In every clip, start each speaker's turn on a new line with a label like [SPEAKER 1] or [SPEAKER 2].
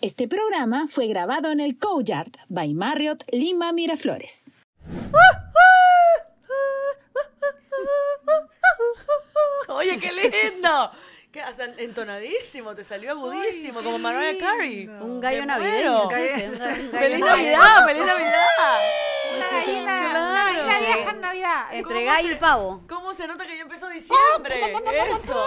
[SPEAKER 1] Este programa fue grabado en el Coyard by Marriott Lima Miraflores.
[SPEAKER 2] Oye, qué lindo. Qué, hasta entonadísimo, te salió agudísimo, como Mariah Carey.
[SPEAKER 3] Un
[SPEAKER 2] Me
[SPEAKER 3] gallo navideño.
[SPEAKER 2] muero.
[SPEAKER 3] sí, sí, un ga- un gallo
[SPEAKER 2] ¡Feliz
[SPEAKER 3] navideño.
[SPEAKER 2] Navidad! ¡Feliz Navidad!
[SPEAKER 4] Una
[SPEAKER 3] Sí, sí, sí.
[SPEAKER 4] gallina,
[SPEAKER 2] Claro.
[SPEAKER 4] una gallina vieja en Navidad.
[SPEAKER 3] Entre gallo y pavo.
[SPEAKER 2] ¿Cómo se nota que ya empezó diciembre? Eso.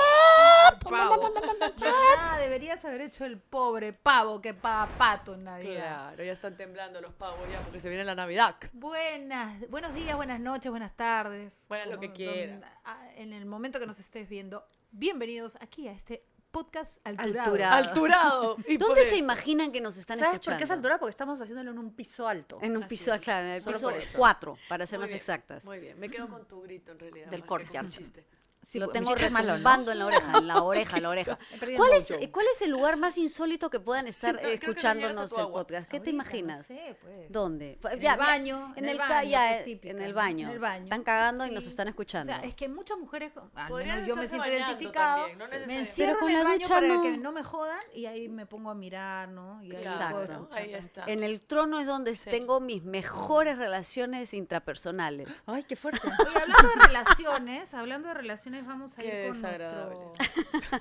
[SPEAKER 2] Pavo.
[SPEAKER 4] Ah, deberías haber hecho el pobre pavo que paga pato en Navidad.
[SPEAKER 2] Claro, ya están temblando los pavos ya porque se viene la Navidad.
[SPEAKER 4] Buenas, buenos días, buenas noches, buenas tardes.
[SPEAKER 2] Buenas lo que
[SPEAKER 4] Como-
[SPEAKER 2] quiera.
[SPEAKER 4] don- ah, en el momento que nos estés viendo, bienvenidos aquí a este podcast alturado.
[SPEAKER 3] Alturado.
[SPEAKER 2] Alturado. y por
[SPEAKER 3] ¿Dónde
[SPEAKER 2] eso.
[SPEAKER 3] se imaginan que nos están
[SPEAKER 5] ¿Sabes
[SPEAKER 3] escuchando?
[SPEAKER 5] por qué es altura? Porque estamos haciéndolo en un piso alto.
[SPEAKER 3] En un
[SPEAKER 2] Así
[SPEAKER 3] piso,
[SPEAKER 2] es.
[SPEAKER 3] claro, en el
[SPEAKER 2] Solo
[SPEAKER 3] piso
[SPEAKER 2] por eso.
[SPEAKER 3] 4, para ser
[SPEAKER 2] Muy
[SPEAKER 3] más
[SPEAKER 2] bien,
[SPEAKER 3] exactas.
[SPEAKER 2] Muy bien, me quedo con tu grito en realidad.
[SPEAKER 3] Del
[SPEAKER 2] más que con tu
[SPEAKER 3] courtyard.
[SPEAKER 2] chiste.
[SPEAKER 4] Sí,
[SPEAKER 3] Lo
[SPEAKER 4] pues,
[SPEAKER 3] tengo
[SPEAKER 4] chiste es malo, ¿no?
[SPEAKER 3] retumbando en la oreja, en la oreja, en la oreja.
[SPEAKER 5] He perdido el
[SPEAKER 3] ¿Cuál es,
[SPEAKER 5] mojo.
[SPEAKER 3] ¿Cuál es el lugar más insólito que puedan estar
[SPEAKER 2] Creo que no llegas a
[SPEAKER 3] escuchándonos
[SPEAKER 2] tu
[SPEAKER 3] el
[SPEAKER 2] agua.
[SPEAKER 3] podcast? ¿Qué
[SPEAKER 4] Ahorita,
[SPEAKER 3] te imaginas?
[SPEAKER 4] No sé, pues.
[SPEAKER 3] ¿Dónde? Fa-
[SPEAKER 4] En
[SPEAKER 3] ya,
[SPEAKER 4] el
[SPEAKER 3] mira,
[SPEAKER 4] baño, en el
[SPEAKER 3] ca-
[SPEAKER 4] baño,
[SPEAKER 3] ya,
[SPEAKER 4] que es
[SPEAKER 3] eh,
[SPEAKER 4] típica,
[SPEAKER 3] En el baño.
[SPEAKER 4] en el baño.
[SPEAKER 3] Están cagando y nos
[SPEAKER 4] Sí.
[SPEAKER 3] están escuchando.
[SPEAKER 4] O sea, es que muchas mujeres, con- al
[SPEAKER 2] Podrían
[SPEAKER 4] menos yo me
[SPEAKER 2] estarse
[SPEAKER 4] siento
[SPEAKER 2] bañando
[SPEAKER 4] identificado,
[SPEAKER 2] también, no
[SPEAKER 4] me
[SPEAKER 2] necesariamente.
[SPEAKER 4] encierro
[SPEAKER 3] Pero
[SPEAKER 4] en el
[SPEAKER 3] con la
[SPEAKER 4] baño
[SPEAKER 3] ducha
[SPEAKER 4] para
[SPEAKER 3] no.
[SPEAKER 4] que no me jodan y ahí me pongo a mirar, ¿no? Y ahí
[SPEAKER 2] Claro,
[SPEAKER 4] puedo
[SPEAKER 3] Exacto.
[SPEAKER 2] ¿no? Ahí está.
[SPEAKER 3] en el trono es donde
[SPEAKER 2] Sí.
[SPEAKER 3] tengo mis mejores relaciones intrapersonales.
[SPEAKER 5] Ay, qué fuerte.
[SPEAKER 4] Oye, hablando de relaciones, hablando de relaciones, vamos a
[SPEAKER 2] Qué
[SPEAKER 4] ir con
[SPEAKER 2] desagradable.
[SPEAKER 4] nuestro...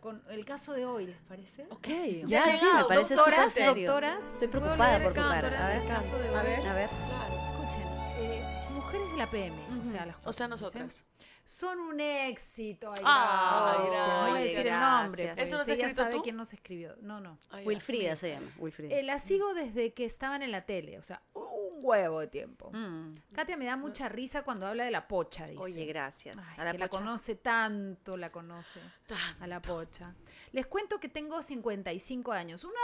[SPEAKER 4] Con el caso de hoy, ¿les parece?
[SPEAKER 5] ok.
[SPEAKER 3] Ya,
[SPEAKER 2] ha
[SPEAKER 3] sí,
[SPEAKER 2] llegado.
[SPEAKER 3] me parece súper
[SPEAKER 4] doctoras,
[SPEAKER 3] serio.
[SPEAKER 4] doctoras,
[SPEAKER 3] Estoy
[SPEAKER 4] ¿puedo
[SPEAKER 3] preocupada
[SPEAKER 4] leer
[SPEAKER 3] por tu
[SPEAKER 4] acá,
[SPEAKER 3] cara.
[SPEAKER 4] doctoras,
[SPEAKER 3] A ver,
[SPEAKER 4] el caso de
[SPEAKER 5] a
[SPEAKER 4] hoy?
[SPEAKER 5] ver.
[SPEAKER 3] a ver.
[SPEAKER 2] Claro.
[SPEAKER 4] Escuchen, eh, mujeres de la PM, o sea, las
[SPEAKER 2] O sea,
[SPEAKER 4] cuatro, dicen,
[SPEAKER 2] nosotras.
[SPEAKER 4] Son un éxito. Ay,
[SPEAKER 2] Ay,
[SPEAKER 4] gracias. No voy a decir el
[SPEAKER 5] gracias.
[SPEAKER 4] nombre.
[SPEAKER 5] ¿Eso
[SPEAKER 4] pues,
[SPEAKER 2] lo has
[SPEAKER 4] ella
[SPEAKER 2] escrito
[SPEAKER 4] sabe
[SPEAKER 2] tú?
[SPEAKER 4] quién nos escribió. No, no.
[SPEAKER 2] Ahí va.
[SPEAKER 3] Wilfrida se llama. Wilfrida.
[SPEAKER 4] Eh, la sigo desde que estaban en la tele, o sea, un huevo de tiempo.
[SPEAKER 5] Mm.
[SPEAKER 4] Katia me da mucha risa cuando habla de la pocha, dice.
[SPEAKER 5] Oye, gracias.
[SPEAKER 4] Ay,
[SPEAKER 5] A la
[SPEAKER 4] que la
[SPEAKER 5] pocha.
[SPEAKER 4] conoce tanto, la conoce.
[SPEAKER 2] Tanto.
[SPEAKER 4] A la pocha. Les cuento que tengo 55 años. ¡Una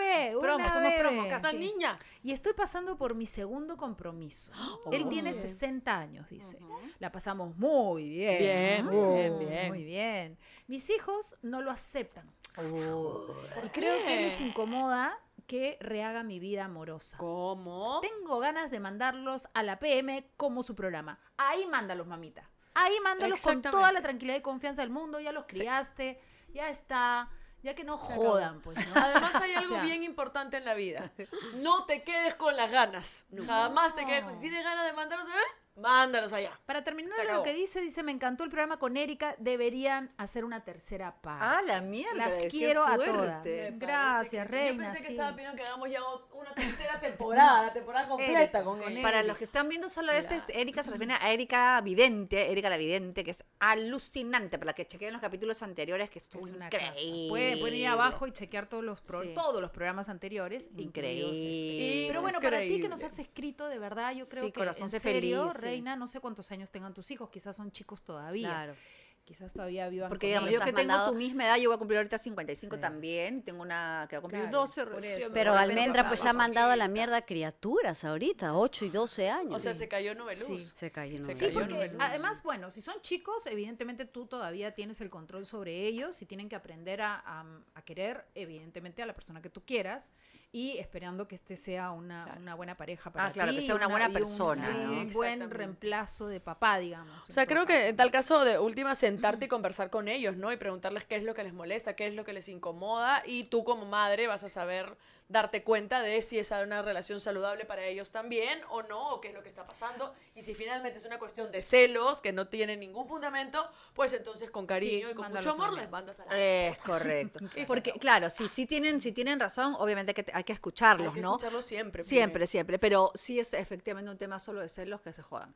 [SPEAKER 4] bebé!
[SPEAKER 5] Promo,
[SPEAKER 4] una
[SPEAKER 5] somos
[SPEAKER 4] bebé.
[SPEAKER 5] promo,
[SPEAKER 2] Esta
[SPEAKER 5] casi.
[SPEAKER 2] niña.
[SPEAKER 4] Y estoy pasando por mi segundo compromiso. Él tiene 60 años, dice. La pasamos muy bien.
[SPEAKER 2] Bien, muy
[SPEAKER 4] Oh,
[SPEAKER 2] bien, bien.
[SPEAKER 4] Muy bien. Mis hijos no lo aceptan. Y creo que les incomoda que rehaga mi vida amorosa.
[SPEAKER 2] Eh. ¿Cómo?
[SPEAKER 4] Tengo ganas de mandarlos a la PM como su programa. Ahí mándalos, mamita. Ahí mándalos con
[SPEAKER 2] Exactamente.
[SPEAKER 4] toda la tranquilidad y confianza del mundo. Ya los criaste, ya está. Ya que no jodan, pues. ¿no?
[SPEAKER 2] Además hay algo
[SPEAKER 4] O sea,
[SPEAKER 2] bien importante en la vida. No te quedes con las ganas. Jamás te quedes con... Si tienes ganas de mandarlos allá, mándalos allá.
[SPEAKER 4] Para terminar
[SPEAKER 2] Se
[SPEAKER 4] lo
[SPEAKER 2] acabó.
[SPEAKER 4] que dice, dice, me encantó el programa con Erika, deberían hacer una tercera parte.
[SPEAKER 5] Ah, la mierda.
[SPEAKER 4] Las
[SPEAKER 5] qué
[SPEAKER 4] quiero a
[SPEAKER 5] fuerte.
[SPEAKER 4] todas.
[SPEAKER 2] Me
[SPEAKER 4] Gracias,
[SPEAKER 2] parece que sí. Yo
[SPEAKER 4] reina,
[SPEAKER 2] pensé que
[SPEAKER 4] sí.
[SPEAKER 2] estaba pidiendo que hagamos ya ot- una tercera temporada, la temporada completa con, él.
[SPEAKER 5] Para los que están viendo solo este, es Erika se refiere a Erika Vidente, Erika la Vidente, que es alucinante. Para que chequen los capítulos anteriores, que estuvo
[SPEAKER 4] Es una casa.
[SPEAKER 5] increíble.
[SPEAKER 4] Pueden, pueden ir abajo y chequear todos los, pro-
[SPEAKER 5] Sí.
[SPEAKER 4] todos los programas anteriores. incluidos este.
[SPEAKER 5] Increíble.
[SPEAKER 4] Pero bueno, para ti que
[SPEAKER 2] Increíble.
[SPEAKER 4] nos has escrito, de verdad, yo creo
[SPEAKER 5] Sí,
[SPEAKER 4] que
[SPEAKER 5] corazón,
[SPEAKER 4] en
[SPEAKER 5] sé
[SPEAKER 4] serio,
[SPEAKER 5] feliz, sí.
[SPEAKER 4] reina, no sé cuántos años tengan tus hijos, quizás son chicos todavía.
[SPEAKER 3] Claro.
[SPEAKER 4] Quizás todavía vivan
[SPEAKER 5] Porque
[SPEAKER 4] con
[SPEAKER 5] digamos,
[SPEAKER 4] ellos.
[SPEAKER 5] yo que
[SPEAKER 3] nos has
[SPEAKER 5] tengo
[SPEAKER 3] mandado-
[SPEAKER 5] tu misma edad, yo voy a cumplir ahorita 55 también. Tengo una que va a cumplir
[SPEAKER 4] Claro,
[SPEAKER 5] 12.
[SPEAKER 4] por
[SPEAKER 5] recién.
[SPEAKER 4] eso.
[SPEAKER 3] Pero
[SPEAKER 4] de repente
[SPEAKER 3] Almendra
[SPEAKER 4] pasa
[SPEAKER 3] pues
[SPEAKER 4] algo
[SPEAKER 3] ha mandado a la mierda criaturas ahorita, 8 y 12 años.
[SPEAKER 2] O sea,
[SPEAKER 3] Sí.
[SPEAKER 2] se cayó Noveluz.
[SPEAKER 4] Sí.
[SPEAKER 3] Se cayó. no,
[SPEAKER 2] se
[SPEAKER 4] Sí,
[SPEAKER 3] no,
[SPEAKER 2] cayó
[SPEAKER 3] no,
[SPEAKER 4] porque
[SPEAKER 2] Noveluz.
[SPEAKER 4] además, bueno, si son chicos, evidentemente tú todavía tienes el control sobre ellos y tienen que aprender a, a- a querer, evidentemente, a la persona que tú quieras y esperando que este sea una, una buena pareja para
[SPEAKER 5] Ah, claro, que
[SPEAKER 4] ti,
[SPEAKER 5] sea una buena
[SPEAKER 4] y un-
[SPEAKER 5] persona,
[SPEAKER 4] sí,
[SPEAKER 5] ¿no?
[SPEAKER 4] Un buen
[SPEAKER 2] Exactamente.
[SPEAKER 4] reemplazo de papá, digamos.
[SPEAKER 2] O sea, creo que en tal caso, de última, sentarte y conversar con ellos, ¿no? Y preguntarles qué es lo que les molesta, qué es lo que les incomoda. Y tú como madre vas a saber darte cuenta de si es una relación saludable para ellos también o no, o qué es lo que está pasando. Y si finalmente es una cuestión de celos, que no tiene ningún fundamento, pues entonces con cariño
[SPEAKER 4] Sí,
[SPEAKER 2] y con
[SPEAKER 4] mándalos
[SPEAKER 2] mucho
[SPEAKER 4] a
[SPEAKER 2] amor
[SPEAKER 4] la
[SPEAKER 2] les mandas a la...
[SPEAKER 5] Es correcto. Porque, claro, si, si, tienen, si tienen razón, obviamente hay que, hay que escucharlos,
[SPEAKER 2] Hay que
[SPEAKER 5] ¿no?
[SPEAKER 2] escucharlos siempre,
[SPEAKER 5] Siempre,
[SPEAKER 2] primero.
[SPEAKER 5] siempre. Pero sí es efectivamente un tema solo de celos que se jodan.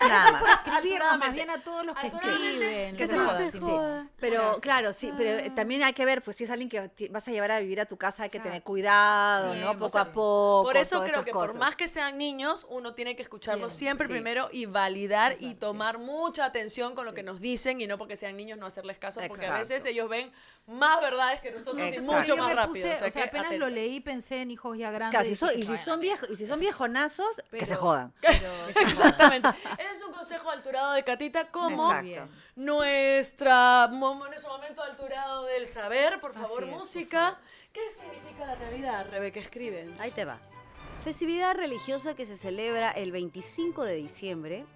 [SPEAKER 5] Nada más.
[SPEAKER 4] escribirnos más
[SPEAKER 2] Naturalmente.
[SPEAKER 4] bien a todos los que
[SPEAKER 2] Naturalmente,
[SPEAKER 4] escriben.
[SPEAKER 2] que
[SPEAKER 4] los
[SPEAKER 2] se
[SPEAKER 4] demás,
[SPEAKER 2] jodan.
[SPEAKER 4] sí.
[SPEAKER 5] Sí, pero claro, sí, pero
[SPEAKER 4] Ah.
[SPEAKER 5] eh, también hay que ver, pues si es alguien que ti- vas a llevar a vivir a tu casa, hay que tener cuidado, ¿no?
[SPEAKER 4] Siempre.
[SPEAKER 5] Poco a poco.
[SPEAKER 2] Por eso
[SPEAKER 5] todas
[SPEAKER 2] creo
[SPEAKER 5] esas
[SPEAKER 2] que por
[SPEAKER 5] cosas.
[SPEAKER 2] más que sean niños, uno tiene que escucharlos siempre,
[SPEAKER 5] sí.
[SPEAKER 2] primero y validar y tomar mucha atención con lo que nos dicen y no porque sean niños no hacerles caso, porque a veces
[SPEAKER 5] Exacto.
[SPEAKER 2] ellos ven más verdades que nosotros y
[SPEAKER 5] Exacto.
[SPEAKER 2] mucho
[SPEAKER 4] Yo
[SPEAKER 2] más
[SPEAKER 4] me
[SPEAKER 2] rápido.
[SPEAKER 4] puse-
[SPEAKER 2] o sea, que
[SPEAKER 4] apenas lo
[SPEAKER 2] atentas.
[SPEAKER 4] leí pensé en hijos ya grandes.
[SPEAKER 5] Claro, si
[SPEAKER 4] dije,
[SPEAKER 5] son- y si
[SPEAKER 4] bueno,
[SPEAKER 5] son viejos, y si son viejonazos, que se
[SPEAKER 4] Pero-
[SPEAKER 5] jodan.
[SPEAKER 2] Exactamente. Ese es un consejo alturado de Catita como
[SPEAKER 4] Exacto.
[SPEAKER 2] nuestra mo- nuestro momento alturado del saber. Por favor,
[SPEAKER 4] es, por
[SPEAKER 2] música. ¿Qué significa la Navidad, Rebeca Escribens?
[SPEAKER 3] Ahí te va. Festividad religiosa que se celebra el 25 de diciembre,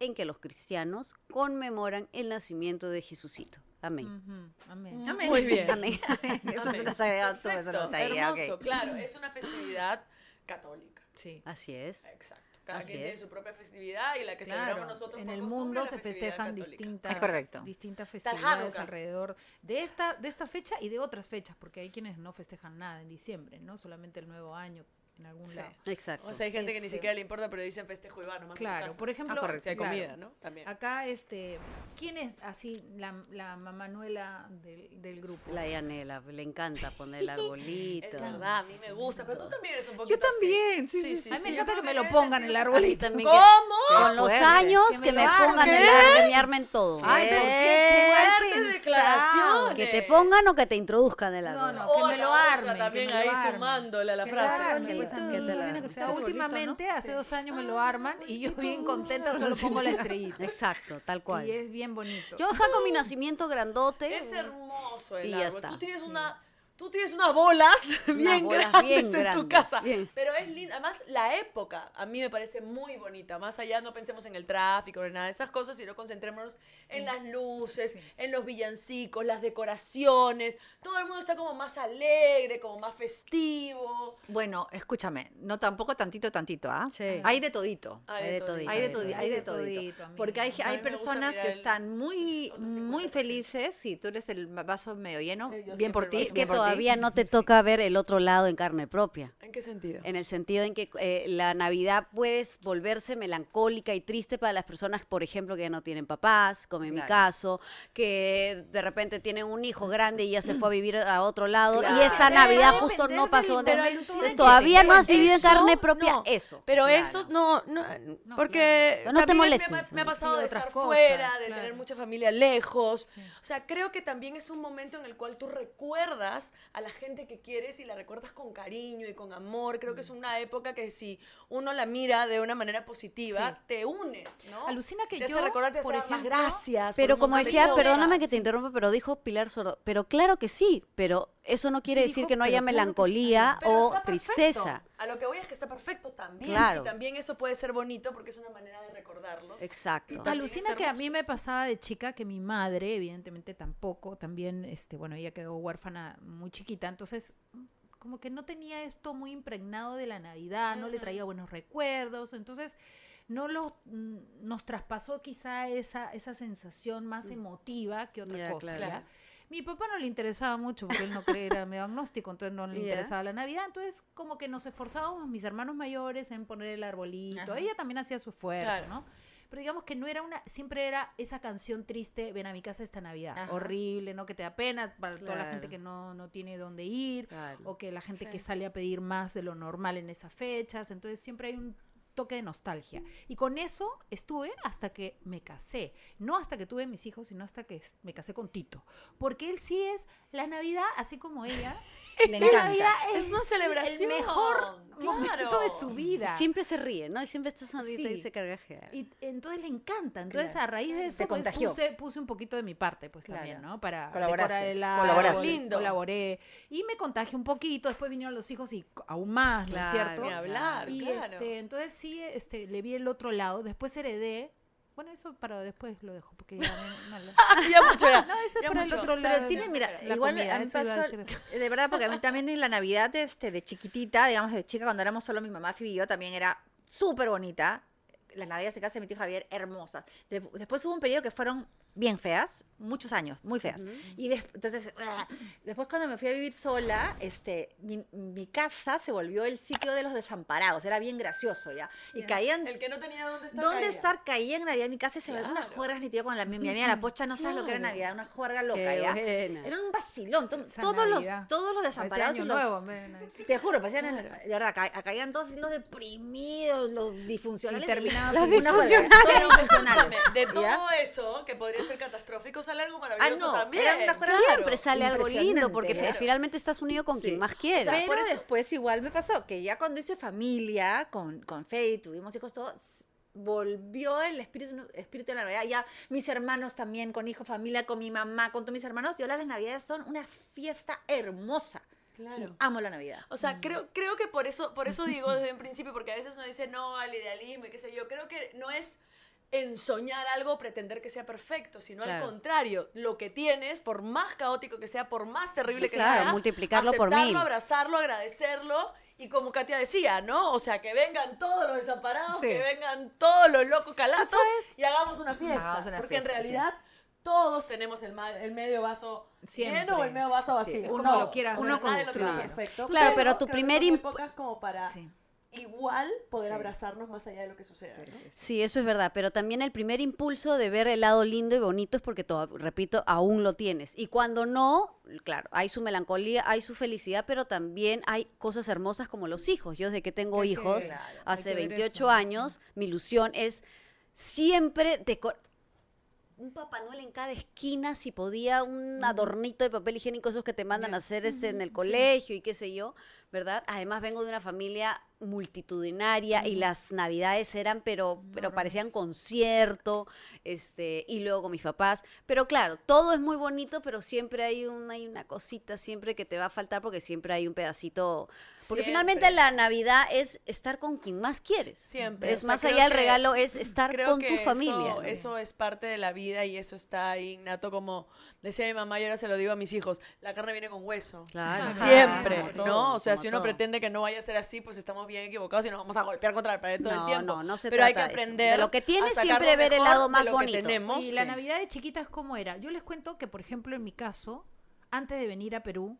[SPEAKER 3] en que los cristianos conmemoran el nacimiento de Jesucito.
[SPEAKER 4] Mm.
[SPEAKER 3] Amén.
[SPEAKER 4] Ujú, Amén.
[SPEAKER 5] Amén.
[SPEAKER 2] Mm, Muy bien.
[SPEAKER 3] Amén.
[SPEAKER 5] Eso
[SPEAKER 2] Amén.
[SPEAKER 5] no se ha agregado tú, eso no
[SPEAKER 2] Perfecto,
[SPEAKER 5] está ahí, ah, ok.
[SPEAKER 2] hermoso, claro, es una festividad católica.
[SPEAKER 4] Sí.
[SPEAKER 3] Así es.
[SPEAKER 2] Exacto. Cada
[SPEAKER 3] Así
[SPEAKER 2] quien
[SPEAKER 3] es.
[SPEAKER 2] tiene su propia festividad y la que
[SPEAKER 4] Claro,
[SPEAKER 2] celebramos nosotros
[SPEAKER 4] en
[SPEAKER 2] por
[SPEAKER 4] el
[SPEAKER 2] costumbre
[SPEAKER 4] mundo
[SPEAKER 2] es la
[SPEAKER 4] se
[SPEAKER 2] festividad
[SPEAKER 4] festejan
[SPEAKER 2] católica.
[SPEAKER 4] distintas,
[SPEAKER 5] Es correcto.
[SPEAKER 4] distintas
[SPEAKER 2] el
[SPEAKER 4] festividades
[SPEAKER 2] Hanukkah.
[SPEAKER 4] alrededor de esta, de esta fecha y de otras fechas, porque hay quienes no festejan nada en diciembre, ¿no? Solamente el nuevo año en algún
[SPEAKER 2] Sí.
[SPEAKER 4] lado.
[SPEAKER 3] Exacto.
[SPEAKER 2] O sea, hay gente que ni
[SPEAKER 4] Este-
[SPEAKER 2] siquiera le importa, pero dicen festejo y va nomás. a la
[SPEAKER 4] Claro,
[SPEAKER 2] casa.
[SPEAKER 4] por ejemplo,
[SPEAKER 5] correcto.
[SPEAKER 2] Si hay
[SPEAKER 4] claro,
[SPEAKER 2] comida, ¿no? También.
[SPEAKER 4] acá este, ¿quién es así la, la mamanuela del, del grupo?
[SPEAKER 3] La Yanela, le encanta poner el
[SPEAKER 2] Es
[SPEAKER 3] arbolito.
[SPEAKER 2] verdad, a mí me gusta, pero tú también eres un poquito
[SPEAKER 5] Yo también, sí,
[SPEAKER 2] así.
[SPEAKER 5] sí, sí.
[SPEAKER 4] a mí me
[SPEAKER 2] sí.
[SPEAKER 4] encanta
[SPEAKER 2] Yo
[SPEAKER 4] que me
[SPEAKER 2] creo
[SPEAKER 4] lo
[SPEAKER 2] que
[SPEAKER 4] pongan el
[SPEAKER 2] ese tío es-
[SPEAKER 3] Y
[SPEAKER 4] arbolito.
[SPEAKER 3] también que-
[SPEAKER 2] ¿Cómo?
[SPEAKER 3] Con los
[SPEAKER 5] fuerte.
[SPEAKER 3] años
[SPEAKER 4] Que me
[SPEAKER 3] que, me,
[SPEAKER 4] lo
[SPEAKER 3] pongan
[SPEAKER 4] armen.
[SPEAKER 3] el arme, me armen todo.
[SPEAKER 4] Ay, pero
[SPEAKER 5] Qué
[SPEAKER 4] qué,
[SPEAKER 5] fuertes
[SPEAKER 4] qué mal
[SPEAKER 2] declaraciones.
[SPEAKER 4] pensado.
[SPEAKER 3] Que te pongan o que te introduzcan el
[SPEAKER 4] No,
[SPEAKER 3] árbol.
[SPEAKER 4] no,
[SPEAKER 2] O
[SPEAKER 4] que me
[SPEAKER 2] la
[SPEAKER 4] lo
[SPEAKER 2] otra
[SPEAKER 4] armen. que
[SPEAKER 2] también
[SPEAKER 4] me lo
[SPEAKER 2] ahí
[SPEAKER 4] armen.
[SPEAKER 2] sumándole a la
[SPEAKER 4] Que
[SPEAKER 2] frase.
[SPEAKER 4] me lo
[SPEAKER 3] Que
[SPEAKER 4] armen.
[SPEAKER 3] pues, que te la armen.
[SPEAKER 4] O sea, últimamente, hace dos años me lo arman y yo bien contenta solo pongo la estrellita.
[SPEAKER 3] Exacto, tal cual.
[SPEAKER 4] Y es bien bonito.
[SPEAKER 3] Yo saco mi nacimiento grandote.
[SPEAKER 2] Es hermoso el
[SPEAKER 3] Y ya
[SPEAKER 2] árbol.
[SPEAKER 3] está.
[SPEAKER 2] Tú tienes una. Tú tienes unas bolas bien
[SPEAKER 3] bolas
[SPEAKER 2] grandes
[SPEAKER 3] bien
[SPEAKER 2] en tu
[SPEAKER 3] grandes,
[SPEAKER 2] casa.
[SPEAKER 3] bien.
[SPEAKER 2] Pero es linda. Además, la época a mí me parece muy bonita. Más allá no pensemos en el tráfico, en nada de esas cosas, sino concentrémonos en las luces, en los villancicos, las decoraciones. Todo el mundo está como más alegre, como más festivo.
[SPEAKER 5] Bueno, escúchame, no tampoco tantito, tantito, ¿ah?
[SPEAKER 3] Sí.
[SPEAKER 5] Hay de todito.
[SPEAKER 3] Hay de todito.
[SPEAKER 5] Hay de,
[SPEAKER 3] Hay
[SPEAKER 5] todi-
[SPEAKER 3] de todito.
[SPEAKER 5] hay de
[SPEAKER 4] Hay de
[SPEAKER 5] todito.
[SPEAKER 4] todito, amiga.
[SPEAKER 5] Porque
[SPEAKER 4] A
[SPEAKER 5] hay,
[SPEAKER 4] mí
[SPEAKER 5] hay
[SPEAKER 2] me gusta
[SPEAKER 5] personas que
[SPEAKER 2] mirar el
[SPEAKER 5] están muy,
[SPEAKER 2] otro
[SPEAKER 5] muy
[SPEAKER 2] 50%.
[SPEAKER 5] felices. Si tú eres el vaso medio lleno,
[SPEAKER 2] Sí, yo
[SPEAKER 5] bien por
[SPEAKER 2] siempre
[SPEAKER 5] ti.
[SPEAKER 2] el
[SPEAKER 3] Es
[SPEAKER 2] vaso
[SPEAKER 3] que
[SPEAKER 5] bien por ti.
[SPEAKER 3] todavía no te toca ver el otro lado en carne propia.
[SPEAKER 2] ¿En qué sentido?
[SPEAKER 3] En el sentido en que eh, la Navidad puedes volverse melancólica y triste para las personas, por ejemplo, que ya no tienen papás, como en mi
[SPEAKER 5] Claro.
[SPEAKER 3] caso, que de repente tienen un hijo grande y ya se fue a vivir a otro lado
[SPEAKER 5] Claro.
[SPEAKER 3] y esa
[SPEAKER 5] Pero va a
[SPEAKER 3] Navidad justo
[SPEAKER 4] depender
[SPEAKER 3] no pasó
[SPEAKER 4] del
[SPEAKER 3] donde
[SPEAKER 4] momento en
[SPEAKER 3] Entonces
[SPEAKER 4] que
[SPEAKER 3] todavía
[SPEAKER 4] te
[SPEAKER 3] no has
[SPEAKER 4] encuentres.
[SPEAKER 3] vivido en
[SPEAKER 2] Eso,
[SPEAKER 3] carne propia
[SPEAKER 2] no.
[SPEAKER 3] eso.
[SPEAKER 2] Pero
[SPEAKER 5] Claro.
[SPEAKER 2] eso no, no, porque
[SPEAKER 3] claro. No
[SPEAKER 2] a
[SPEAKER 3] te
[SPEAKER 2] mí me- me-
[SPEAKER 3] molestes,
[SPEAKER 2] Me, ha
[SPEAKER 3] claro.
[SPEAKER 2] pasado
[SPEAKER 4] Sí,
[SPEAKER 2] de
[SPEAKER 4] otras
[SPEAKER 2] estar
[SPEAKER 4] cosas,
[SPEAKER 2] fuera, de
[SPEAKER 4] claro.
[SPEAKER 2] tener mucha familia lejos. O sea, creo que también es un momento en el cual tú recuerdas a la gente que quieres y la recuerdas con cariño y con amor. Creo que es una época que si uno la mira de una manera positiva, te une, ¿no?
[SPEAKER 4] Alucina que
[SPEAKER 2] te hace
[SPEAKER 4] yo,
[SPEAKER 2] recordar, te hace
[SPEAKER 4] por
[SPEAKER 2] dar más
[SPEAKER 4] ejemplo,
[SPEAKER 2] gracias. por
[SPEAKER 3] Pero
[SPEAKER 2] un
[SPEAKER 3] como
[SPEAKER 2] montón de
[SPEAKER 3] decía,
[SPEAKER 2] cosas.
[SPEAKER 3] perdóname que te interrumpa, pero dijo Pilar Sordo, pero claro que sí, pero eso no quiere
[SPEAKER 4] Sí,
[SPEAKER 3] decir
[SPEAKER 4] dijo,
[SPEAKER 3] que no haya
[SPEAKER 4] pero claro que sí.
[SPEAKER 3] melancolía
[SPEAKER 2] Pero
[SPEAKER 3] o
[SPEAKER 2] está perfecto.
[SPEAKER 3] tristeza.
[SPEAKER 2] A lo que voy es que está perfecto también.
[SPEAKER 3] Claro.
[SPEAKER 2] Y también eso puede ser bonito porque es una manera de recordarlos.
[SPEAKER 3] Exacto.
[SPEAKER 2] Tal-
[SPEAKER 4] Alucina
[SPEAKER 2] es
[SPEAKER 4] que a
[SPEAKER 2] hermoso.
[SPEAKER 4] mí me pasaba de chica que mi madre, evidentemente tampoco, también, este, bueno, ella quedó huérfana muy chiquita, entonces mm, como que no tenía esto muy impregnado de la Navidad, no le traía buenos recuerdos, entonces no los mm, nos traspasó quizá esa, esa sensación más emotiva que otra
[SPEAKER 3] Ya,
[SPEAKER 4] cosa.
[SPEAKER 3] claro.
[SPEAKER 4] ¿ya? Mi papá no le interesaba mucho porque él no creía, era medio agnóstico, entonces no le
[SPEAKER 3] Ya.
[SPEAKER 4] interesaba la Navidad. Entonces, como que nos esforzábamos, mis hermanos mayores, en poner el arbolito. Ella también hacía su esfuerzo,
[SPEAKER 2] Claro.
[SPEAKER 4] ¿no? Pero digamos que no era una, siempre era esa canción triste, ven a mi casa esta Navidad.
[SPEAKER 5] Ajá.
[SPEAKER 4] Horrible, ¿no? Que te da pena para toda la gente
[SPEAKER 3] Claro.
[SPEAKER 4] que no, no tiene dónde ir
[SPEAKER 3] Claro.
[SPEAKER 4] o que la gente que sale a pedir más de lo normal en esas fechas. Entonces siempre hay un toque de nostalgia. Y con eso estuve hasta que me casé. No hasta que tuve mis hijos, sino hasta que es- me casé con Tito. Porque él sí es la Navidad, así como ella.
[SPEAKER 5] Le
[SPEAKER 4] la
[SPEAKER 5] encanta.
[SPEAKER 4] Navidad es,
[SPEAKER 2] Es una celebración,
[SPEAKER 4] El mejor
[SPEAKER 2] claro.
[SPEAKER 4] momento de su vida.
[SPEAKER 3] Siempre se ríe, ¿no? Y siempre está sonrisa y
[SPEAKER 4] Sí.
[SPEAKER 3] se cargajea.
[SPEAKER 4] Y entonces le encanta. Entonces, a raíz de eso,
[SPEAKER 5] Te
[SPEAKER 4] pues,
[SPEAKER 5] contagió.
[SPEAKER 4] puse, puse un poquito de mi parte, pues también,
[SPEAKER 5] Claro.
[SPEAKER 4] ¿no? Para
[SPEAKER 5] Colaboraste,
[SPEAKER 4] decorar el árbol,
[SPEAKER 5] colaboraste.
[SPEAKER 2] Lindo.
[SPEAKER 4] Colaboré. Y me contagié un poquito. Después vinieron los hijos y co- aún más, ¿no es
[SPEAKER 3] Claro,
[SPEAKER 4] cierto?
[SPEAKER 2] Ni hablar,
[SPEAKER 4] Y
[SPEAKER 2] claro.
[SPEAKER 4] este, entonces sí, este, le vi el otro lado. Después heredé. Bueno, eso para después lo dejo, porque ya no, no, no.
[SPEAKER 2] ya mucho ya.
[SPEAKER 4] No, eso
[SPEAKER 2] Ya
[SPEAKER 4] para
[SPEAKER 2] mucho.
[SPEAKER 4] el otro lado.
[SPEAKER 5] Pero tiene, mira,
[SPEAKER 4] la
[SPEAKER 5] igual
[SPEAKER 4] comida,
[SPEAKER 5] a mí
[SPEAKER 4] eso iba a
[SPEAKER 5] pasó-
[SPEAKER 4] decir.
[SPEAKER 5] de verdad, porque a mí también en la Navidad este, de chiquitita, digamos de chica, cuando éramos solo mi mamá, Fibi y yo, también era súper bonita. Las Navidades de casa de mi tío Javier, hermosas. De- después hubo un periodo que fueron bien feas, muchos años, muy feas. Y des- entonces, ah, después cuando me fui a vivir sola, este, mi, mi casa se volvió el sitio de los desamparados, era bien gracioso ya. Y caían
[SPEAKER 2] El que no tenía dónde estar.
[SPEAKER 5] ¿Dónde
[SPEAKER 2] caía.
[SPEAKER 5] estar? Caía en Navidad en mi casa y se veían unas juergas ni tío con la mi, mi amiga la pocha, no sabes lo que era Navidad, una juerga loca
[SPEAKER 3] Qué
[SPEAKER 5] ya.
[SPEAKER 3] buena.
[SPEAKER 5] Era un vacilón, to-
[SPEAKER 4] Esa
[SPEAKER 5] todos los
[SPEAKER 4] Navidad.
[SPEAKER 5] todos los
[SPEAKER 4] Parecía
[SPEAKER 5] desamparados y
[SPEAKER 4] Año
[SPEAKER 5] los
[SPEAKER 4] Nuevo, en vez de Navidad.
[SPEAKER 5] te juro, parecían en- de verdad, ca- ca- caían todos así los deprimidos, los disfuncionales.
[SPEAKER 4] Y terminaban
[SPEAKER 5] las
[SPEAKER 4] felices.
[SPEAKER 5] disfuncionales. Todos
[SPEAKER 2] Pero
[SPEAKER 5] los disfuncionales.
[SPEAKER 2] escúchame, de todo
[SPEAKER 5] ¿ya?
[SPEAKER 2] eso, que podría ser catastrófico, sale algo
[SPEAKER 5] Ah,
[SPEAKER 2] maravilloso
[SPEAKER 5] no,
[SPEAKER 2] también.
[SPEAKER 5] eran unas juergas
[SPEAKER 3] Siempre sale algo lindo porque
[SPEAKER 5] impresionante,
[SPEAKER 3] fi- finalmente estás unido con
[SPEAKER 5] Sí.
[SPEAKER 3] quien más
[SPEAKER 5] O sea,
[SPEAKER 3] quieres.
[SPEAKER 5] pero después igual me pasó que ya cuando hice familia con, con Faye, tuvimos hijos todos, volvió el espíritu, espíritu de la Navidad. Ya mis hermanos también, con hijo, familia, con mi mamá, con todos mis hermanos. Y ahora las Navidades son una fiesta hermosa.
[SPEAKER 2] Claro.
[SPEAKER 5] Amo la Navidad.
[SPEAKER 2] O sea, creo, creo que por eso, por eso digo desde un principio, porque a veces uno dice no al idealismo y qué sé yo. Creo que no es ensoñar algo, pretender que sea perfecto, sino
[SPEAKER 3] Claro.
[SPEAKER 2] al contrario, lo que tienes, por más caótico que sea, por más terrible
[SPEAKER 3] Sí,
[SPEAKER 2] que
[SPEAKER 3] claro,
[SPEAKER 2] sea,
[SPEAKER 3] multiplicarlo por
[SPEAKER 2] aceptarlo,
[SPEAKER 3] mil.
[SPEAKER 2] abrazarlo, agradecerlo. Y como Katia decía, ¿no? O sea, que vengan todos los desamparados,
[SPEAKER 5] Sí.
[SPEAKER 2] que vengan todos los locos calatos
[SPEAKER 4] sabes?
[SPEAKER 2] y hagamos una fiesta.
[SPEAKER 5] Hagamos una
[SPEAKER 2] porque
[SPEAKER 5] fiesta,
[SPEAKER 2] en realidad todos tenemos el, ma- el medio vaso lleno o
[SPEAKER 4] Siempre.
[SPEAKER 2] el medio vaso
[SPEAKER 5] Sí,
[SPEAKER 2] vacío.
[SPEAKER 5] es
[SPEAKER 4] como
[SPEAKER 2] Uno,
[SPEAKER 4] lo quieras
[SPEAKER 2] uno
[SPEAKER 4] ver, nadie lo tiene
[SPEAKER 2] construye.
[SPEAKER 4] perfecto.
[SPEAKER 2] Tú
[SPEAKER 3] Claro,
[SPEAKER 2] sabes,
[SPEAKER 3] pero
[SPEAKER 2] ¿no?
[SPEAKER 3] tu
[SPEAKER 2] Creo que
[SPEAKER 3] primer
[SPEAKER 2] son muy
[SPEAKER 3] imp-
[SPEAKER 2] pocas como para
[SPEAKER 5] Sí.
[SPEAKER 2] igual poder
[SPEAKER 5] Sí.
[SPEAKER 2] abrazarnos más allá de lo que suceda. ¿no?
[SPEAKER 3] Sí, eso es verdad, pero también el primer impulso de ver el lado lindo y bonito es porque, toda- repito, aún lo tienes. Y cuando no, claro, hay su melancolía, hay su felicidad, pero también hay cosas hermosas como los hijos. Yo desde que tengo
[SPEAKER 4] Hay que-
[SPEAKER 3] hijos,
[SPEAKER 4] claro, hay
[SPEAKER 3] hace
[SPEAKER 4] que ver
[SPEAKER 3] 28
[SPEAKER 4] eso,
[SPEAKER 3] años, mi ilusión es siempre deco- un Papá Noel en cada esquina, si podía, un adornito de papel higiénico, esos que te mandan a hacer este en el colegio y qué sé yo, ¿verdad? Además vengo de una familia multitudinaria y las navidades eran, pero, pero parecían concierto, este, y luego con mis papás. Pero claro, todo es muy bonito, pero siempre hay una, hay una cosita, siempre que te va a faltar, porque siempre hay un pedacito. Porque finalmente
[SPEAKER 2] Siempre.
[SPEAKER 3] la Navidad es estar con quien más quieres.
[SPEAKER 2] Siempre, o
[SPEAKER 3] Es
[SPEAKER 2] sea,
[SPEAKER 3] más
[SPEAKER 2] creo
[SPEAKER 3] allá del
[SPEAKER 2] que-
[SPEAKER 3] regalo, es estar con tu
[SPEAKER 2] eso-
[SPEAKER 3] familia.
[SPEAKER 2] Eso, es parte de la vida y eso está ahí innato, como decía mi mamá y ahora se lo digo a mis hijos, la carne viene con hueso.
[SPEAKER 3] Claro.
[SPEAKER 2] Siempre,
[SPEAKER 3] Como todo,
[SPEAKER 2] ¿no? O sea,
[SPEAKER 3] como
[SPEAKER 2] si uno
[SPEAKER 3] todo.
[SPEAKER 2] pretende que no vaya a ser así, pues estamos bien equivocados y nos vamos a golpear contra la pared todo
[SPEAKER 3] No,
[SPEAKER 2] el tiempo.
[SPEAKER 3] no, no se
[SPEAKER 2] Pero hay que
[SPEAKER 3] trata de eso.
[SPEAKER 2] aprender.
[SPEAKER 3] De lo que tienes,
[SPEAKER 2] a sacar
[SPEAKER 3] siempre
[SPEAKER 2] lo
[SPEAKER 3] ver el
[SPEAKER 2] mejor
[SPEAKER 3] lado
[SPEAKER 2] de
[SPEAKER 3] más
[SPEAKER 2] lo que
[SPEAKER 3] bonito.
[SPEAKER 2] tenemos.
[SPEAKER 4] Y la
[SPEAKER 2] Sí.
[SPEAKER 4] Navidad de chiquitas, ¿cómo era? Yo les cuento que, por ejemplo, en mi caso, antes de venir a Perú,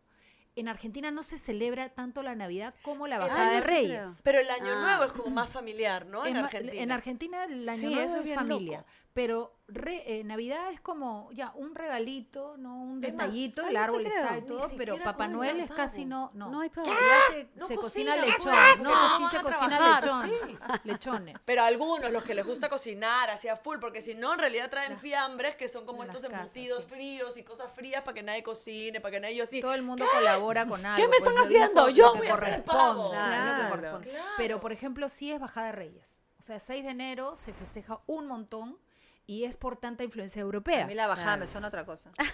[SPEAKER 4] en Argentina no se celebra tanto la Navidad como
[SPEAKER 2] Ah,
[SPEAKER 4] la Bajada
[SPEAKER 3] no
[SPEAKER 4] de
[SPEAKER 3] te
[SPEAKER 4] Reyes.
[SPEAKER 2] Pero el año
[SPEAKER 3] Ah.
[SPEAKER 2] nuevo es como más familiar, ¿no?
[SPEAKER 4] Es
[SPEAKER 2] En
[SPEAKER 4] ma-
[SPEAKER 2] Argentina.
[SPEAKER 4] En Argentina el año
[SPEAKER 2] Sí,
[SPEAKER 4] nuevo
[SPEAKER 2] eso es
[SPEAKER 4] es,
[SPEAKER 2] bien
[SPEAKER 4] familia.
[SPEAKER 2] loco.
[SPEAKER 4] Pero re- eh, Navidad es como ya un regalito, no un
[SPEAKER 2] Es más,
[SPEAKER 4] detallito,
[SPEAKER 3] ay,
[SPEAKER 4] el
[SPEAKER 3] no te
[SPEAKER 4] árbol está
[SPEAKER 3] creo.
[SPEAKER 4] y
[SPEAKER 3] Ni
[SPEAKER 4] todo, pero
[SPEAKER 2] siquiera
[SPEAKER 4] Papá
[SPEAKER 2] cocinan
[SPEAKER 4] Noel es
[SPEAKER 2] pavo.
[SPEAKER 4] casi no, no.
[SPEAKER 3] No hay pavo.
[SPEAKER 4] Ya se,
[SPEAKER 2] No
[SPEAKER 4] se
[SPEAKER 2] cocinan
[SPEAKER 4] cocina
[SPEAKER 2] pavo.
[SPEAKER 4] lechón, no,
[SPEAKER 2] Exacto.
[SPEAKER 4] sí se
[SPEAKER 2] Van a
[SPEAKER 4] cocina
[SPEAKER 2] trabajar,
[SPEAKER 4] lechón, lechones.
[SPEAKER 2] Pero algunos, los que les gusta cocinar hacia full, porque si no, en realidad traen fiambres que son como
[SPEAKER 4] las
[SPEAKER 2] estos
[SPEAKER 4] casas,
[SPEAKER 2] embutidos
[SPEAKER 4] sí.
[SPEAKER 2] fríos y cosas frías para que nadie cocine, para que nadie yo así.
[SPEAKER 4] todo el mundo colabora con algo. pues,
[SPEAKER 2] me están
[SPEAKER 4] lo- lo
[SPEAKER 2] haciendo?
[SPEAKER 4] co-
[SPEAKER 2] Yo
[SPEAKER 4] lo que
[SPEAKER 2] voy a hacer el
[SPEAKER 4] corresponde,
[SPEAKER 2] pavo.
[SPEAKER 4] claro, lo que
[SPEAKER 5] Claro,
[SPEAKER 4] corresponde.
[SPEAKER 2] claro.
[SPEAKER 4] Pero, por ejemplo, sí es Bajada de Reyes. O sea, 6 de enero se festeja un montón y es por tanta influencia europea.
[SPEAKER 5] A mí la bajada me suena a otra cosa.
[SPEAKER 3] Ah,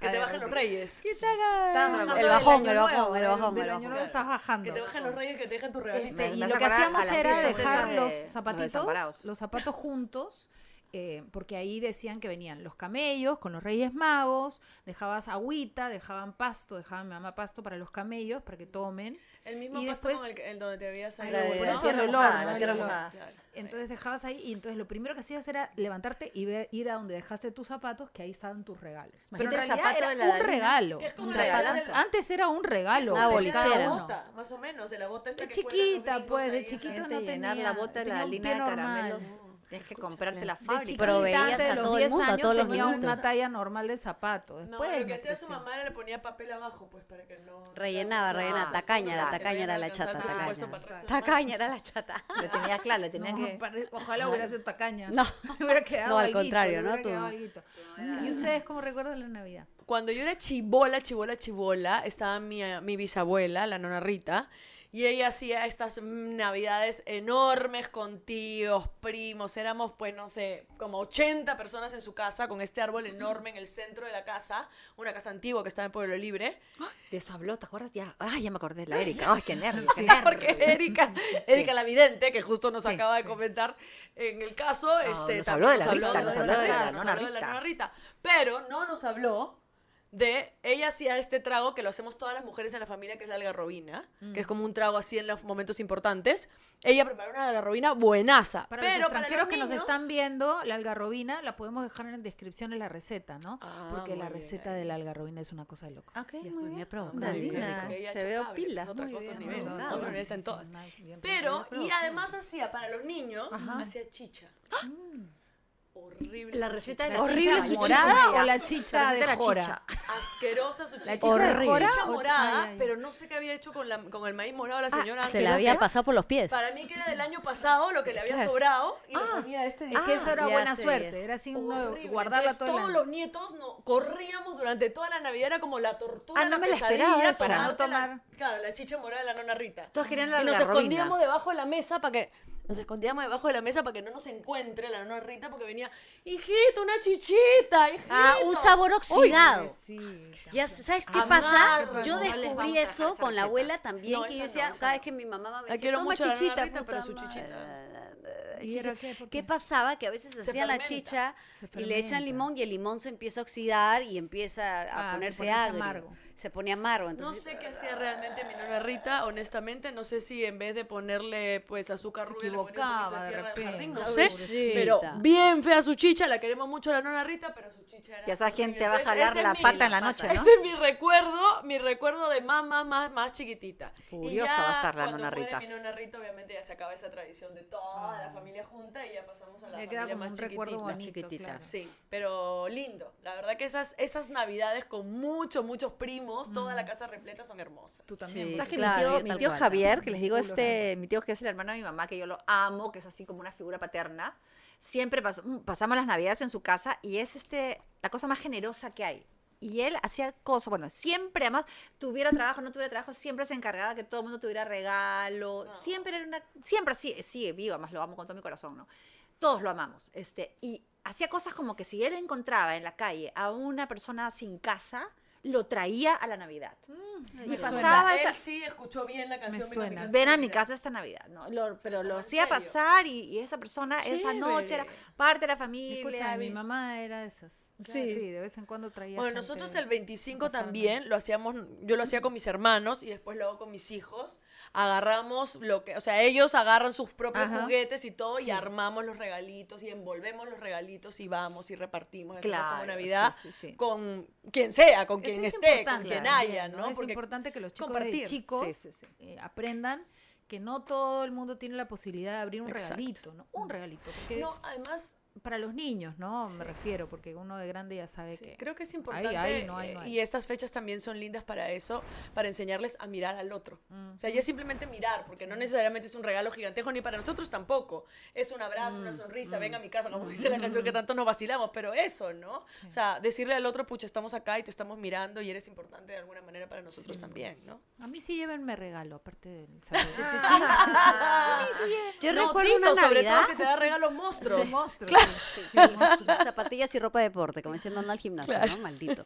[SPEAKER 2] Que te bajen los reyes.
[SPEAKER 5] Estaba
[SPEAKER 4] Bajando
[SPEAKER 5] otra
[SPEAKER 3] el
[SPEAKER 5] cosa.
[SPEAKER 4] del
[SPEAKER 3] bajón,
[SPEAKER 4] año
[SPEAKER 3] el bajón,
[SPEAKER 4] nuevo,
[SPEAKER 3] el
[SPEAKER 4] del-
[SPEAKER 3] bajón,
[SPEAKER 4] del
[SPEAKER 3] el
[SPEAKER 4] año
[SPEAKER 3] bajón.
[SPEAKER 4] nuevo estás bajando.
[SPEAKER 2] Que te bajen los reyes, que te dejen tu rebanito.
[SPEAKER 4] Este,
[SPEAKER 5] Me-
[SPEAKER 4] y
[SPEAKER 5] me
[SPEAKER 4] lo que
[SPEAKER 5] saca
[SPEAKER 4] hacíamos
[SPEAKER 5] a las
[SPEAKER 4] era
[SPEAKER 5] fiestas
[SPEAKER 4] dejar
[SPEAKER 5] esas
[SPEAKER 4] los
[SPEAKER 5] de los
[SPEAKER 4] zapatitos,
[SPEAKER 5] desamparados.
[SPEAKER 4] los zapatos juntos, eh, porque ahí decían que venían los camellos con los reyes magos, dejabas agüita, dejaban pasto, dejaban mi mamá pasto para los camellos para que tomen.
[SPEAKER 2] El mismo
[SPEAKER 4] y
[SPEAKER 2] pasto
[SPEAKER 4] después-
[SPEAKER 2] con el, el donde te habías
[SPEAKER 4] Ahí
[SPEAKER 5] la
[SPEAKER 4] lo
[SPEAKER 5] de-
[SPEAKER 2] ¿no?
[SPEAKER 4] por eso
[SPEAKER 5] tierra
[SPEAKER 4] el olor,
[SPEAKER 5] mojada,
[SPEAKER 4] ¿no?
[SPEAKER 5] la
[SPEAKER 4] El
[SPEAKER 5] tierra
[SPEAKER 4] olor.
[SPEAKER 5] mojada.
[SPEAKER 2] Claro.
[SPEAKER 4] Entonces dejabas ahí y entonces lo primero que hacías era levantarte y ver- ir a donde dejaste tus zapatos, que ahí estaban tus regalos. Pero en
[SPEAKER 5] Imagínate el
[SPEAKER 4] realidad
[SPEAKER 5] zapato
[SPEAKER 4] era
[SPEAKER 5] de la
[SPEAKER 4] un
[SPEAKER 5] Dalila,
[SPEAKER 4] regalo.
[SPEAKER 2] Que es como
[SPEAKER 5] Un
[SPEAKER 2] la
[SPEAKER 5] regalazo.
[SPEAKER 2] regala del-
[SPEAKER 4] Antes era un regalo.
[SPEAKER 3] Una
[SPEAKER 4] por
[SPEAKER 2] de
[SPEAKER 3] bolichera.
[SPEAKER 4] cada
[SPEAKER 2] la
[SPEAKER 4] uno.
[SPEAKER 2] bota, más o menos, de la bota esta
[SPEAKER 4] De
[SPEAKER 2] que cuelgan los
[SPEAKER 4] chiquita,
[SPEAKER 2] gringos
[SPEAKER 4] pues, de
[SPEAKER 2] ahí en la-
[SPEAKER 4] chiquito
[SPEAKER 5] Gente,
[SPEAKER 4] no
[SPEAKER 5] llenar
[SPEAKER 4] tenía-
[SPEAKER 5] la bota Este de
[SPEAKER 4] tenía
[SPEAKER 5] la
[SPEAKER 4] un
[SPEAKER 5] lina
[SPEAKER 4] pie
[SPEAKER 5] de caramelos.
[SPEAKER 4] normal.
[SPEAKER 5] Tienes que comprarte la
[SPEAKER 4] De
[SPEAKER 5] fábrica.
[SPEAKER 4] chiquita,
[SPEAKER 3] Proveías
[SPEAKER 4] antes
[SPEAKER 3] a
[SPEAKER 4] de los
[SPEAKER 3] todo el
[SPEAKER 4] 10
[SPEAKER 3] mundo, a
[SPEAKER 4] años
[SPEAKER 3] todos los
[SPEAKER 4] tenía una
[SPEAKER 3] niñitos.
[SPEAKER 4] talla normal de zapato.
[SPEAKER 2] No,
[SPEAKER 4] Después
[SPEAKER 2] lo que hacía su
[SPEAKER 4] creció.
[SPEAKER 2] mamá era le ponía papel abajo, pues, para que no...
[SPEAKER 3] Rellenaba, rellenaba.
[SPEAKER 5] Ah,
[SPEAKER 3] Tacaña, la
[SPEAKER 5] claro.
[SPEAKER 3] tacaña era la chata,
[SPEAKER 5] Exacto.
[SPEAKER 2] Puesto
[SPEAKER 3] tacaña.
[SPEAKER 2] para el resto de
[SPEAKER 3] Tacaña era la chata.
[SPEAKER 5] Lo tenía claro, lo tenía
[SPEAKER 4] No,
[SPEAKER 5] que...
[SPEAKER 4] pare- ojalá hubiera sido tacaña.
[SPEAKER 3] No.
[SPEAKER 4] Me hubiera quedado
[SPEAKER 3] No, al
[SPEAKER 4] alguito,
[SPEAKER 3] contrario,
[SPEAKER 4] me
[SPEAKER 3] ¿no?
[SPEAKER 4] hubiera
[SPEAKER 3] Tú-
[SPEAKER 4] quedado alguito. ¿Y ustedes cómo recuerdan la Navidad?
[SPEAKER 2] cuando yo era chibola, chibola, chibola, estaba mi, eh, mi bisabuela, la nona Rita, y ella hacía estas mm, navidades enormes con tíos, primos, éramos pues no sé, como 80 personas en su casa con este árbol enorme en el centro de la casa, una casa antigua que estaba en Pueblo Libre.
[SPEAKER 5] De eso habló, ¿te acuerdas? Ya, ay, ya me acordé, la Erika. Ay, qué nervio, qué
[SPEAKER 2] Porque
[SPEAKER 5] nervio.
[SPEAKER 2] Erika, Erika la vidente, que justo nos
[SPEAKER 5] Sí,
[SPEAKER 2] acaba de
[SPEAKER 5] sí.
[SPEAKER 2] comentar en el caso, este,
[SPEAKER 5] nos
[SPEAKER 2] también
[SPEAKER 5] habló de la
[SPEAKER 4] Rita, nos habló de la
[SPEAKER 2] nos
[SPEAKER 5] nona
[SPEAKER 2] habló de la
[SPEAKER 5] Rita.
[SPEAKER 2] nona Rita, pero no nos habló de ella hacía este trago que lo hacemos todas las mujeres en la familia que es la algarrobina, que
[SPEAKER 5] Mm.
[SPEAKER 2] es como un trago así en los momentos importantes. Ella preparó una algarrobina buenaza,
[SPEAKER 4] Para
[SPEAKER 2] pero
[SPEAKER 4] los extranjeros
[SPEAKER 2] para los
[SPEAKER 4] que nos
[SPEAKER 2] niños-
[SPEAKER 4] están viendo, la algarrobina la podemos dejar en descripciones la receta, ¿no?
[SPEAKER 2] Ah,
[SPEAKER 4] Porque la
[SPEAKER 2] muy bien.
[SPEAKER 4] receta de la algarrobina es una cosa de loco.
[SPEAKER 5] Ok,
[SPEAKER 3] Ya,
[SPEAKER 5] muy
[SPEAKER 3] me
[SPEAKER 5] bien.
[SPEAKER 3] provocó.
[SPEAKER 5] Dalina,
[SPEAKER 2] Porque ella
[SPEAKER 5] te
[SPEAKER 2] hecho
[SPEAKER 5] veo
[SPEAKER 2] cables,
[SPEAKER 5] pilas.
[SPEAKER 2] otras
[SPEAKER 5] muy
[SPEAKER 2] cosas,
[SPEAKER 5] bien,
[SPEAKER 2] nivel,
[SPEAKER 5] muy
[SPEAKER 2] otro
[SPEAKER 5] bien.
[SPEAKER 2] nivel
[SPEAKER 4] Sí,
[SPEAKER 2] está en
[SPEAKER 4] sí,
[SPEAKER 2] todas.
[SPEAKER 4] mal, bien,
[SPEAKER 2] Pero,
[SPEAKER 5] bien,
[SPEAKER 2] y
[SPEAKER 5] bien.
[SPEAKER 2] además hacía para los niños, hacía chicha. Horrible.
[SPEAKER 5] La
[SPEAKER 2] su
[SPEAKER 5] receta
[SPEAKER 2] chicha.
[SPEAKER 5] de la
[SPEAKER 4] ¿Horrible
[SPEAKER 5] chicha
[SPEAKER 4] su
[SPEAKER 5] morada.
[SPEAKER 4] chicha o la chicha de
[SPEAKER 5] La receta de la
[SPEAKER 4] jora?
[SPEAKER 5] chicha.
[SPEAKER 2] Asquerosa su chicha.
[SPEAKER 4] chicha Horrible.
[SPEAKER 2] morada,
[SPEAKER 4] morada
[SPEAKER 2] chicha
[SPEAKER 4] o-
[SPEAKER 2] morada,
[SPEAKER 4] ay, ay.
[SPEAKER 2] pero no sé qué había hecho con, la- con el maíz morado la señora.
[SPEAKER 3] Se la
[SPEAKER 2] asquerosa.
[SPEAKER 3] había pasado por los pies.
[SPEAKER 2] Para mí que era del año pasado lo que le había sobrado y lo ponía este
[SPEAKER 4] Es que
[SPEAKER 2] diseño.
[SPEAKER 4] eso era
[SPEAKER 3] ya
[SPEAKER 4] buena
[SPEAKER 3] sé,
[SPEAKER 4] suerte,
[SPEAKER 3] ya sé.
[SPEAKER 4] era así uno
[SPEAKER 2] Horrible.
[SPEAKER 4] guardarla
[SPEAKER 2] Entonces,
[SPEAKER 4] todo el
[SPEAKER 2] todos
[SPEAKER 4] año.
[SPEAKER 2] los nietos no, corríamos durante toda la Navidad, era como la tortura.
[SPEAKER 5] Ah, no me la esperaba
[SPEAKER 2] pesadilla,
[SPEAKER 5] esa.
[SPEAKER 2] tomarte
[SPEAKER 4] Para no
[SPEAKER 2] la-
[SPEAKER 4] tomar.
[SPEAKER 2] claro, la chicha morada de la nona Rita.
[SPEAKER 5] Todos querían la
[SPEAKER 2] Y nos
[SPEAKER 5] algarrobina.
[SPEAKER 2] escondíamos debajo de la mesa para que. Nos escondíamos debajo de la mesa para que no nos encuentre la nona Rita porque venía, hijito, una chichita, hijito.
[SPEAKER 3] Ah, un sabor oxidado.
[SPEAKER 4] Sí.
[SPEAKER 3] Ya, sé, ¿sabes qué
[SPEAKER 2] Amargo.
[SPEAKER 3] pasa?
[SPEAKER 2] No
[SPEAKER 3] Yo
[SPEAKER 2] les
[SPEAKER 5] vamos
[SPEAKER 3] descubrí
[SPEAKER 5] a dejar
[SPEAKER 3] eso
[SPEAKER 5] esa
[SPEAKER 3] con
[SPEAKER 5] receta.
[SPEAKER 3] la abuela también,
[SPEAKER 2] No,
[SPEAKER 3] que
[SPEAKER 2] esa
[SPEAKER 3] yo
[SPEAKER 2] no,
[SPEAKER 3] decía,
[SPEAKER 2] esa
[SPEAKER 3] cada
[SPEAKER 2] no.
[SPEAKER 3] vez que mi mamá me
[SPEAKER 2] La
[SPEAKER 3] decía,
[SPEAKER 2] quiero
[SPEAKER 3] toma
[SPEAKER 2] mucho a la nana
[SPEAKER 3] chichita,
[SPEAKER 2] Rita,
[SPEAKER 3] puta
[SPEAKER 2] pero su
[SPEAKER 3] madre".
[SPEAKER 2] chichita.
[SPEAKER 4] ¿Y era
[SPEAKER 3] chicha.
[SPEAKER 4] qué? ¿Por
[SPEAKER 3] qué?
[SPEAKER 4] qué?
[SPEAKER 3] pasaba? Que a veces hacían la
[SPEAKER 2] fermenta.
[SPEAKER 3] chicha
[SPEAKER 4] Se
[SPEAKER 3] y le echan
[SPEAKER 4] fermenta.
[SPEAKER 3] limón y el limón se empieza a oxidar y empieza a
[SPEAKER 4] Ah, se
[SPEAKER 3] ponerse
[SPEAKER 4] pone
[SPEAKER 3] agrio.
[SPEAKER 4] amargo.
[SPEAKER 3] Se pone amargo.
[SPEAKER 2] No
[SPEAKER 3] Entonces,
[SPEAKER 2] sé qué hacía realmente mi nona Rita, honestamente, no sé si en vez de ponerle pues azúcar
[SPEAKER 4] Se
[SPEAKER 2] rubia le ponía un poquito
[SPEAKER 4] equivocaba de
[SPEAKER 2] tierra al
[SPEAKER 4] repente.
[SPEAKER 2] jardín, no
[SPEAKER 4] Ay,
[SPEAKER 2] sé,
[SPEAKER 3] pobrecita.
[SPEAKER 2] pero bien fea su chicha, la queremos mucho a la nona Rita, pero su chicha era
[SPEAKER 5] Ya sabes quién
[SPEAKER 2] horrible.
[SPEAKER 5] te va a
[SPEAKER 2] Entonces,
[SPEAKER 5] jalar
[SPEAKER 2] ese es
[SPEAKER 5] la
[SPEAKER 2] mi-
[SPEAKER 5] pata en la noche, ¿no?
[SPEAKER 2] Ese es mi recuerdo, mi recuerdo de más, más, más, más chiquitita. Y
[SPEAKER 5] Furiosa
[SPEAKER 2] ya
[SPEAKER 5] va a estar la
[SPEAKER 2] cuando
[SPEAKER 5] nona
[SPEAKER 2] muere
[SPEAKER 5] Rita. Ah.
[SPEAKER 2] Mi nona Rita, obviamente, ya se acaba esa tradición de toda la familia junta y ya pasamos a la
[SPEAKER 4] Me queda
[SPEAKER 2] familia
[SPEAKER 4] como
[SPEAKER 2] más
[SPEAKER 4] un
[SPEAKER 2] chiquitita.
[SPEAKER 4] recuerdo bonito,
[SPEAKER 3] chiquitita.
[SPEAKER 4] claro.
[SPEAKER 2] Sí, pero lindo. La verdad que esas, esas navidades con muchos, muchos primos, toda
[SPEAKER 5] Mm.
[SPEAKER 2] la casa repleta son hermosas.
[SPEAKER 4] Tú también.
[SPEAKER 3] Sí.
[SPEAKER 4] pues.
[SPEAKER 5] ¿Sabes que mi
[SPEAKER 3] claro, y
[SPEAKER 5] tío,
[SPEAKER 3] tal
[SPEAKER 5] mi tío
[SPEAKER 3] cual,
[SPEAKER 5] Javier, que les digo,
[SPEAKER 4] Culo
[SPEAKER 5] este, mi tío que es el hermano de mi mamá, que yo lo amo, que es así como una figura paterna, siempre pas- mm, pasamos las navidades en su casa y es este, la cosa más generosa que hay. Y él hacía cosas, bueno, siempre, además, tuviera trabajo, no tuviera trabajo, siempre se encargaba que todo el mundo tuviera regalo, siempre era una, siempre así, sigue vivo, además lo amo con todo mi corazón, ¿no? Todos lo amamos, este, y hacía cosas como que si él encontraba en la calle a una persona sin casa, lo traía a la Navidad.
[SPEAKER 3] Mm,
[SPEAKER 4] me
[SPEAKER 5] y
[SPEAKER 4] suena.
[SPEAKER 5] pasaba
[SPEAKER 2] Él
[SPEAKER 5] esa,
[SPEAKER 2] sí escuchó bien la canción.
[SPEAKER 4] suena.
[SPEAKER 2] Ven a mi casa.
[SPEAKER 5] Ven a mi casa esta Navidad, ¿no? Lo- pero lo
[SPEAKER 2] ¿en
[SPEAKER 5] hacía
[SPEAKER 2] serio?
[SPEAKER 5] pasar y, y esa persona esa
[SPEAKER 2] Chévere.
[SPEAKER 5] noche era parte de la familia.
[SPEAKER 4] Escucha, mi
[SPEAKER 5] mi-
[SPEAKER 4] mamá era de esas.
[SPEAKER 5] Sí.
[SPEAKER 4] Sí, de vez en cuando traía.
[SPEAKER 2] Bueno,
[SPEAKER 4] gente
[SPEAKER 2] nosotros
[SPEAKER 4] de-
[SPEAKER 2] el 25
[SPEAKER 4] pasar, ¿no?
[SPEAKER 2] también lo hacíamos, yo lo hacía con mis hermanos y después lo hago con mis hijos. Agarramos lo que, o sea, ellos agarran sus propios
[SPEAKER 5] Ajá.
[SPEAKER 2] juguetes y todo y armamos los regalitos y envolvemos los regalitos y vamos y repartimos. hacemos como
[SPEAKER 5] Claro,
[SPEAKER 2] Navidad
[SPEAKER 5] sí, sí, sí.
[SPEAKER 2] con quien sea, con
[SPEAKER 4] Eso
[SPEAKER 2] quien
[SPEAKER 4] es
[SPEAKER 2] esté, con
[SPEAKER 4] importante
[SPEAKER 2] quien
[SPEAKER 4] también,
[SPEAKER 2] haya, ¿no?
[SPEAKER 4] Es
[SPEAKER 2] Porque
[SPEAKER 4] importante que los chicos desde
[SPEAKER 2] compartir.
[SPEAKER 4] chicos
[SPEAKER 5] Sí, sí, sí.
[SPEAKER 4] eh, aprendan que no todo el mundo tiene la posibilidad de abrir un
[SPEAKER 2] Exacto.
[SPEAKER 4] regalito, ¿no? Un regalito. Porque
[SPEAKER 2] no, además
[SPEAKER 4] para los niños, ¿no?
[SPEAKER 2] Sí.
[SPEAKER 4] Me refiero, porque uno de grande ya sabe
[SPEAKER 2] Sí,
[SPEAKER 4] que...
[SPEAKER 2] creo que es
[SPEAKER 4] ahí,
[SPEAKER 2] importante
[SPEAKER 4] ahí, no, ahí,
[SPEAKER 2] eh,
[SPEAKER 4] no,
[SPEAKER 2] y
[SPEAKER 4] ahí.
[SPEAKER 2] estas fechas también son lindas para eso, para enseñarles a mirar al otro. O sea, ya es simplemente mirar, porque no necesariamente es un regalo gigantesco, ni para nosotros tampoco. Es un abrazo,
[SPEAKER 3] Mm,
[SPEAKER 2] una sonrisa, venga a mi casa, como dice la canción que tanto nos vacilamos, pero eso, ¿no? O sea, decirle al otro, pucha, estamos acá y te estamos mirando y eres importante de alguna manera para nosotros también, ¿no?
[SPEAKER 4] A mí sí llévenme regalo, aparte del saber.
[SPEAKER 3] yo
[SPEAKER 2] No,
[SPEAKER 3] recuerdo
[SPEAKER 2] Tito,
[SPEAKER 3] una
[SPEAKER 2] sobre
[SPEAKER 3] Navidad
[SPEAKER 2] todo que te da regalos monstruos.
[SPEAKER 4] monstruo.
[SPEAKER 3] zapatillas y ropa de deporte, como diciendo anda al gimnasio, ¿no? Maldito.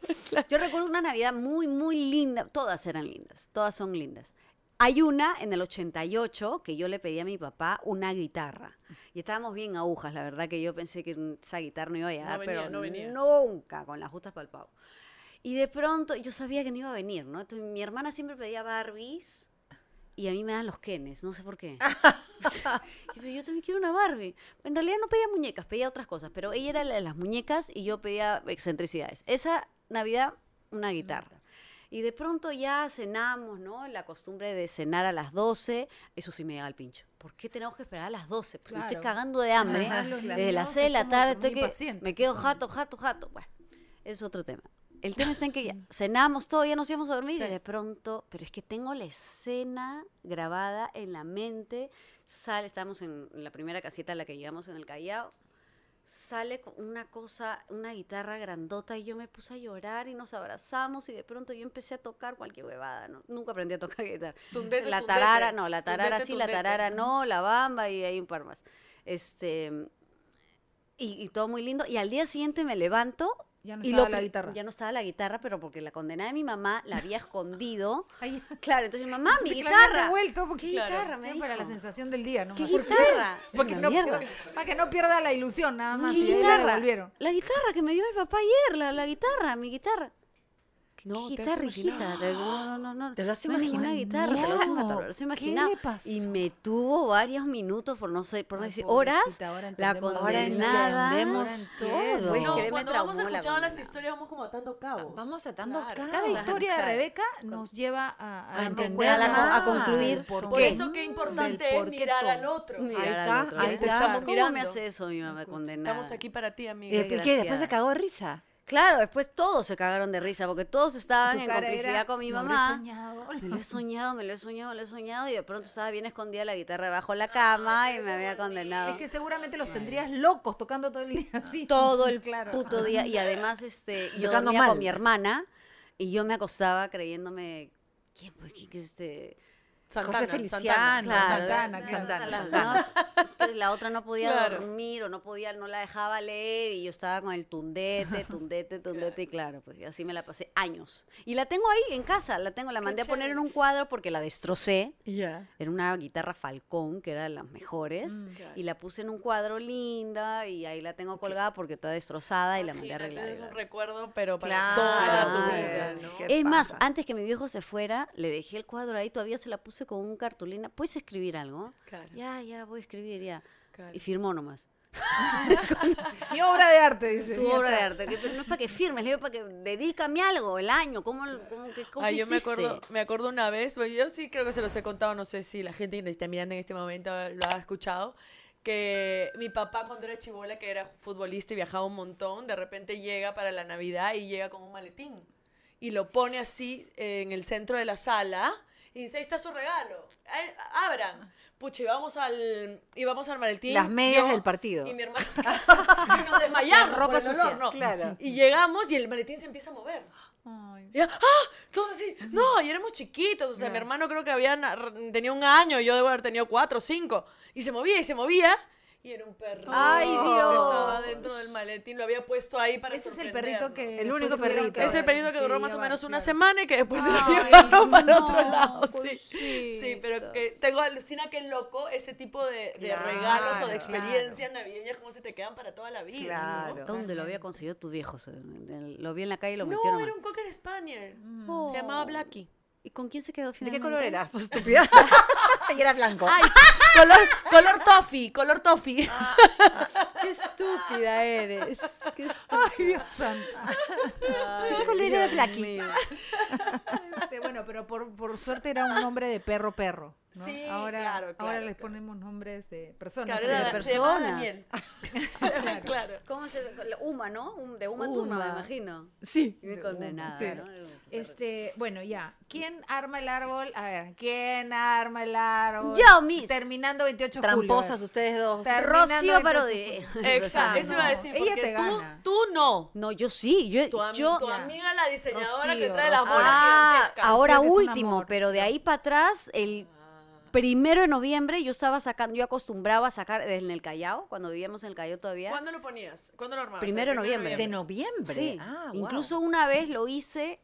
[SPEAKER 3] Yo recuerdo una Navidad muy, muy linda. Todas eran lindas, todas son lindas. Hay una en el 88 que yo le pedí a mi papá una guitarra. Y estábamos bien agujas, la verdad que yo pensé que mm, esa guitarra no iba a llegar,
[SPEAKER 2] venía,
[SPEAKER 3] pero
[SPEAKER 2] no venía.
[SPEAKER 3] nunca con las justas para el pavo. Y de pronto yo sabía que no iba a venir, ¿no? Entonces, mi hermana siempre pedía Barbies y a mí me dan los Kenes, no sé por qué. Y yo, yo también quiero una Barbie. En realidad no pedía muñecas, pedía otras cosas, pero ella era la de las muñecas y yo pedía excentricidades. Esa Navidad, una guitarra. Y de pronto ya cenamos, ¿no? La costumbre de cenar a las 12, eso sí me llega al pincho. ¿Por qué tenemos que esperar a las 12? Porque me estoy
[SPEAKER 4] Claro.
[SPEAKER 3] cagando de hambre.
[SPEAKER 4] Ajá, los
[SPEAKER 3] Desde las
[SPEAKER 4] niños
[SPEAKER 3] 6 de
[SPEAKER 4] es
[SPEAKER 3] la
[SPEAKER 4] como que
[SPEAKER 3] tarde
[SPEAKER 4] muy
[SPEAKER 3] estoy que
[SPEAKER 4] impacientes,
[SPEAKER 3] me quedo
[SPEAKER 4] supongo.
[SPEAKER 3] jato, jato, jato. Bueno, es otro tema. El tema está en que ya cenamos todo, ya nos íbamos a dormir y de pronto, pero es que tengo la escena grabada en la mente. Sale, estamos en la primera casita a la que llegamos en el Callao. Sale con una cosa, una guitarra grandota y yo me puse a llorar y nos abrazamos y de pronto yo empecé a tocar cualquier huevada, ¿no? Nunca aprendí a tocar guitarra.
[SPEAKER 2] Tundete,
[SPEAKER 3] la
[SPEAKER 2] tundete.
[SPEAKER 3] tarara, no, la tarara
[SPEAKER 2] Tundete,
[SPEAKER 3] sí, la
[SPEAKER 2] tundete.
[SPEAKER 3] tarara no, la bamba y hay un par más. Este, y, y todo muy lindo. Y al día siguiente me levanto.
[SPEAKER 4] Ya no
[SPEAKER 3] y
[SPEAKER 4] estaba
[SPEAKER 3] lo
[SPEAKER 4] la
[SPEAKER 3] pri-
[SPEAKER 4] guitarra.
[SPEAKER 3] Ya no estaba la guitarra, pero porque la condenada de mi mamá la había escondido.
[SPEAKER 4] Ahí.
[SPEAKER 3] Claro, entonces mamá, mi
[SPEAKER 4] Sí, claro, Ah, ya
[SPEAKER 3] guitarra.
[SPEAKER 4] Devuelto porque,
[SPEAKER 3] ¿Qué guitarra? Me
[SPEAKER 4] Era Para la
[SPEAKER 3] dijo.
[SPEAKER 4] sensación del día, ¿no?
[SPEAKER 3] ¿Qué
[SPEAKER 4] Porque-
[SPEAKER 3] guitarra?
[SPEAKER 4] Porque
[SPEAKER 3] Una
[SPEAKER 4] no,
[SPEAKER 3] mierda.
[SPEAKER 4] para que no pierda la ilusión, nada más.
[SPEAKER 3] Mi
[SPEAKER 4] Y ahí la
[SPEAKER 3] guitarra.
[SPEAKER 4] devolvieron.
[SPEAKER 3] La guitarra que me dio mi papá ayer, la, la guitarra, mi guitarra. ¿Qué,
[SPEAKER 2] No,
[SPEAKER 3] qué
[SPEAKER 2] te has
[SPEAKER 3] guitarra, hijita? Te- No, no, no, no.
[SPEAKER 5] ¿Te lo has
[SPEAKER 3] No es ninguna
[SPEAKER 4] imaginado?
[SPEAKER 3] guitarra, te lo has imaginado. te lo has
[SPEAKER 4] ¿Qué
[SPEAKER 3] imaginado.
[SPEAKER 4] le pasó?
[SPEAKER 3] Y me tuvo varios minutos, por no sé, por no
[SPEAKER 4] Ay,
[SPEAKER 3] decir horas,
[SPEAKER 4] pobrecita, ahora
[SPEAKER 3] la
[SPEAKER 4] entendemos
[SPEAKER 5] Ahora
[SPEAKER 3] condenada.
[SPEAKER 5] entendemos
[SPEAKER 4] todo.
[SPEAKER 3] Pues,
[SPEAKER 2] No,
[SPEAKER 3] créeme,
[SPEAKER 2] cuando vamos
[SPEAKER 3] traumó la
[SPEAKER 2] escuchando las
[SPEAKER 3] condenada.
[SPEAKER 2] historias vamos como
[SPEAKER 3] Ah,
[SPEAKER 2] atando cabos.
[SPEAKER 5] Vamos atando cabos.
[SPEAKER 2] Ah,
[SPEAKER 4] Cada historia de
[SPEAKER 5] Claro.
[SPEAKER 4] Rebeca nos lleva a, a, darnos
[SPEAKER 5] entender,
[SPEAKER 4] cuenta
[SPEAKER 5] a la- a
[SPEAKER 4] del
[SPEAKER 3] concluir
[SPEAKER 4] por
[SPEAKER 2] Por
[SPEAKER 4] qué.
[SPEAKER 2] eso qué importante
[SPEAKER 4] Del
[SPEAKER 2] es
[SPEAKER 4] por qué
[SPEAKER 2] mirar
[SPEAKER 4] todo.
[SPEAKER 2] al otro.
[SPEAKER 5] Sí. Ahí
[SPEAKER 3] Mirar al
[SPEAKER 5] está,
[SPEAKER 3] otro,
[SPEAKER 5] ahí
[SPEAKER 3] ¿no?
[SPEAKER 5] está.
[SPEAKER 2] Estamos
[SPEAKER 3] ¿Cómo me
[SPEAKER 2] mirando.
[SPEAKER 3] hace eso mi mamá condenada? Eh,
[SPEAKER 2] Estamos aquí para ti,
[SPEAKER 5] Y
[SPEAKER 2] amiga.
[SPEAKER 5] después, ¿qué? después se
[SPEAKER 3] Desgraciada.
[SPEAKER 5] cagó de risa.
[SPEAKER 3] Claro, después todos se cagaron de risa porque todos estaban
[SPEAKER 4] Tu
[SPEAKER 3] en
[SPEAKER 4] cara era,
[SPEAKER 3] complicidad con mi
[SPEAKER 4] "No habré
[SPEAKER 3] mamá.
[SPEAKER 4] soñado".
[SPEAKER 3] Me lo he soñado, me lo he soñado, me lo he soñado y de pronto estaba bien escondida la guitarra debajo de la cama y me había condenado.
[SPEAKER 4] Es que seguramente los tendrías locos tocando todo el día así.
[SPEAKER 3] todo el puto día y además este yo
[SPEAKER 5] Tocando
[SPEAKER 3] dormía
[SPEAKER 5] mal.
[SPEAKER 3] con mi hermana y yo me acostaba creyéndome quién pues quién que este
[SPEAKER 2] Santana,
[SPEAKER 5] José Feliciano,
[SPEAKER 2] Santana,
[SPEAKER 5] claro.
[SPEAKER 4] Santana,
[SPEAKER 5] Claro,
[SPEAKER 4] claro.
[SPEAKER 5] Santana,
[SPEAKER 3] La,
[SPEAKER 5] Santana.
[SPEAKER 3] la- entonces la otra no podía
[SPEAKER 2] Claro.
[SPEAKER 3] dormir o no podía, no la dejaba leer y yo estaba con el tundete, tundete, tundete y claro, pues y así me la pasé años. Y la tengo ahí en casa, la tengo, la mandé a poner en un cuadro porque la destrocé.
[SPEAKER 5] Ya.
[SPEAKER 3] Era una guitarra Falcón, que era de las mejores,
[SPEAKER 2] Mm, Claro.
[SPEAKER 3] y la puse en un cuadro linda y ahí la tengo colgada porque está
[SPEAKER 2] Ah,
[SPEAKER 3] destrozada y la mandé a
[SPEAKER 2] Imagínate,
[SPEAKER 3] arreglar.
[SPEAKER 2] Es un recuerdo, pero para
[SPEAKER 5] Claro,
[SPEAKER 2] toda tu vida,
[SPEAKER 5] pues,
[SPEAKER 2] ¿no?
[SPEAKER 5] qué
[SPEAKER 3] Es más,
[SPEAKER 5] paja.
[SPEAKER 3] antes que mi viejo se fuera, le dejé el cuadro ahí, todavía se la puse con un cartulina. ¿Puedes escribir algo?
[SPEAKER 2] Claro.
[SPEAKER 3] Ya, ya, voy a escribir, ya.
[SPEAKER 2] Claro.
[SPEAKER 3] Y firmó nomás.
[SPEAKER 4] Mi obra de arte, dice.
[SPEAKER 3] Su
[SPEAKER 4] ya
[SPEAKER 3] obra de
[SPEAKER 4] está.
[SPEAKER 3] arte, que pero no es para que firmes, le digo para que dedícame algo, el año, cómo, cómo qué cosa
[SPEAKER 2] Ah, yo me
[SPEAKER 3] hiciste?
[SPEAKER 2] acuerdo, me acuerdo una vez, bueno, yo sí creo que se los he contado, no sé si la gente que nos está mirando en este momento lo ha escuchado, que mi papá cuando era chivola, que era futbolista y viajaba un montón, de repente llega para la Navidad y llega con un maletín y lo pone así eh, en el centro de la sala y dice, ahí está su regalo, Ay, abran. Pucha, íbamos al, íbamos al maletín.
[SPEAKER 5] Las medias
[SPEAKER 2] yo
[SPEAKER 5] del partido.
[SPEAKER 2] Y mi hermano, y nos desmayamos,
[SPEAKER 3] La ropa
[SPEAKER 2] ropa
[SPEAKER 3] sucia,
[SPEAKER 5] claro.
[SPEAKER 2] Y llegamos y el maletín se empieza a mover.
[SPEAKER 4] Ay,
[SPEAKER 2] Y, ¡ah! Todos así. No, y éramos chiquitos. O sea, mi hermano creo que había, na- r- tenía un año, yo debo haber tenido cuatro o cinco. Y se movía y se movía. Y era un perro.
[SPEAKER 3] Ay, Dios.
[SPEAKER 2] Estaba dentro del maletín, lo había puesto ahí para
[SPEAKER 4] Ese es el perrito que.
[SPEAKER 5] El único
[SPEAKER 4] después tuvieron
[SPEAKER 5] perrito.
[SPEAKER 2] Es el perrito que duró más o
[SPEAKER 4] llevar,
[SPEAKER 2] menos una
[SPEAKER 4] claro.
[SPEAKER 2] semana y que después se lo
[SPEAKER 4] Ay,
[SPEAKER 2] llevaron para otro
[SPEAKER 4] no,
[SPEAKER 2] lado. Sí. sí, pero que tengo alucina que loco ese tipo de, de
[SPEAKER 5] Claro,
[SPEAKER 2] regalos o de
[SPEAKER 5] claro.
[SPEAKER 2] experiencias navideñas como se te quedan para toda la vida.
[SPEAKER 5] Claro.
[SPEAKER 3] ¿Dónde lo había conseguido tu viejo? Se- Lo vi en la calle y lo
[SPEAKER 2] No,
[SPEAKER 3] metieron. a- Mm.
[SPEAKER 2] era un cocker spaniel. Se llamaba Blackie.
[SPEAKER 3] ¿Y con quién se quedó
[SPEAKER 5] ¿De
[SPEAKER 3] finalmente?
[SPEAKER 5] qué color era? Pues, estúpida. y era blanco.
[SPEAKER 2] Ay, color, color toffee, color toffee.
[SPEAKER 3] ¡Qué estúpida eres! ¡Qué
[SPEAKER 4] Ay, Dios santo.
[SPEAKER 5] ¿Qué color era de Blacky?
[SPEAKER 4] Este, bueno, pero por, por suerte era un nombre de perro perro. ¿no?
[SPEAKER 2] Sí,
[SPEAKER 4] ahora,
[SPEAKER 2] claro,
[SPEAKER 4] ahora
[SPEAKER 2] claro,
[SPEAKER 4] les
[SPEAKER 2] claro.
[SPEAKER 4] ponemos nombres de personas.
[SPEAKER 2] Claro,
[SPEAKER 4] sí, de
[SPEAKER 2] era,
[SPEAKER 4] personas.
[SPEAKER 2] se llamaba
[SPEAKER 3] personas.
[SPEAKER 2] Daniel.
[SPEAKER 4] Claro.
[SPEAKER 2] Claro.
[SPEAKER 3] ¿Cómo se la Uma, ¿no? Um, De Uma, Thurman, me
[SPEAKER 4] Uma.
[SPEAKER 3] imagino.
[SPEAKER 4] Sí.
[SPEAKER 3] Qué condenada,
[SPEAKER 4] Sí.
[SPEAKER 3] ¿no?
[SPEAKER 5] Eh,
[SPEAKER 4] Este, bueno, ya. ¿Quién arma el árbol? A ver, ¿quién arma el árbol?
[SPEAKER 3] Yo, Miss.
[SPEAKER 4] Terminando 28 de julio.
[SPEAKER 5] Tramposas ustedes dos.
[SPEAKER 4] Ter-
[SPEAKER 3] Rocío
[SPEAKER 4] Terminando
[SPEAKER 3] Parodi.
[SPEAKER 2] Exacto,
[SPEAKER 4] no.
[SPEAKER 2] eso iba a decir.
[SPEAKER 4] Ella
[SPEAKER 2] porque
[SPEAKER 4] te
[SPEAKER 2] Eh, tú,
[SPEAKER 4] gana.
[SPEAKER 2] tú no.
[SPEAKER 3] No, yo sí. Yo,
[SPEAKER 2] Tu, am-
[SPEAKER 3] yo,
[SPEAKER 2] tu amiga, la diseñadora que
[SPEAKER 4] Rocío,
[SPEAKER 2] trae la bola
[SPEAKER 4] Rocío.
[SPEAKER 3] Ah,
[SPEAKER 2] gigantesca.
[SPEAKER 3] ahora
[SPEAKER 4] que es un
[SPEAKER 3] último,
[SPEAKER 4] amor.
[SPEAKER 3] pero de ahí para atrás, el
[SPEAKER 2] Ah.
[SPEAKER 3] primero de noviembre yo estaba sacando, yo acostumbraba a sacar en el Callao, cuando vivíamos en el Callao todavía.
[SPEAKER 2] ¿Cuándo lo ponías? ¿Cuándo lo armabas?
[SPEAKER 3] Primero
[SPEAKER 2] El
[SPEAKER 3] de noviembre.
[SPEAKER 5] de noviembre.
[SPEAKER 3] Sí,
[SPEAKER 5] Ah, wow.
[SPEAKER 3] incluso una vez lo hice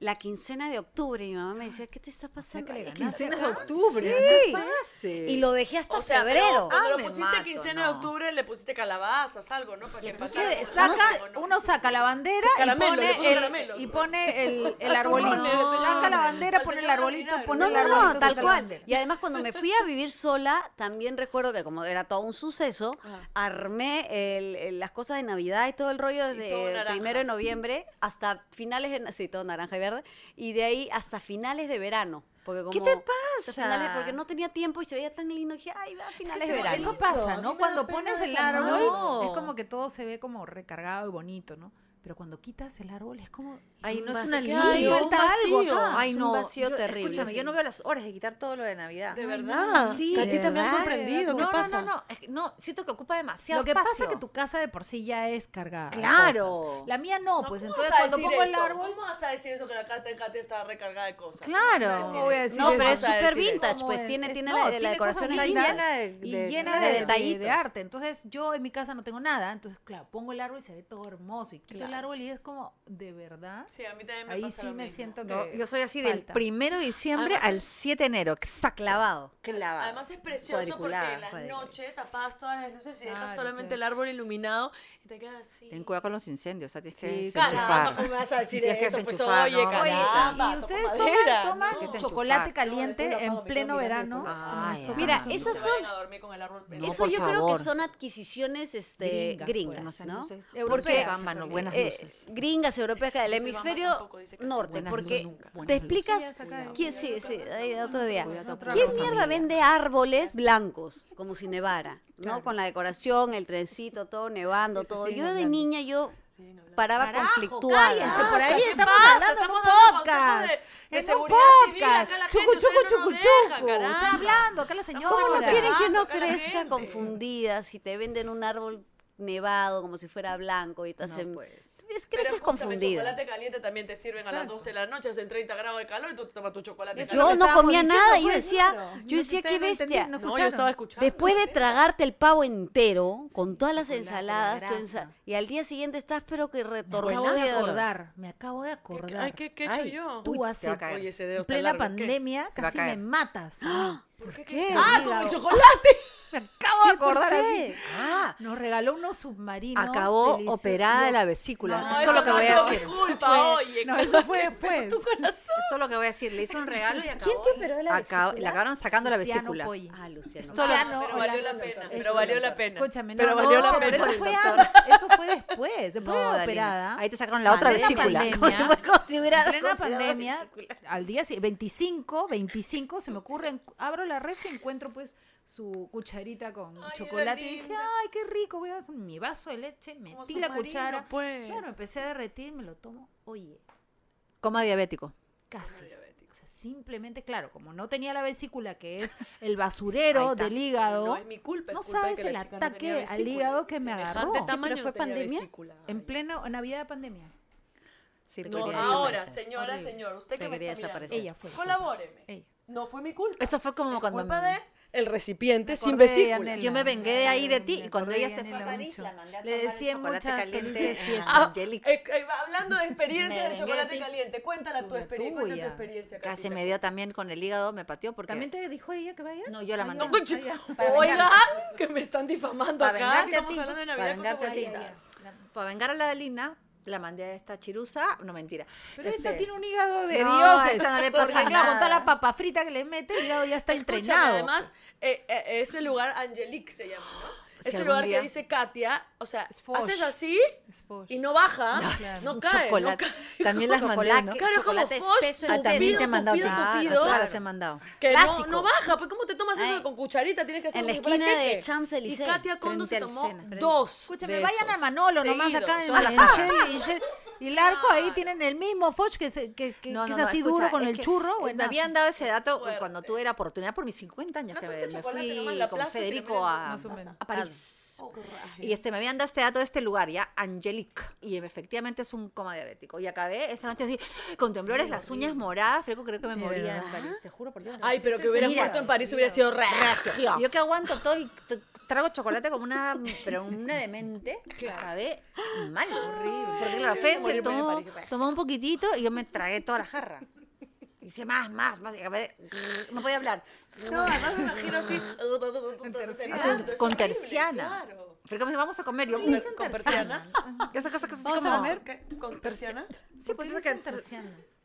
[SPEAKER 3] la quincena de octubre y mi mamá me decía, ¿qué te está
[SPEAKER 4] sea,
[SPEAKER 3] pasando?
[SPEAKER 4] que le
[SPEAKER 3] Ay,
[SPEAKER 4] ganaste.
[SPEAKER 5] Quincenas de octubre.
[SPEAKER 3] Sí.
[SPEAKER 5] ¿Qué pasa?
[SPEAKER 3] Y lo dejé hasta
[SPEAKER 2] O sea, pero
[SPEAKER 3] febrero.
[SPEAKER 2] cuando
[SPEAKER 5] Ah,
[SPEAKER 2] lo
[SPEAKER 5] me
[SPEAKER 2] pusiste
[SPEAKER 5] mato,
[SPEAKER 2] quincena de
[SPEAKER 5] no.
[SPEAKER 2] octubre, le pusiste calabazas, algo, ¿no? Para que
[SPEAKER 3] puse-
[SPEAKER 2] pasara.
[SPEAKER 4] Eh, Saca,
[SPEAKER 2] ¿no?
[SPEAKER 4] uno saca la bandera
[SPEAKER 2] Caramelo,
[SPEAKER 4] y
[SPEAKER 2] le puso
[SPEAKER 4] pone,
[SPEAKER 2] caramelos.
[SPEAKER 4] el, y pone el, el arbolito.
[SPEAKER 2] No.
[SPEAKER 4] Saca la bandera,
[SPEAKER 2] Al
[SPEAKER 4] pone el
[SPEAKER 2] señor
[SPEAKER 4] arbolito,
[SPEAKER 2] Milagro.
[SPEAKER 4] pone
[SPEAKER 3] No,
[SPEAKER 4] el
[SPEAKER 3] no,
[SPEAKER 4] arbolito.
[SPEAKER 3] no, tal
[SPEAKER 4] saca la
[SPEAKER 3] cual.
[SPEAKER 4] bandera.
[SPEAKER 3] Y además cuando me fui a vivir sola, también recuerdo que como era todo un suceso, armé el- el- las cosas de Navidad y todo el rollo
[SPEAKER 2] todo
[SPEAKER 3] desde el
[SPEAKER 2] naranja.
[SPEAKER 3] primero de noviembre hasta finales de... Sí, todo naranja y verde. Y de ahí hasta finales de verano. Porque como,
[SPEAKER 5] ¿Qué te
[SPEAKER 3] hasta finales-
[SPEAKER 5] pasa?
[SPEAKER 3] porque no tenía tiempo y se veía tan lindo. Dije, ay, va a finales de
[SPEAKER 4] Eso,
[SPEAKER 3] verano.
[SPEAKER 4] eso pasa,
[SPEAKER 2] A mí me
[SPEAKER 4] ¿no?
[SPEAKER 2] da
[SPEAKER 4] Cuando
[SPEAKER 2] pena
[SPEAKER 4] pones el
[SPEAKER 2] desarmarlo.
[SPEAKER 4] árbol,
[SPEAKER 5] No.
[SPEAKER 4] es como que todo se ve como recargado y bonito, ¿no? Pero cuando quitas el árbol es como...
[SPEAKER 5] Ay, no es
[SPEAKER 3] un
[SPEAKER 5] una
[SPEAKER 3] vacío,
[SPEAKER 5] alivio.
[SPEAKER 4] falta
[SPEAKER 2] un
[SPEAKER 4] algo
[SPEAKER 2] vacío.
[SPEAKER 4] acá.
[SPEAKER 5] Ay,
[SPEAKER 3] Es un
[SPEAKER 5] no.
[SPEAKER 3] vacío
[SPEAKER 5] yo-
[SPEAKER 3] terrible.
[SPEAKER 5] Escúchame, yo no veo las horas de quitar todo lo de Navidad.
[SPEAKER 2] De verdad.
[SPEAKER 5] Sí,
[SPEAKER 2] Que a ti
[SPEAKER 5] de
[SPEAKER 2] también
[SPEAKER 5] verdad.
[SPEAKER 2] sorprendido. ¿Qué
[SPEAKER 5] no,
[SPEAKER 2] pasa?
[SPEAKER 5] No, no, no. Es que no, siento que ocupa demasiado
[SPEAKER 4] Lo que pasa es que
[SPEAKER 5] espacio.
[SPEAKER 4] tu casa de por sí ya es cargada. de
[SPEAKER 5] Claro.
[SPEAKER 4] cosas. La mía no,
[SPEAKER 2] No,
[SPEAKER 4] pues
[SPEAKER 2] ¿cómo
[SPEAKER 4] entonces
[SPEAKER 2] vas a
[SPEAKER 4] cuando
[SPEAKER 2] decir
[SPEAKER 4] pongo el
[SPEAKER 2] eso?
[SPEAKER 4] árbol...
[SPEAKER 2] ¿Cómo vas a decir eso que la Katy Katy está recargada de cosas?
[SPEAKER 5] Claro.
[SPEAKER 4] ¿Cómo voy a decir
[SPEAKER 3] No,
[SPEAKER 4] eso?
[SPEAKER 3] pero es
[SPEAKER 2] O sea,
[SPEAKER 3] súper
[SPEAKER 2] decir eso.
[SPEAKER 3] vintage,
[SPEAKER 4] Como
[SPEAKER 3] pues
[SPEAKER 4] es-
[SPEAKER 3] tiene,
[SPEAKER 4] es-
[SPEAKER 3] tiene
[SPEAKER 4] no,
[SPEAKER 3] la, de la
[SPEAKER 4] tiene cosas
[SPEAKER 3] decoración
[SPEAKER 5] lindas.
[SPEAKER 3] lindas.
[SPEAKER 5] Llena de-
[SPEAKER 4] y
[SPEAKER 5] de-
[SPEAKER 4] llena
[SPEAKER 5] de
[SPEAKER 4] de, de-
[SPEAKER 3] detallitos.
[SPEAKER 4] de arte. Entonces yo en mi casa no tengo nada, entonces claro, pongo el árbol y se ve todo hermoso y quito el
[SPEAKER 2] Claro.
[SPEAKER 4] árbol y es como, de verdad,
[SPEAKER 2] Sí, a mí también me
[SPEAKER 4] ahí
[SPEAKER 2] pasa
[SPEAKER 4] sí
[SPEAKER 2] lo
[SPEAKER 4] me
[SPEAKER 2] mismo.
[SPEAKER 4] siento que...
[SPEAKER 5] No, yo soy así del
[SPEAKER 4] falta.
[SPEAKER 5] primero de diciembre
[SPEAKER 2] Además,
[SPEAKER 5] al 7 de enero. Exacto.
[SPEAKER 3] Clavado.
[SPEAKER 5] Clavado.
[SPEAKER 2] Además es precioso porque
[SPEAKER 5] Cuadriculada,
[SPEAKER 2] en las
[SPEAKER 5] cuadriculada.
[SPEAKER 2] noches apagas todas las luces y dejas
[SPEAKER 4] Claro,
[SPEAKER 2] solamente
[SPEAKER 4] claro.
[SPEAKER 2] el árbol iluminado y te quedas así.
[SPEAKER 5] Ten cuidado con los incendios, o sea, tienes que
[SPEAKER 4] Sí,
[SPEAKER 5] desenchufar.
[SPEAKER 2] Caramba, ¿cómo me vas a decir
[SPEAKER 5] Tienes que
[SPEAKER 2] eso? Pues
[SPEAKER 5] desenchufar,
[SPEAKER 2] oye,
[SPEAKER 5] ¿no?
[SPEAKER 4] Oye, y-
[SPEAKER 2] caramba.
[SPEAKER 4] y
[SPEAKER 2] toco
[SPEAKER 4] ustedes
[SPEAKER 2] madera,
[SPEAKER 4] toman, toman
[SPEAKER 5] no. Que se
[SPEAKER 4] chocolate
[SPEAKER 5] enchufar.
[SPEAKER 4] caliente
[SPEAKER 2] No, después lo apago,
[SPEAKER 4] en
[SPEAKER 2] me
[SPEAKER 4] pleno
[SPEAKER 2] quedo mirando
[SPEAKER 4] verano.
[SPEAKER 2] y todo.
[SPEAKER 5] Ah, ya.
[SPEAKER 3] Mira,
[SPEAKER 4] tomando.
[SPEAKER 2] No
[SPEAKER 3] esas
[SPEAKER 2] se
[SPEAKER 3] son-
[SPEAKER 2] vayan a dormir con el árbol prendido.
[SPEAKER 3] Eso
[SPEAKER 5] por
[SPEAKER 3] yo creo
[SPEAKER 5] favor.
[SPEAKER 3] que son adquisiciones este,
[SPEAKER 4] Gringas,
[SPEAKER 3] gringas,
[SPEAKER 4] pues,
[SPEAKER 5] no sean
[SPEAKER 3] ¿no?
[SPEAKER 5] luces
[SPEAKER 3] Porque,
[SPEAKER 5] europeas, Bamba, no, buenas
[SPEAKER 3] eh,
[SPEAKER 5] luces.
[SPEAKER 3] gringas europeas que del
[SPEAKER 2] Entonces, Bamba
[SPEAKER 3] hemisferio
[SPEAKER 2] tampoco dice que-
[SPEAKER 3] norte,
[SPEAKER 5] Buenas
[SPEAKER 3] porque
[SPEAKER 5] luces nunca.
[SPEAKER 3] te
[SPEAKER 5] Buenas luces.
[SPEAKER 3] explicas
[SPEAKER 4] Sí, ya saca de-
[SPEAKER 3] quién sí, sí, ahí otro día.
[SPEAKER 5] Cuidado con
[SPEAKER 3] ¿Quién
[SPEAKER 5] la
[SPEAKER 3] mierda
[SPEAKER 5] familia.
[SPEAKER 3] vende árboles blancos como si nevara, no? Con la decoración, el trencito, todo nevando, todo. Yo de niña yo paraba conflictuada.
[SPEAKER 4] Cállense, por ahí
[SPEAKER 2] ¿qué
[SPEAKER 4] estamos
[SPEAKER 2] pasa?
[SPEAKER 4] hablando en
[SPEAKER 2] Estamos
[SPEAKER 4] un
[SPEAKER 2] dando consejos
[SPEAKER 4] podcast.
[SPEAKER 2] de- de
[SPEAKER 4] en un
[SPEAKER 2] seguridad civil,
[SPEAKER 4] podcast.
[SPEAKER 2] acá la
[SPEAKER 4] chucu,
[SPEAKER 2] gente,
[SPEAKER 4] chucu,
[SPEAKER 2] ustedes no
[SPEAKER 4] chucu,
[SPEAKER 2] nos dejan,
[SPEAKER 4] chucu.
[SPEAKER 2] caramba.
[SPEAKER 4] Está hablando acá la señora.
[SPEAKER 2] ¿Cómo
[SPEAKER 3] ¿Cómo no quieren que uno
[SPEAKER 2] acá la
[SPEAKER 3] crezca
[SPEAKER 2] gente.
[SPEAKER 3] confundida si te venden un árbol nevado como si fuera blanco y te hacen...
[SPEAKER 5] pues.
[SPEAKER 3] es que
[SPEAKER 2] Pero
[SPEAKER 3] eres
[SPEAKER 2] escúchame,
[SPEAKER 3] confundida.
[SPEAKER 2] chocolate caliente también te sirven a las
[SPEAKER 4] Exacto.
[SPEAKER 2] 12 de la noche, hacen 30 grados de calor y tú te tomas tu chocolate
[SPEAKER 4] Eso
[SPEAKER 3] Yo
[SPEAKER 2] caliente.
[SPEAKER 4] lo
[SPEAKER 3] no
[SPEAKER 4] estábamos
[SPEAKER 3] comía
[SPEAKER 4] diciendo,
[SPEAKER 3] nada, yo
[SPEAKER 4] pues,
[SPEAKER 3] decía,
[SPEAKER 4] claro.
[SPEAKER 3] yo
[SPEAKER 4] No,
[SPEAKER 3] decía,
[SPEAKER 4] ustedes
[SPEAKER 3] qué
[SPEAKER 4] no entendí-
[SPEAKER 3] bestia.
[SPEAKER 4] no
[SPEAKER 2] No, yo estaba
[SPEAKER 4] escucharon.
[SPEAKER 2] escuchando.
[SPEAKER 3] Después de tragarte el pavo entero, con todas las
[SPEAKER 4] chocolate, la
[SPEAKER 3] ensaladas, tu
[SPEAKER 4] grasa.
[SPEAKER 3] ensa- y al día siguiente estás pero que
[SPEAKER 4] Me acabo
[SPEAKER 3] retornado
[SPEAKER 4] de
[SPEAKER 3] de dolor.
[SPEAKER 4] acordar, me acabo de acordar.
[SPEAKER 2] Ay, ¿qué, qué he hecho
[SPEAKER 5] Ay,
[SPEAKER 2] yo?
[SPEAKER 5] Uy,
[SPEAKER 4] Tú
[SPEAKER 5] te
[SPEAKER 4] hace
[SPEAKER 5] va a caer.
[SPEAKER 2] Oye, ese dedo
[SPEAKER 4] en
[SPEAKER 2] está
[SPEAKER 4] plena
[SPEAKER 2] largo, ¿qué?
[SPEAKER 4] pandemia
[SPEAKER 5] Te va a
[SPEAKER 4] casi me
[SPEAKER 5] caer.
[SPEAKER 4] matas.
[SPEAKER 2] ¿Por qué?
[SPEAKER 3] ¿Qué?
[SPEAKER 2] Ah, como el chocolate.
[SPEAKER 4] Me acabo de
[SPEAKER 3] ¿Por
[SPEAKER 4] acordar
[SPEAKER 3] qué?
[SPEAKER 4] así.
[SPEAKER 5] Ah,
[SPEAKER 4] Nos regaló unos submarinos.
[SPEAKER 5] acabó
[SPEAKER 4] deliciosos.
[SPEAKER 5] operada de la vesícula.
[SPEAKER 4] No,
[SPEAKER 5] Esto
[SPEAKER 4] eso
[SPEAKER 5] es lo que
[SPEAKER 4] no
[SPEAKER 5] voy
[SPEAKER 4] es
[SPEAKER 5] a
[SPEAKER 4] lo
[SPEAKER 5] decir.
[SPEAKER 4] mismo.
[SPEAKER 5] Esto
[SPEAKER 2] Culpa, oye,
[SPEAKER 4] No,
[SPEAKER 2] ¿qué-
[SPEAKER 4] eso fue
[SPEAKER 2] con
[SPEAKER 4] después.
[SPEAKER 2] tu corazón.
[SPEAKER 5] es lo que voy a decir. Le hizo un regalo y acabó.
[SPEAKER 3] ¿Quién te operó la
[SPEAKER 5] Acab-
[SPEAKER 3] vesícula?
[SPEAKER 5] Le acabaron sacando la
[SPEAKER 4] Luciano
[SPEAKER 5] vesícula.
[SPEAKER 4] Poggi.
[SPEAKER 3] Ah, Luciano.
[SPEAKER 5] Esto-
[SPEAKER 2] Ah,
[SPEAKER 4] Luciano
[SPEAKER 2] pero valió la
[SPEAKER 4] Holanda.
[SPEAKER 2] pena,
[SPEAKER 4] Este
[SPEAKER 2] pero valió la
[SPEAKER 4] doctor.
[SPEAKER 2] pena.
[SPEAKER 4] Escúchame,
[SPEAKER 2] Pero
[SPEAKER 4] no,
[SPEAKER 2] valió
[SPEAKER 4] no,
[SPEAKER 2] la
[SPEAKER 4] pero
[SPEAKER 2] pena.
[SPEAKER 4] Eso fue,
[SPEAKER 5] doctor.
[SPEAKER 4] antes, eso fue después, después de
[SPEAKER 5] Dalina.
[SPEAKER 4] la operada.
[SPEAKER 5] Ahí te sacaron la otra
[SPEAKER 4] Plena
[SPEAKER 5] vesícula.
[SPEAKER 4] pandemia.
[SPEAKER 5] Como si, fuera- como si hubiera.
[SPEAKER 4] En plena
[SPEAKER 5] como si hubiera-
[SPEAKER 4] pandemia, al día si- 25, 25, se me ocurre, en- abro la refri, encuentro pues su cucharita con
[SPEAKER 2] Ay, era
[SPEAKER 4] chocolate y dije,
[SPEAKER 2] linda.
[SPEAKER 4] ay, qué rico, voy a hacer mi vaso de leche, metí la
[SPEAKER 2] submarino,
[SPEAKER 4] cuchara.
[SPEAKER 2] pues.
[SPEAKER 4] Claro, empecé a derretir, me lo tomo, oye,
[SPEAKER 5] Coma diabético.
[SPEAKER 4] casi.
[SPEAKER 2] diabético.
[SPEAKER 4] O sea, simplemente, claro, como no tenía la vesícula, que es el basurero del hígado,
[SPEAKER 2] No es mi culpa. es
[SPEAKER 4] no
[SPEAKER 2] culpa de
[SPEAKER 4] sabes
[SPEAKER 2] que la
[SPEAKER 4] el
[SPEAKER 2] chica no
[SPEAKER 4] ataque
[SPEAKER 2] tenía
[SPEAKER 4] al
[SPEAKER 2] vesícula.
[SPEAKER 4] hígado que me
[SPEAKER 2] Semejante
[SPEAKER 4] agarró.
[SPEAKER 2] tamaño
[SPEAKER 3] ¿Pero fue
[SPEAKER 2] no tenía
[SPEAKER 3] pandemia?
[SPEAKER 2] vesícula.
[SPEAKER 4] en pleno, en Navidad de pandemia.
[SPEAKER 5] Sí,
[SPEAKER 2] No,
[SPEAKER 5] porque-
[SPEAKER 2] ahora, señora,
[SPEAKER 4] Horrible.
[SPEAKER 2] señor, usted que me
[SPEAKER 3] Debería
[SPEAKER 2] está mirando.
[SPEAKER 3] desaparecer.
[SPEAKER 4] Ella fue.
[SPEAKER 2] Colabóreme.
[SPEAKER 4] Ella.
[SPEAKER 2] No fue mi culpa.
[SPEAKER 5] Eso fue como
[SPEAKER 2] Es
[SPEAKER 5] cuando
[SPEAKER 2] culpa
[SPEAKER 5] me-
[SPEAKER 2] de el recipiente sin
[SPEAKER 4] acordé de
[SPEAKER 2] vesícula.
[SPEAKER 4] Anela.
[SPEAKER 5] Yo me vengué de ahí de ti
[SPEAKER 4] Me
[SPEAKER 5] y cuando
[SPEAKER 4] acordé
[SPEAKER 5] ella
[SPEAKER 4] de
[SPEAKER 5] se fue a
[SPEAKER 4] Anela
[SPEAKER 5] París,
[SPEAKER 4] mucho.
[SPEAKER 5] la mandé a
[SPEAKER 4] Le
[SPEAKER 5] tomar el
[SPEAKER 4] decía
[SPEAKER 5] chocolate
[SPEAKER 4] muchas
[SPEAKER 5] caliente
[SPEAKER 4] felices
[SPEAKER 5] a
[SPEAKER 4] fiestas.
[SPEAKER 2] Ah,
[SPEAKER 5] Angélica.
[SPEAKER 2] eh, eh, hablando de experiencias del
[SPEAKER 5] Merengue
[SPEAKER 2] chocolate
[SPEAKER 5] de ti.
[SPEAKER 2] caliente, cuéntala tu
[SPEAKER 4] Tuya,
[SPEAKER 2] experiencia, cuéntala tu
[SPEAKER 4] tuya.
[SPEAKER 2] experiencia.
[SPEAKER 5] Casi
[SPEAKER 2] Catita.
[SPEAKER 5] me dio también con el hígado, me pateó porque.
[SPEAKER 4] ¿También te dijo ella que vaya?
[SPEAKER 5] No, yo la mandé.
[SPEAKER 4] ya.
[SPEAKER 2] Oye,
[SPEAKER 5] Para
[SPEAKER 2] Oigan, que me están difamando
[SPEAKER 5] Para
[SPEAKER 2] acá.
[SPEAKER 5] vengarte a
[SPEAKER 2] Estamos
[SPEAKER 5] ti,
[SPEAKER 2] hablando de
[SPEAKER 5] para
[SPEAKER 2] Navidad con
[SPEAKER 5] vengarte a ti.
[SPEAKER 2] cebollitas.
[SPEAKER 5] Para vengar a la Dalina, la mandé a esta chirusa. No, mentira.
[SPEAKER 4] Pero esta
[SPEAKER 5] Este,
[SPEAKER 4] tiene un hígado de
[SPEAKER 5] No,
[SPEAKER 4] Dios.
[SPEAKER 5] a esa no le
[SPEAKER 4] porque,
[SPEAKER 5] pasa
[SPEAKER 4] claro, con
[SPEAKER 5] nada.
[SPEAKER 4] toda la papa frita que le mete, el hígado ya está
[SPEAKER 2] Escúchame,
[SPEAKER 4] entrenado.
[SPEAKER 2] Además, eh, eh, ese lugar, Angelique se llama, ¿no?
[SPEAKER 5] Si
[SPEAKER 2] Ese
[SPEAKER 5] algún
[SPEAKER 2] lugar que
[SPEAKER 5] día-
[SPEAKER 2] dice Katia, o sea,
[SPEAKER 4] Es fosh.
[SPEAKER 2] haces así
[SPEAKER 4] Es fosh.
[SPEAKER 2] y no baja,
[SPEAKER 5] es
[SPEAKER 2] no
[SPEAKER 5] un
[SPEAKER 2] cae.
[SPEAKER 5] chocolate.
[SPEAKER 2] no cae.
[SPEAKER 5] También las mandé, ¿no?
[SPEAKER 2] Claro, es como
[SPEAKER 3] chocolate
[SPEAKER 2] Foch,
[SPEAKER 3] espeso,
[SPEAKER 5] Ah,
[SPEAKER 3] espeso.
[SPEAKER 5] también te he mandado.
[SPEAKER 2] Cupido,
[SPEAKER 5] Claro,
[SPEAKER 2] Cupido.
[SPEAKER 5] todas las he mandado.
[SPEAKER 2] Que no,
[SPEAKER 5] Clásico.
[SPEAKER 2] no baja, pues ¿cómo te tomas eso
[SPEAKER 3] Ay.
[SPEAKER 2] con cucharita? Tienes que hacer
[SPEAKER 3] En la
[SPEAKER 2] como si fuera
[SPEAKER 3] esquina de
[SPEAKER 2] queque.
[SPEAKER 3] Champs-Élysées,
[SPEAKER 2] Y Katia Condo se
[SPEAKER 5] frente al
[SPEAKER 2] tomó
[SPEAKER 5] Sena, frente.
[SPEAKER 2] dos
[SPEAKER 4] Escúchame,
[SPEAKER 2] de
[SPEAKER 4] vayan a
[SPEAKER 2] esos,
[SPEAKER 4] Manolo nomás
[SPEAKER 2] seguidos.
[SPEAKER 4] acá en,
[SPEAKER 5] Todas las
[SPEAKER 4] en
[SPEAKER 5] papas.
[SPEAKER 4] Shell y Shell. Y el arco ahí tienen el mismo Foch que, se- que, que-
[SPEAKER 5] No,
[SPEAKER 4] que
[SPEAKER 5] no,
[SPEAKER 4] es
[SPEAKER 5] no,
[SPEAKER 4] así
[SPEAKER 5] escucha,
[SPEAKER 4] duro con
[SPEAKER 5] es
[SPEAKER 4] el
[SPEAKER 5] que eh,
[SPEAKER 4] churro.
[SPEAKER 5] Me
[SPEAKER 4] Bueno,
[SPEAKER 5] habían dado ese dato
[SPEAKER 2] Fuerte.
[SPEAKER 5] cuando tuve la oportunidad por mis 50 años
[SPEAKER 2] Una
[SPEAKER 5] que
[SPEAKER 2] torta
[SPEAKER 5] me,
[SPEAKER 2] de
[SPEAKER 5] me
[SPEAKER 2] chocolate nomás,
[SPEAKER 5] fui
[SPEAKER 2] la
[SPEAKER 5] con
[SPEAKER 2] plaza se le
[SPEAKER 5] Federico
[SPEAKER 2] prende
[SPEAKER 5] a,
[SPEAKER 4] más o menos.
[SPEAKER 5] a París.
[SPEAKER 4] Ah,
[SPEAKER 2] Oh, coraje.
[SPEAKER 5] Y este, me habían dado este dato de este lugar, ya, Angelique. Y efectivamente es un coma diabético. Y acabé esa noche así, con temblores, las uñas moradas, fresco, creo que me moría en París, te juro por Dios.
[SPEAKER 2] Ay, pero que hubiera
[SPEAKER 5] Mira,
[SPEAKER 2] muerto en París hubiera sido reacción.
[SPEAKER 5] Yo que aguanto todo y t- trago chocolate como una, pero una demente, acabé mal. Horrible. Porque claro, Fe
[SPEAKER 2] Yo quiero
[SPEAKER 5] se
[SPEAKER 2] morirme de
[SPEAKER 5] tomó,
[SPEAKER 2] París, pues.
[SPEAKER 5] tomó un poquitito y yo me tragué toda la jarra. Hice más, más, más. y acabé de- no podía hablar.
[SPEAKER 2] No, además me imagino así. terciana.
[SPEAKER 5] Con terciana.
[SPEAKER 2] Claro.
[SPEAKER 5] Pero como si vamos a comer, yo
[SPEAKER 2] ¿Cómo le dicen
[SPEAKER 5] con
[SPEAKER 2] terciana?
[SPEAKER 5] Esa cosa que es así
[SPEAKER 2] ¿Vamos
[SPEAKER 5] como...
[SPEAKER 2] a comer qué? con terciana?
[SPEAKER 5] Sí, pues eso que ter-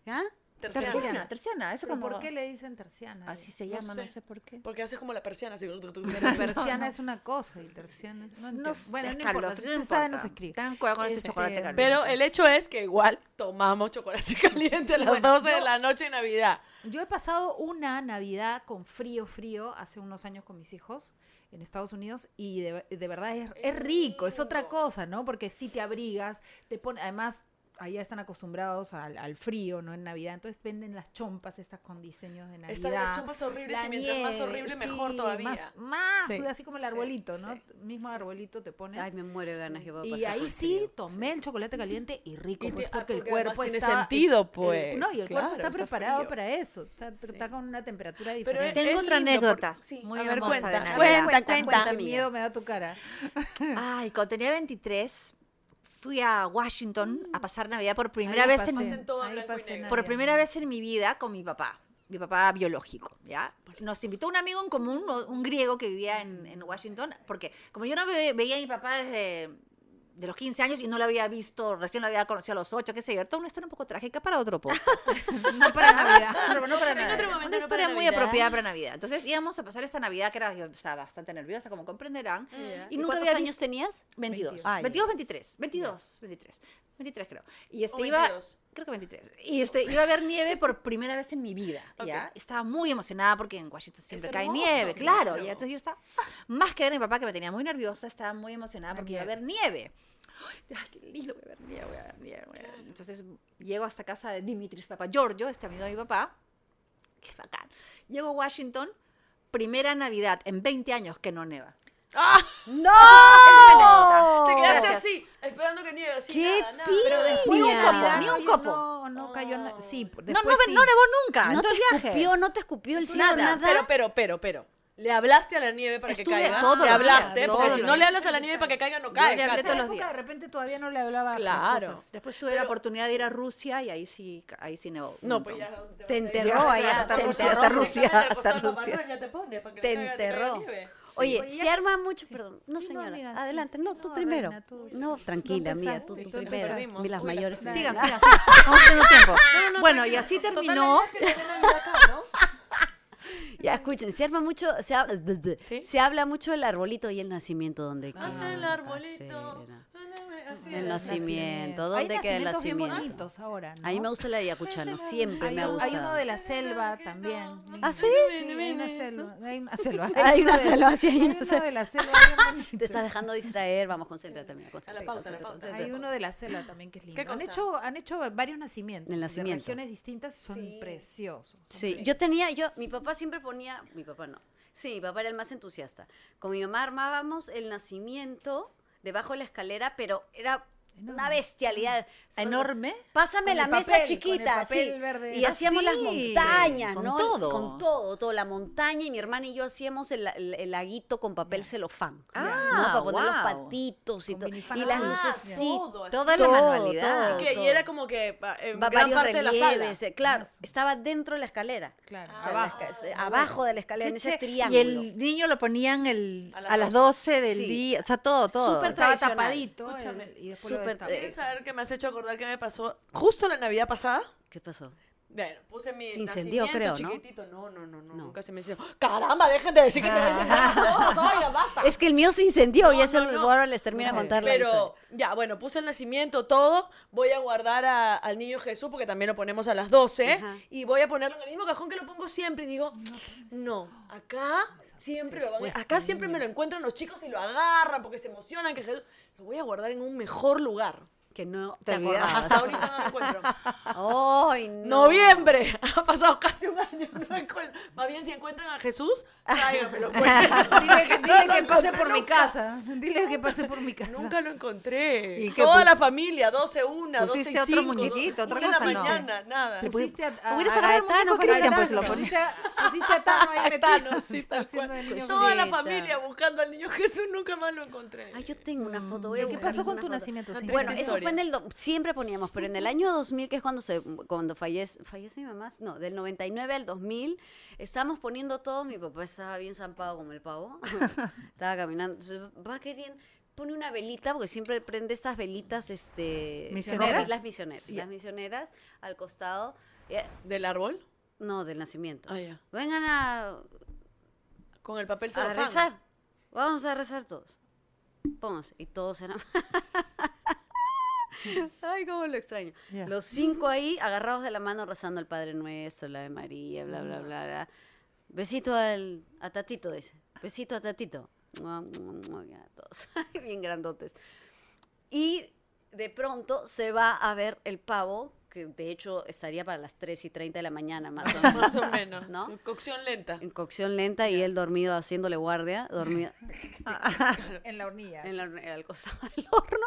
[SPEAKER 3] ¿Ah?
[SPEAKER 2] Terciana.
[SPEAKER 5] terciana, terciana, eso
[SPEAKER 4] ¿Pero
[SPEAKER 5] como
[SPEAKER 4] por qué le dicen terciana?
[SPEAKER 5] así se llama, no sé,
[SPEAKER 2] sé.
[SPEAKER 5] por qué.
[SPEAKER 2] Porque haces como la persiana así.
[SPEAKER 4] Pero persiana es una cosa y terciana es... No
[SPEAKER 5] No,
[SPEAKER 4] entiendo. bueno, no
[SPEAKER 5] es
[SPEAKER 4] importa.
[SPEAKER 5] Carlos,
[SPEAKER 4] Si
[SPEAKER 5] no
[SPEAKER 4] ustedes saben,
[SPEAKER 5] importa.
[SPEAKER 4] nos escriben.
[SPEAKER 5] Tengan cuidado con ese
[SPEAKER 4] Este,
[SPEAKER 5] chocolate caliente.
[SPEAKER 2] Pero el hecho es que igual tomamos chocolate caliente a
[SPEAKER 4] Sí,
[SPEAKER 2] las
[SPEAKER 4] bueno,
[SPEAKER 2] 12 de
[SPEAKER 4] yo-
[SPEAKER 2] la noche en Navidad.
[SPEAKER 4] Yo he pasado una Navidad con frío, frío, hace unos años con mis hijos en Estados Unidos y de, de verdad es, es rico, es otra cosa, ¿no? Porque si te abrigas, te pone, además allá están acostumbrados al, al frío, ¿no? En Navidad, entonces venden las chompas estas con diseños de Navidad.
[SPEAKER 2] Estas las chompas horribles
[SPEAKER 4] la
[SPEAKER 2] y mientras más
[SPEAKER 4] nieve,
[SPEAKER 2] horrible mejor
[SPEAKER 4] sí,
[SPEAKER 2] todavía.
[SPEAKER 4] Más, más,
[SPEAKER 2] Sí,
[SPEAKER 4] así como el
[SPEAKER 2] sí,
[SPEAKER 4] arbolito, ¿no?
[SPEAKER 2] sí,
[SPEAKER 4] Mismo arbolito te pones.
[SPEAKER 3] Ay, me muero de ganas que voy a pasar
[SPEAKER 4] Y ahí
[SPEAKER 3] por
[SPEAKER 4] sí
[SPEAKER 3] frío.
[SPEAKER 4] tomé el chocolate caliente y rico,
[SPEAKER 2] Y
[SPEAKER 4] pues,
[SPEAKER 2] te- ah,
[SPEAKER 4] porque el
[SPEAKER 2] porque
[SPEAKER 4] cuerpo
[SPEAKER 2] además tiene
[SPEAKER 4] está-
[SPEAKER 2] sentido,
[SPEAKER 4] el-
[SPEAKER 2] pues,
[SPEAKER 4] no, y el
[SPEAKER 2] claro,
[SPEAKER 4] cuerpo está
[SPEAKER 2] está
[SPEAKER 4] preparado
[SPEAKER 2] frío.
[SPEAKER 4] para eso, está, está con una temperatura diferente.
[SPEAKER 5] Tengo
[SPEAKER 2] es
[SPEAKER 5] otra
[SPEAKER 2] lindo
[SPEAKER 5] anécdota,
[SPEAKER 2] porque- sí,
[SPEAKER 5] muy
[SPEAKER 2] a ver,
[SPEAKER 5] hermosa de
[SPEAKER 2] cuenta,
[SPEAKER 5] Navidad.
[SPEAKER 2] Cuenta,
[SPEAKER 3] Cuenta,
[SPEAKER 2] cuenta.
[SPEAKER 3] cuenta.
[SPEAKER 4] Qué miedo me da tu cara.
[SPEAKER 5] Ay, cuando tenía 23, fui a Washington a pasar Navidad por primera
[SPEAKER 4] Ahí
[SPEAKER 5] vez en
[SPEAKER 4] pasé,
[SPEAKER 5] mi
[SPEAKER 2] Hacen todo
[SPEAKER 4] ahí
[SPEAKER 2] blanco y
[SPEAKER 4] pasé
[SPEAKER 2] negro.
[SPEAKER 5] por
[SPEAKER 4] Navidad.
[SPEAKER 5] primera vez en mi vida con mi papá, mi papá biológico, ¿ya? Nos invitó un amigo en común, o- un griego que vivía en, en Washington, porque como yo no ve- veía a mi papá desde de los 15 años y no lo había visto, recién lo había conocido a los 8, qué sé yo, toda una historia un poco trágica para otro podcast.
[SPEAKER 4] No para Navidad.
[SPEAKER 5] Pero no para
[SPEAKER 2] En
[SPEAKER 5] Navidad.
[SPEAKER 2] otro momento,
[SPEAKER 5] Una
[SPEAKER 2] no
[SPEAKER 5] historia
[SPEAKER 2] para
[SPEAKER 5] muy
[SPEAKER 2] Navidad.
[SPEAKER 5] apropiada para Navidad. Entonces íbamos a pasar esta Navidad que era, yo estaba bastante nerviosa, como comprenderán,
[SPEAKER 2] Mm.
[SPEAKER 5] y nunca
[SPEAKER 3] ¿Cuántos
[SPEAKER 5] había
[SPEAKER 3] años
[SPEAKER 5] visto...
[SPEAKER 3] tenías?
[SPEAKER 5] 22.
[SPEAKER 3] 22.
[SPEAKER 5] 22, 23. 22, 23. 23 creo. Y este
[SPEAKER 2] O
[SPEAKER 5] iba...
[SPEAKER 2] 22.
[SPEAKER 5] Creo que 23. Y este, iba a ver nieve por primera vez en mi vida,
[SPEAKER 2] Ok.
[SPEAKER 5] ¿ya? Estaba muy emocionada porque en Washington siempre cae
[SPEAKER 2] hermoso,
[SPEAKER 5] nieve,
[SPEAKER 2] sí,
[SPEAKER 5] claro.
[SPEAKER 2] claro.
[SPEAKER 5] Y entonces yo estaba, más que ver a mi papá que me tenía muy nerviosa, estaba muy emocionada porque iba a ver nieve. Ay, qué lindo, voy a ver nieve, voy a ver nieve. voy a ver nieve. Entonces llego hasta casa de Dimitris, papá Giorgio, este amigo de mi papá. Qué bacán. Llego a Washington, primera Navidad en 20 años que no neva.
[SPEAKER 2] ¡Ah!
[SPEAKER 5] ¡No!
[SPEAKER 2] Te quedaste así, esperando que nieve, así
[SPEAKER 3] Oh. ¡Qué
[SPEAKER 2] nada, nada.
[SPEAKER 3] pi-
[SPEAKER 2] Pero después-
[SPEAKER 5] Ni un
[SPEAKER 4] Navidad
[SPEAKER 5] copo, ni un
[SPEAKER 4] cayó-
[SPEAKER 5] copo.
[SPEAKER 4] No, no cayó nada. Sí, después
[SPEAKER 5] No, no,
[SPEAKER 4] sí.
[SPEAKER 5] no nevó nunca,
[SPEAKER 3] No
[SPEAKER 5] en todo
[SPEAKER 3] te
[SPEAKER 5] el viaje.
[SPEAKER 3] escupió, no te escupió el cielo,
[SPEAKER 5] Nada,
[SPEAKER 3] nada.
[SPEAKER 2] pero, pero, pero, pero. Le hablaste a la nieve para
[SPEAKER 5] Estuve
[SPEAKER 2] que caiga.
[SPEAKER 5] todos los
[SPEAKER 2] le
[SPEAKER 5] días,
[SPEAKER 2] hablaste,
[SPEAKER 5] todos
[SPEAKER 2] porque
[SPEAKER 5] los
[SPEAKER 2] si no
[SPEAKER 5] días.
[SPEAKER 2] le hablas a la nieve para que caiga, no
[SPEAKER 5] Yo
[SPEAKER 2] cae.
[SPEAKER 5] le hablé
[SPEAKER 2] casi.
[SPEAKER 5] todos los
[SPEAKER 4] época,
[SPEAKER 5] días.
[SPEAKER 4] de repente todavía no le hablaba. las
[SPEAKER 2] Claro.
[SPEAKER 4] cosas.
[SPEAKER 5] Después tuve la oportunidad de ir a Rusia y ahí sí, ahí sí nevó. un
[SPEAKER 2] No, pues
[SPEAKER 5] montón.
[SPEAKER 2] ya. vas a
[SPEAKER 3] Te
[SPEAKER 2] ir.
[SPEAKER 3] enterró
[SPEAKER 2] Ya,
[SPEAKER 3] allá,
[SPEAKER 5] te
[SPEAKER 2] claro, te
[SPEAKER 5] enterró
[SPEAKER 2] enterró
[SPEAKER 5] hasta
[SPEAKER 2] directamente al
[SPEAKER 5] Rusia,
[SPEAKER 2] costado
[SPEAKER 5] hasta
[SPEAKER 2] de Papá
[SPEAKER 5] Rusia.
[SPEAKER 2] Noel, ya te pone para que
[SPEAKER 3] Te
[SPEAKER 2] no caiga- te caiga
[SPEAKER 3] enterró.
[SPEAKER 2] nieve.
[SPEAKER 3] Oye,
[SPEAKER 4] Oye,
[SPEAKER 3] se
[SPEAKER 4] ya-
[SPEAKER 3] arma mucho, perdón. No,
[SPEAKER 4] Sí, no,
[SPEAKER 3] señora,
[SPEAKER 4] amiga, sí,
[SPEAKER 3] adelante.
[SPEAKER 4] sí,
[SPEAKER 3] no,
[SPEAKER 4] no,
[SPEAKER 3] tú primero.
[SPEAKER 4] reina, tú-
[SPEAKER 3] no,
[SPEAKER 4] tú
[SPEAKER 3] tranquila, amiga,
[SPEAKER 4] empezaste,
[SPEAKER 3] tú, tú
[SPEAKER 4] tú
[SPEAKER 3] primero.
[SPEAKER 2] empezaste.
[SPEAKER 3] Vi las
[SPEAKER 2] Uy, la-
[SPEAKER 3] mayores.
[SPEAKER 2] la-
[SPEAKER 5] Sigan, sigan, sigan. Vamos teniendo tiempo.
[SPEAKER 2] No,
[SPEAKER 5] bueno, y
[SPEAKER 2] tranquila.
[SPEAKER 5] así
[SPEAKER 2] Total,
[SPEAKER 5] terminó.
[SPEAKER 2] ya que ya tenemos acá, ¿no?
[SPEAKER 3] Ya escuchen, se arma mucho, se, ha-
[SPEAKER 2] ¿Sí?
[SPEAKER 3] se habla mucho del arbolito y el nacimiento donde
[SPEAKER 2] Hace el
[SPEAKER 3] queda,
[SPEAKER 2] arbolito.
[SPEAKER 3] casera.
[SPEAKER 2] ándame, así
[SPEAKER 3] El
[SPEAKER 2] era.
[SPEAKER 3] nacimiento,
[SPEAKER 4] Hay
[SPEAKER 3] ¿dónde queda el
[SPEAKER 4] nacimientos bien
[SPEAKER 3] nacimiento?
[SPEAKER 4] bonitos ahora, ¿no?
[SPEAKER 3] A mí me gusta la de Ayacuchano, siempre
[SPEAKER 4] Hay
[SPEAKER 3] me ha
[SPEAKER 4] un- Hay uno
[SPEAKER 3] gustado.
[SPEAKER 4] de la selva también.
[SPEAKER 3] ¿Ah, sí?
[SPEAKER 4] Sí, hay una selva. Hay una selva.
[SPEAKER 3] Hay una
[SPEAKER 4] uno de-
[SPEAKER 3] selva, sí, hay
[SPEAKER 4] Hay
[SPEAKER 3] una
[SPEAKER 4] uno
[SPEAKER 3] selva.
[SPEAKER 4] de la selva. bien bonito.
[SPEAKER 3] Te estás dejando distraer, vamos, concéntrate, mira, concéntrate.
[SPEAKER 2] pauta, a la
[SPEAKER 3] concéntrate,
[SPEAKER 2] pauta.
[SPEAKER 3] concéntrate.
[SPEAKER 4] Hay uno de la selva también que es lindo. Han
[SPEAKER 2] cosa?
[SPEAKER 4] hecho, han hecho varios nacimientos.
[SPEAKER 3] El nacimiento.
[SPEAKER 4] De regiones distintas son
[SPEAKER 2] Sí.
[SPEAKER 4] preciosos. son
[SPEAKER 3] Sí, yo tenía, yo, mi papá siempre ponía, mi papá no, sí, mi papá era el más entusiasta. Con mi mamá armábamos el nacimiento debajo de la escalera, pero era una bestialidad. Son-
[SPEAKER 5] Enorme.
[SPEAKER 3] Pásame
[SPEAKER 4] Con
[SPEAKER 3] la
[SPEAKER 4] el
[SPEAKER 3] mesa
[SPEAKER 4] papel,
[SPEAKER 3] chiquita,
[SPEAKER 4] con el papel
[SPEAKER 3] sí.
[SPEAKER 4] verde.
[SPEAKER 3] Y
[SPEAKER 5] Ah,
[SPEAKER 3] hacíamos las
[SPEAKER 5] sí,
[SPEAKER 3] montañas,
[SPEAKER 5] con
[SPEAKER 3] ¿no?
[SPEAKER 5] todo.
[SPEAKER 3] Con todo, todo, la montaña y mi hermana y yo hacíamos el, el- el laguito con papel celofán.
[SPEAKER 5] Ah,
[SPEAKER 3] ¿no? Para poner los
[SPEAKER 5] guau.
[SPEAKER 3] patitos y
[SPEAKER 4] Con
[SPEAKER 3] todo. Y
[SPEAKER 4] minifaldas.
[SPEAKER 3] las
[SPEAKER 4] Ah,
[SPEAKER 3] luces, sí,
[SPEAKER 2] todo así.
[SPEAKER 5] Toda la
[SPEAKER 3] todo,
[SPEAKER 5] manualidad.
[SPEAKER 3] todo.
[SPEAKER 2] Que- y era como que pa- en
[SPEAKER 3] va-
[SPEAKER 2] gran
[SPEAKER 3] varios
[SPEAKER 2] parte de la sala.
[SPEAKER 3] relieves, eh, claro, estaba dentro de la escalera.
[SPEAKER 4] Claro.
[SPEAKER 3] O sea, la esca- se- abajo de la escalera, en
[SPEAKER 5] Qué
[SPEAKER 3] ese
[SPEAKER 5] che-
[SPEAKER 3] triángulo.
[SPEAKER 5] Y el niño lo ponían el,
[SPEAKER 2] A
[SPEAKER 5] a, las
[SPEAKER 2] las
[SPEAKER 5] 12 del
[SPEAKER 3] Sí.
[SPEAKER 5] día. O sea, todo, todo.
[SPEAKER 3] Súper
[SPEAKER 4] Estaba
[SPEAKER 3] tradicional.
[SPEAKER 4] tapadito.
[SPEAKER 2] Escúchame,
[SPEAKER 4] el- y después lo
[SPEAKER 3] súper- eh,
[SPEAKER 4] destaparon.
[SPEAKER 5] eh.
[SPEAKER 2] ¿Quieres saber qué me has hecho acordar que me pasó justo la Navidad pasada?
[SPEAKER 3] ¿Qué pasó?
[SPEAKER 2] Bueno, puse mi
[SPEAKER 3] Se incendió,
[SPEAKER 2] nacimiento
[SPEAKER 3] creo, ¿no?
[SPEAKER 2] chiquitito. ¿no? No, no, no, Nunca se me incendió. ¡Caramba, dejen de decir que se me incendió! ¡No, oiga, basta!
[SPEAKER 3] Es que el mío se incendió y
[SPEAKER 2] No,
[SPEAKER 3] eso
[SPEAKER 2] no, no.
[SPEAKER 3] ahora les termina de contar la historia.
[SPEAKER 2] Pero ya, bueno, puse el nacimiento, todo. Voy a guardar a- al niño Jesús porque también lo ponemos a las 12.
[SPEAKER 3] Ajá.
[SPEAKER 2] Y voy a ponerlo en el mismo cajón que lo pongo siempre. Y digo, no, acá siempre lo van a- Acá
[SPEAKER 3] este
[SPEAKER 2] siempre me lo encuentran los chicos y lo agarran porque se emocionan que Jesús. Lo voy a guardar en un mejor lugar.
[SPEAKER 3] Que no te,
[SPEAKER 5] Te olvidabas.
[SPEAKER 3] acordabas.
[SPEAKER 2] Hasta ahorita no lo encuentro.
[SPEAKER 3] ¡Ay, no!
[SPEAKER 2] Noviembre, ha pasado casi un año. No encuentro. Más bien, si encuentran a Jesús, tráigamelo. pues.
[SPEAKER 4] Dile, que-
[SPEAKER 2] No
[SPEAKER 4] dile
[SPEAKER 2] lo
[SPEAKER 4] que pase
[SPEAKER 2] encontré
[SPEAKER 4] por mi
[SPEAKER 2] nunca.
[SPEAKER 4] casa. Dile que pase por mi casa.
[SPEAKER 2] Nunca lo encontré.
[SPEAKER 5] ¿Y qué
[SPEAKER 2] Toda
[SPEAKER 5] pu-
[SPEAKER 2] la familia, 12, 1, 12 y
[SPEAKER 5] pusiste otro
[SPEAKER 2] 5,
[SPEAKER 5] muñequito, otra
[SPEAKER 2] una
[SPEAKER 5] cosa,
[SPEAKER 2] de la
[SPEAKER 5] no?
[SPEAKER 2] mañana, nada.
[SPEAKER 5] Le
[SPEAKER 4] Pusiste a- a-
[SPEAKER 5] Hubieras
[SPEAKER 4] a
[SPEAKER 5] agarrado el
[SPEAKER 3] Gaetano
[SPEAKER 5] muñeco
[SPEAKER 3] para
[SPEAKER 5] Cristian, pues lo
[SPEAKER 4] Tano,
[SPEAKER 5] ponías.
[SPEAKER 4] Pusiste, a- pusiste a Tano ahí
[SPEAKER 2] A
[SPEAKER 4] metido,
[SPEAKER 2] Thanos, sí, tal
[SPEAKER 4] haciendo
[SPEAKER 2] cual.
[SPEAKER 4] el niño
[SPEAKER 2] Toda la
[SPEAKER 3] Cosita.
[SPEAKER 2] familia buscando al niño Jesús, nunca más lo encontré.
[SPEAKER 3] Ay, yo tengo una foto. voy a
[SPEAKER 4] ¿Y qué
[SPEAKER 3] buscar
[SPEAKER 4] pasó con
[SPEAKER 3] una
[SPEAKER 4] tu
[SPEAKER 3] foto.
[SPEAKER 4] nacimiento?
[SPEAKER 2] No
[SPEAKER 4] Sí.
[SPEAKER 2] te-
[SPEAKER 3] Bueno,
[SPEAKER 2] Triste
[SPEAKER 3] eso
[SPEAKER 2] historia.
[SPEAKER 3] fue en el... do- Siempre poníamos, pero en el año 2000, que es cuando se cuando fallece, fallece mi mamá, no, del 99 al 2000, estábamos poniendo todo, mi papá estaba bien zampado como el pavo, estaba caminando, entonces, va queriendo, pone una velita, porque siempre prende estas velitas, este...
[SPEAKER 5] ¿Misioneras?
[SPEAKER 3] rojas, Las misioneras, las misioneras al costado, eh,
[SPEAKER 2] ¿Del árbol?
[SPEAKER 3] no, del nacimiento.
[SPEAKER 2] Ah, ya.
[SPEAKER 3] Vengan a
[SPEAKER 2] Con el papel
[SPEAKER 3] a
[SPEAKER 2] celofán.
[SPEAKER 3] rezar. Vamos a rezar todos. Pónganse. Y todos eran. Ay, cómo lo extraño. Los cinco ahí agarrados de la mano rezando al Padre Nuestro, la de María, bla, bla, bla. bla. Besito al, a Tatito, dice. Besito a Tatito. Mua, mua, mua, ya, Todos bien grandotes. Y de pronto se va a ver el pavo, que de hecho estaría para las 3 y 30 de la mañana más o menos.
[SPEAKER 2] Más o menos.
[SPEAKER 3] ¿No?
[SPEAKER 2] Cocción lenta.
[SPEAKER 3] En cocción lenta y él dormido haciéndole guardia, dormido
[SPEAKER 4] En la hornilla.
[SPEAKER 3] en la horne- al costado del horno.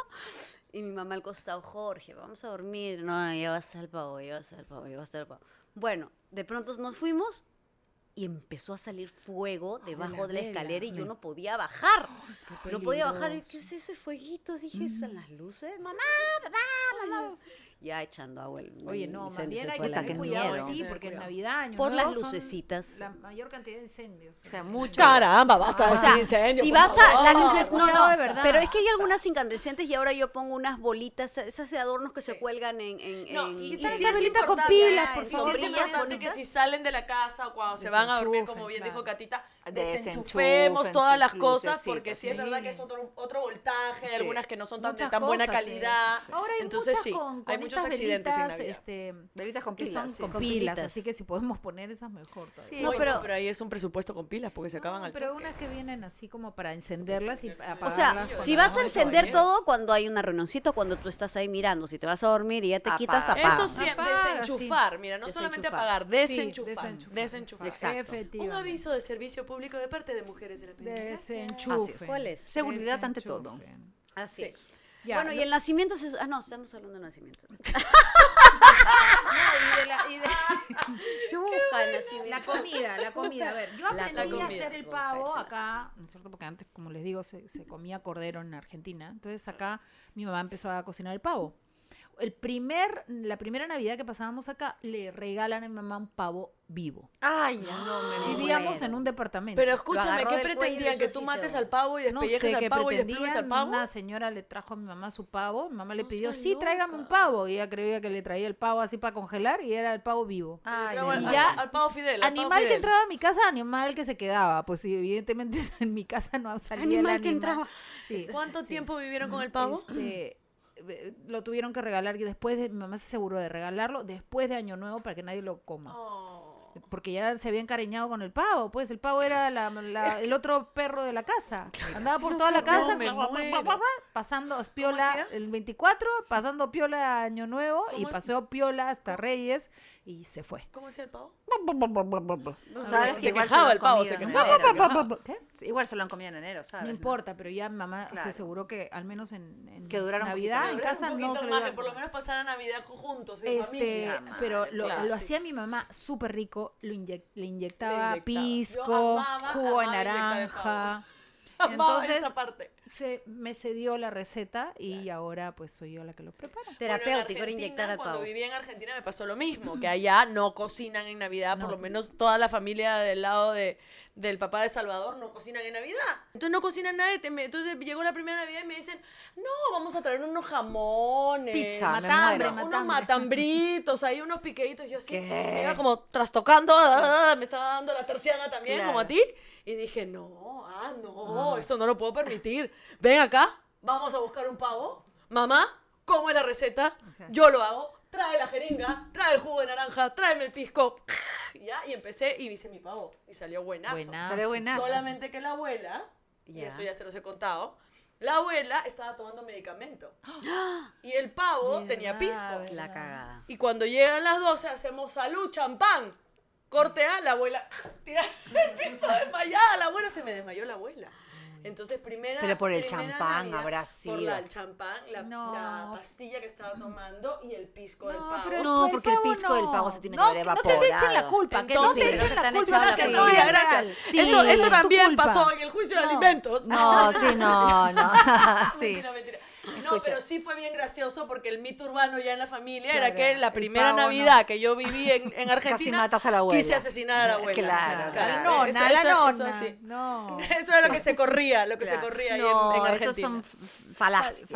[SPEAKER 3] Y mi mamá al costado, Jorge, vamos a dormir. No, no, ya va a estar el pavo, ya va a estar el pavo, ya va a estar el pavo. Bueno, de pronto nos fuimos y empezó a salir
[SPEAKER 4] Ah,
[SPEAKER 3] fuego debajo de la, escalera y yo no podía bajar. no podía bajar. Y, ¿Qué es ese fueguito? Dije,
[SPEAKER 4] Mm.
[SPEAKER 3] ¿son las luces? Mamá, papá, mamá. Ya echando agua. el-
[SPEAKER 4] Oye,
[SPEAKER 3] el
[SPEAKER 4] no, más
[SPEAKER 3] incendio,
[SPEAKER 4] bien
[SPEAKER 3] se
[SPEAKER 4] hay
[SPEAKER 3] fue
[SPEAKER 4] que
[SPEAKER 3] la
[SPEAKER 4] tener
[SPEAKER 5] qué
[SPEAKER 3] luz.
[SPEAKER 4] cuidado,
[SPEAKER 5] miedo.
[SPEAKER 4] sí,
[SPEAKER 2] Tener
[SPEAKER 4] porque en
[SPEAKER 2] cuidado.
[SPEAKER 4] Navidad, Año
[SPEAKER 3] Por
[SPEAKER 4] Nuevo
[SPEAKER 3] las
[SPEAKER 4] son
[SPEAKER 3] lucecitas.
[SPEAKER 4] La mayor cantidad de incendios.
[SPEAKER 5] O sea, mucho.
[SPEAKER 2] Caramba, basta de
[SPEAKER 3] O sea,
[SPEAKER 2] decir incendio.
[SPEAKER 3] si
[SPEAKER 2] Ah. por
[SPEAKER 3] vas a
[SPEAKER 2] favor.
[SPEAKER 3] las luces, no,
[SPEAKER 4] cuidado
[SPEAKER 3] no,
[SPEAKER 4] de verdad.
[SPEAKER 3] pero es que hay algunas incandescentes y ahora yo pongo unas bolitas, esas de adornos que se cuelgan en, en,
[SPEAKER 2] No,
[SPEAKER 3] en-
[SPEAKER 2] y,
[SPEAKER 4] está
[SPEAKER 2] y
[SPEAKER 4] esa
[SPEAKER 2] sí es
[SPEAKER 4] velita con
[SPEAKER 2] importante-
[SPEAKER 4] pilas, por
[SPEAKER 2] y
[SPEAKER 4] favor,
[SPEAKER 2] ¿eh? Sí es
[SPEAKER 3] brillan
[SPEAKER 2] importante que
[SPEAKER 3] bonitas.
[SPEAKER 2] si salen de la casa, cuando se van a dormir, como
[SPEAKER 4] Desenchufen,
[SPEAKER 2] bien dijo
[SPEAKER 4] claro.
[SPEAKER 2] Catita,
[SPEAKER 5] Desenchufen
[SPEAKER 2] desenchufemos todas las
[SPEAKER 5] sus
[SPEAKER 2] cosas,
[SPEAKER 5] lucecitas,
[SPEAKER 2] porque sí es
[SPEAKER 5] sí.
[SPEAKER 2] verdad que es otro, otro voltaje, hay
[SPEAKER 5] Sí.
[SPEAKER 2] algunas que no son tan de
[SPEAKER 4] Muchas
[SPEAKER 2] tan buena
[SPEAKER 4] cosas, sí.
[SPEAKER 2] calidad.
[SPEAKER 4] Ahora hay
[SPEAKER 2] Entonces Entonces,
[SPEAKER 4] hechas
[SPEAKER 2] sí,
[SPEAKER 4] con, con
[SPEAKER 2] hay muchos
[SPEAKER 4] estas
[SPEAKER 2] accidentes en
[SPEAKER 4] velitas,
[SPEAKER 2] Navidad.
[SPEAKER 4] este,
[SPEAKER 5] Velitas con
[SPEAKER 4] que
[SPEAKER 5] pilas,
[SPEAKER 4] son
[SPEAKER 5] sí,
[SPEAKER 4] con,
[SPEAKER 5] con
[SPEAKER 4] pilas,
[SPEAKER 5] pilitas.
[SPEAKER 4] así que si podemos poner esas mejor todavía.
[SPEAKER 5] Sí,
[SPEAKER 2] No,
[SPEAKER 5] no,
[SPEAKER 2] pero,
[SPEAKER 5] pero-
[SPEAKER 2] ahí es un presupuesto con pilas porque se acaban al
[SPEAKER 4] pero
[SPEAKER 2] toque.
[SPEAKER 4] unas que vienen así como para encenderlas y apagarlas.
[SPEAKER 3] O
[SPEAKER 2] Ah,
[SPEAKER 3] sea,
[SPEAKER 4] cuando
[SPEAKER 3] si
[SPEAKER 4] no
[SPEAKER 3] vas a
[SPEAKER 4] hay
[SPEAKER 3] encender
[SPEAKER 4] caballero.
[SPEAKER 3] todo cuando hay una reunioncita, cuando tú estás ahí mirando, si te vas a dormir y ya te quitas,
[SPEAKER 5] Apaga.
[SPEAKER 3] apaga.
[SPEAKER 2] Eso sí,
[SPEAKER 4] Apaga,
[SPEAKER 2] desenchufar. Mira, no solamente
[SPEAKER 3] Desenchufar.
[SPEAKER 2] apagar,
[SPEAKER 4] Sí,
[SPEAKER 2] desenchufar. desenchufar.
[SPEAKER 3] Exacto.
[SPEAKER 2] Un
[SPEAKER 4] Efectivamente.
[SPEAKER 2] aviso de servicio público de parte de mujeres de la Península.
[SPEAKER 4] Desenchufe.
[SPEAKER 3] Así es. ¿Cuál es?
[SPEAKER 5] Seguridad ante todo.
[SPEAKER 3] Así.
[SPEAKER 2] Ah, Sí.
[SPEAKER 4] Ya,
[SPEAKER 3] bueno, y
[SPEAKER 4] lo-
[SPEAKER 3] el nacimiento es... Ah, no, estamos hablando de nacimiento.
[SPEAKER 4] no, y de la, y de-
[SPEAKER 3] Yo busca el nacimiento.
[SPEAKER 4] la comida, la comida. A ver, yo
[SPEAKER 3] La
[SPEAKER 4] aprendí a
[SPEAKER 3] comida.
[SPEAKER 4] hacer el pavo acá, ¿no es cierto? Porque antes, como les digo, se, se comía cordero en Argentina. Entonces acá mi mamá empezó a cocinar el pavo. El primer, la primera Navidad que pasábamos acá, le regalan a mi mamá un pavo vivo.
[SPEAKER 5] Ay, no me
[SPEAKER 4] Vivíamos
[SPEAKER 5] muero.
[SPEAKER 4] en un departamento.
[SPEAKER 2] Pero escúchame,
[SPEAKER 5] agarró
[SPEAKER 2] ¿qué
[SPEAKER 5] del cuello y
[SPEAKER 2] pretendían?
[SPEAKER 5] lo
[SPEAKER 2] Que
[SPEAKER 5] hizo
[SPEAKER 2] tú
[SPEAKER 5] así,
[SPEAKER 2] mates
[SPEAKER 5] se-
[SPEAKER 2] al pavo y
[SPEAKER 4] no sé
[SPEAKER 2] despellejes al
[SPEAKER 4] qué
[SPEAKER 2] pavo y desplumes
[SPEAKER 4] pretendían.
[SPEAKER 2] al pavo.
[SPEAKER 4] Una señora le trajo a mi mamá su pavo. Mi mamá le
[SPEAKER 2] No
[SPEAKER 4] pidió,
[SPEAKER 2] seas
[SPEAKER 4] sí, tráigame un
[SPEAKER 2] loca.
[SPEAKER 4] pavo. Y ella creía que le traía el pavo así para congelar y era el pavo vivo.
[SPEAKER 5] Ay,
[SPEAKER 2] No, al,
[SPEAKER 5] no.
[SPEAKER 4] Y ya-
[SPEAKER 2] al pavo Fidel. al pavo
[SPEAKER 4] animal que
[SPEAKER 2] Fidel.
[SPEAKER 4] entraba a mi casa, animal que se quedaba. Pues sí, evidentemente en mi casa no salía el
[SPEAKER 3] Animal
[SPEAKER 4] animal.
[SPEAKER 3] que entraba.
[SPEAKER 4] Sí.
[SPEAKER 2] ¿Cuánto tiempo vivieron con el pavo?
[SPEAKER 4] Este, eh, lo tuvieron que regalar y después de, mi mamá se aseguró de regalarlo después de Año Nuevo para que nadie lo coma.
[SPEAKER 2] Oh.
[SPEAKER 4] Porque ya se había encariñado con el pavo, pues el pavo era la- la- el otro perro de la casa. Andaba por toda la casa,
[SPEAKER 2] me
[SPEAKER 4] pa, pa, pa, pa,
[SPEAKER 2] muero.
[SPEAKER 4] pa, pasando piola
[SPEAKER 2] hacía?
[SPEAKER 4] el 24, pasando piola Año Nuevo y
[SPEAKER 2] ¿Cómo?
[SPEAKER 4] pasó piola hasta Reyes y se fue.
[SPEAKER 2] ¿Cómo hacía el pavo?
[SPEAKER 5] ¿Sabes?
[SPEAKER 2] Se
[SPEAKER 5] Igual
[SPEAKER 2] quejaba
[SPEAKER 5] lo
[SPEAKER 2] el pavo, se
[SPEAKER 5] comían en
[SPEAKER 2] quejaba,
[SPEAKER 5] enero.
[SPEAKER 2] se quejaba.
[SPEAKER 4] ¿Qué?
[SPEAKER 5] Igual se lo han comido en enero, ¿sabes?
[SPEAKER 4] No importa, pero ya mi mamá se
[SPEAKER 5] Claro.
[SPEAKER 4] aseguró que al menos en, en
[SPEAKER 5] Que durara un poquito
[SPEAKER 4] Navidad
[SPEAKER 5] más.
[SPEAKER 4] en
[SPEAKER 2] Pero es
[SPEAKER 4] casa
[SPEAKER 2] un
[SPEAKER 4] no
[SPEAKER 2] poquito
[SPEAKER 4] se lo
[SPEAKER 2] más,
[SPEAKER 4] iba
[SPEAKER 2] que por lo menos pasara Navidad juntos, en
[SPEAKER 4] este,
[SPEAKER 2] familia.
[SPEAKER 5] familia.
[SPEAKER 4] pero lo,
[SPEAKER 2] Claro,
[SPEAKER 4] lo
[SPEAKER 2] sí.
[SPEAKER 4] hacía mi mamá súper rico, lo inyec- le, inyectaba
[SPEAKER 2] inyectaba. Yo
[SPEAKER 4] pisco,
[SPEAKER 2] amaba,
[SPEAKER 4] jugo de
[SPEAKER 2] amaba inyectar el
[SPEAKER 4] naranja.
[SPEAKER 2] Amaba
[SPEAKER 4] Entonces
[SPEAKER 2] esa parte.
[SPEAKER 4] se me cedió la receta y ahora pues soy yo la que lo prepara.
[SPEAKER 3] Terapéutico era
[SPEAKER 2] Bueno, en
[SPEAKER 3] inyectar
[SPEAKER 2] Argentina,
[SPEAKER 3] al
[SPEAKER 2] Cuando
[SPEAKER 3] pavo.
[SPEAKER 2] vivía en Argentina me pasó lo mismo, que allá no cocinan en Navidad, por
[SPEAKER 4] No.
[SPEAKER 2] lo menos toda la familia del lado de, del papá de Salvador no cocinan en Navidad. Entonces no cocinan nada, y te- me- entonces llegó la primera Navidad y me dicen, no, vamos a traer unos jamones,
[SPEAKER 5] Pizza, me
[SPEAKER 2] matambre,
[SPEAKER 5] muero.
[SPEAKER 2] unos matambritos, ahí unos piqueditos, yo así, me iba como trastocando, ah, ah, me estaba dando la terciana también, como a ti, y dije, no, ah, no, esto no lo puedo permitir, ven acá, vamos a buscar un pavo, mamá, ¿Cómo es la receta? Yo lo hago. Trae la jeringa, trae el jugo de naranja, tráeme el pisco. Ya, y empecé y hice mi pavo. Y salió buenazo.
[SPEAKER 4] Buenazo.
[SPEAKER 5] Sale buenazo.
[SPEAKER 2] Solamente que la abuela, y eso ya se los he contado, la abuela estaba tomando medicamento. Y el pavo tenía pisco.
[SPEAKER 3] La cagada.
[SPEAKER 2] Y cuando llegan las 12 hacemos salud, champán. Corte A, la abuela tira el piso desmayada. La abuela se me desmayó la abuela. Entonces, primera.
[SPEAKER 5] Pero por el
[SPEAKER 2] primera
[SPEAKER 5] champán habrá
[SPEAKER 2] Por
[SPEAKER 5] sido.
[SPEAKER 2] la, el champán, la,
[SPEAKER 4] No.
[SPEAKER 2] la pastilla que estaba tomando y el pisco del
[SPEAKER 4] No,
[SPEAKER 2] pavo.
[SPEAKER 4] pero
[SPEAKER 5] No,
[SPEAKER 4] el
[SPEAKER 5] porque el
[SPEAKER 4] pavo
[SPEAKER 5] pisco del pavo se tiene que haber
[SPEAKER 4] No te echen la
[SPEAKER 5] evaporado.
[SPEAKER 4] culpa, que
[SPEAKER 2] Entonces,
[SPEAKER 4] no te
[SPEAKER 5] pero
[SPEAKER 4] echen
[SPEAKER 5] te
[SPEAKER 4] la
[SPEAKER 5] han
[SPEAKER 4] culpa,
[SPEAKER 5] echado la
[SPEAKER 4] que
[SPEAKER 5] culpa.
[SPEAKER 4] no
[SPEAKER 5] Sí,
[SPEAKER 4] es
[SPEAKER 2] gracias.
[SPEAKER 4] real.
[SPEAKER 5] Sí,
[SPEAKER 2] eso
[SPEAKER 5] es
[SPEAKER 2] eso
[SPEAKER 5] tu
[SPEAKER 2] también
[SPEAKER 4] culpa.
[SPEAKER 2] pasó en el juicio de
[SPEAKER 4] No.
[SPEAKER 2] alimentos.
[SPEAKER 5] No, sí, no, no. sí.
[SPEAKER 2] Mentira, mentira. No,
[SPEAKER 5] Escucha.
[SPEAKER 2] pero sí fue bien gracioso porque el mito urbano ya en la familia era
[SPEAKER 5] Claro,
[SPEAKER 2] que la
[SPEAKER 5] el
[SPEAKER 2] primera
[SPEAKER 5] pavo no.
[SPEAKER 2] Navidad que yo viví en, en Argentina
[SPEAKER 5] matas a la abuela.
[SPEAKER 2] quise asesinar a la abuela.
[SPEAKER 5] Claro,
[SPEAKER 4] La
[SPEAKER 5] claro.
[SPEAKER 2] Eso-
[SPEAKER 4] nona, la
[SPEAKER 2] eso- eso
[SPEAKER 4] nona.
[SPEAKER 2] sí.
[SPEAKER 4] No.
[SPEAKER 2] Eso era lo que se corría, lo que se
[SPEAKER 5] Claro.
[SPEAKER 2] corría ahí
[SPEAKER 5] no,
[SPEAKER 2] en, en Argentina.
[SPEAKER 5] esos son f- falacias.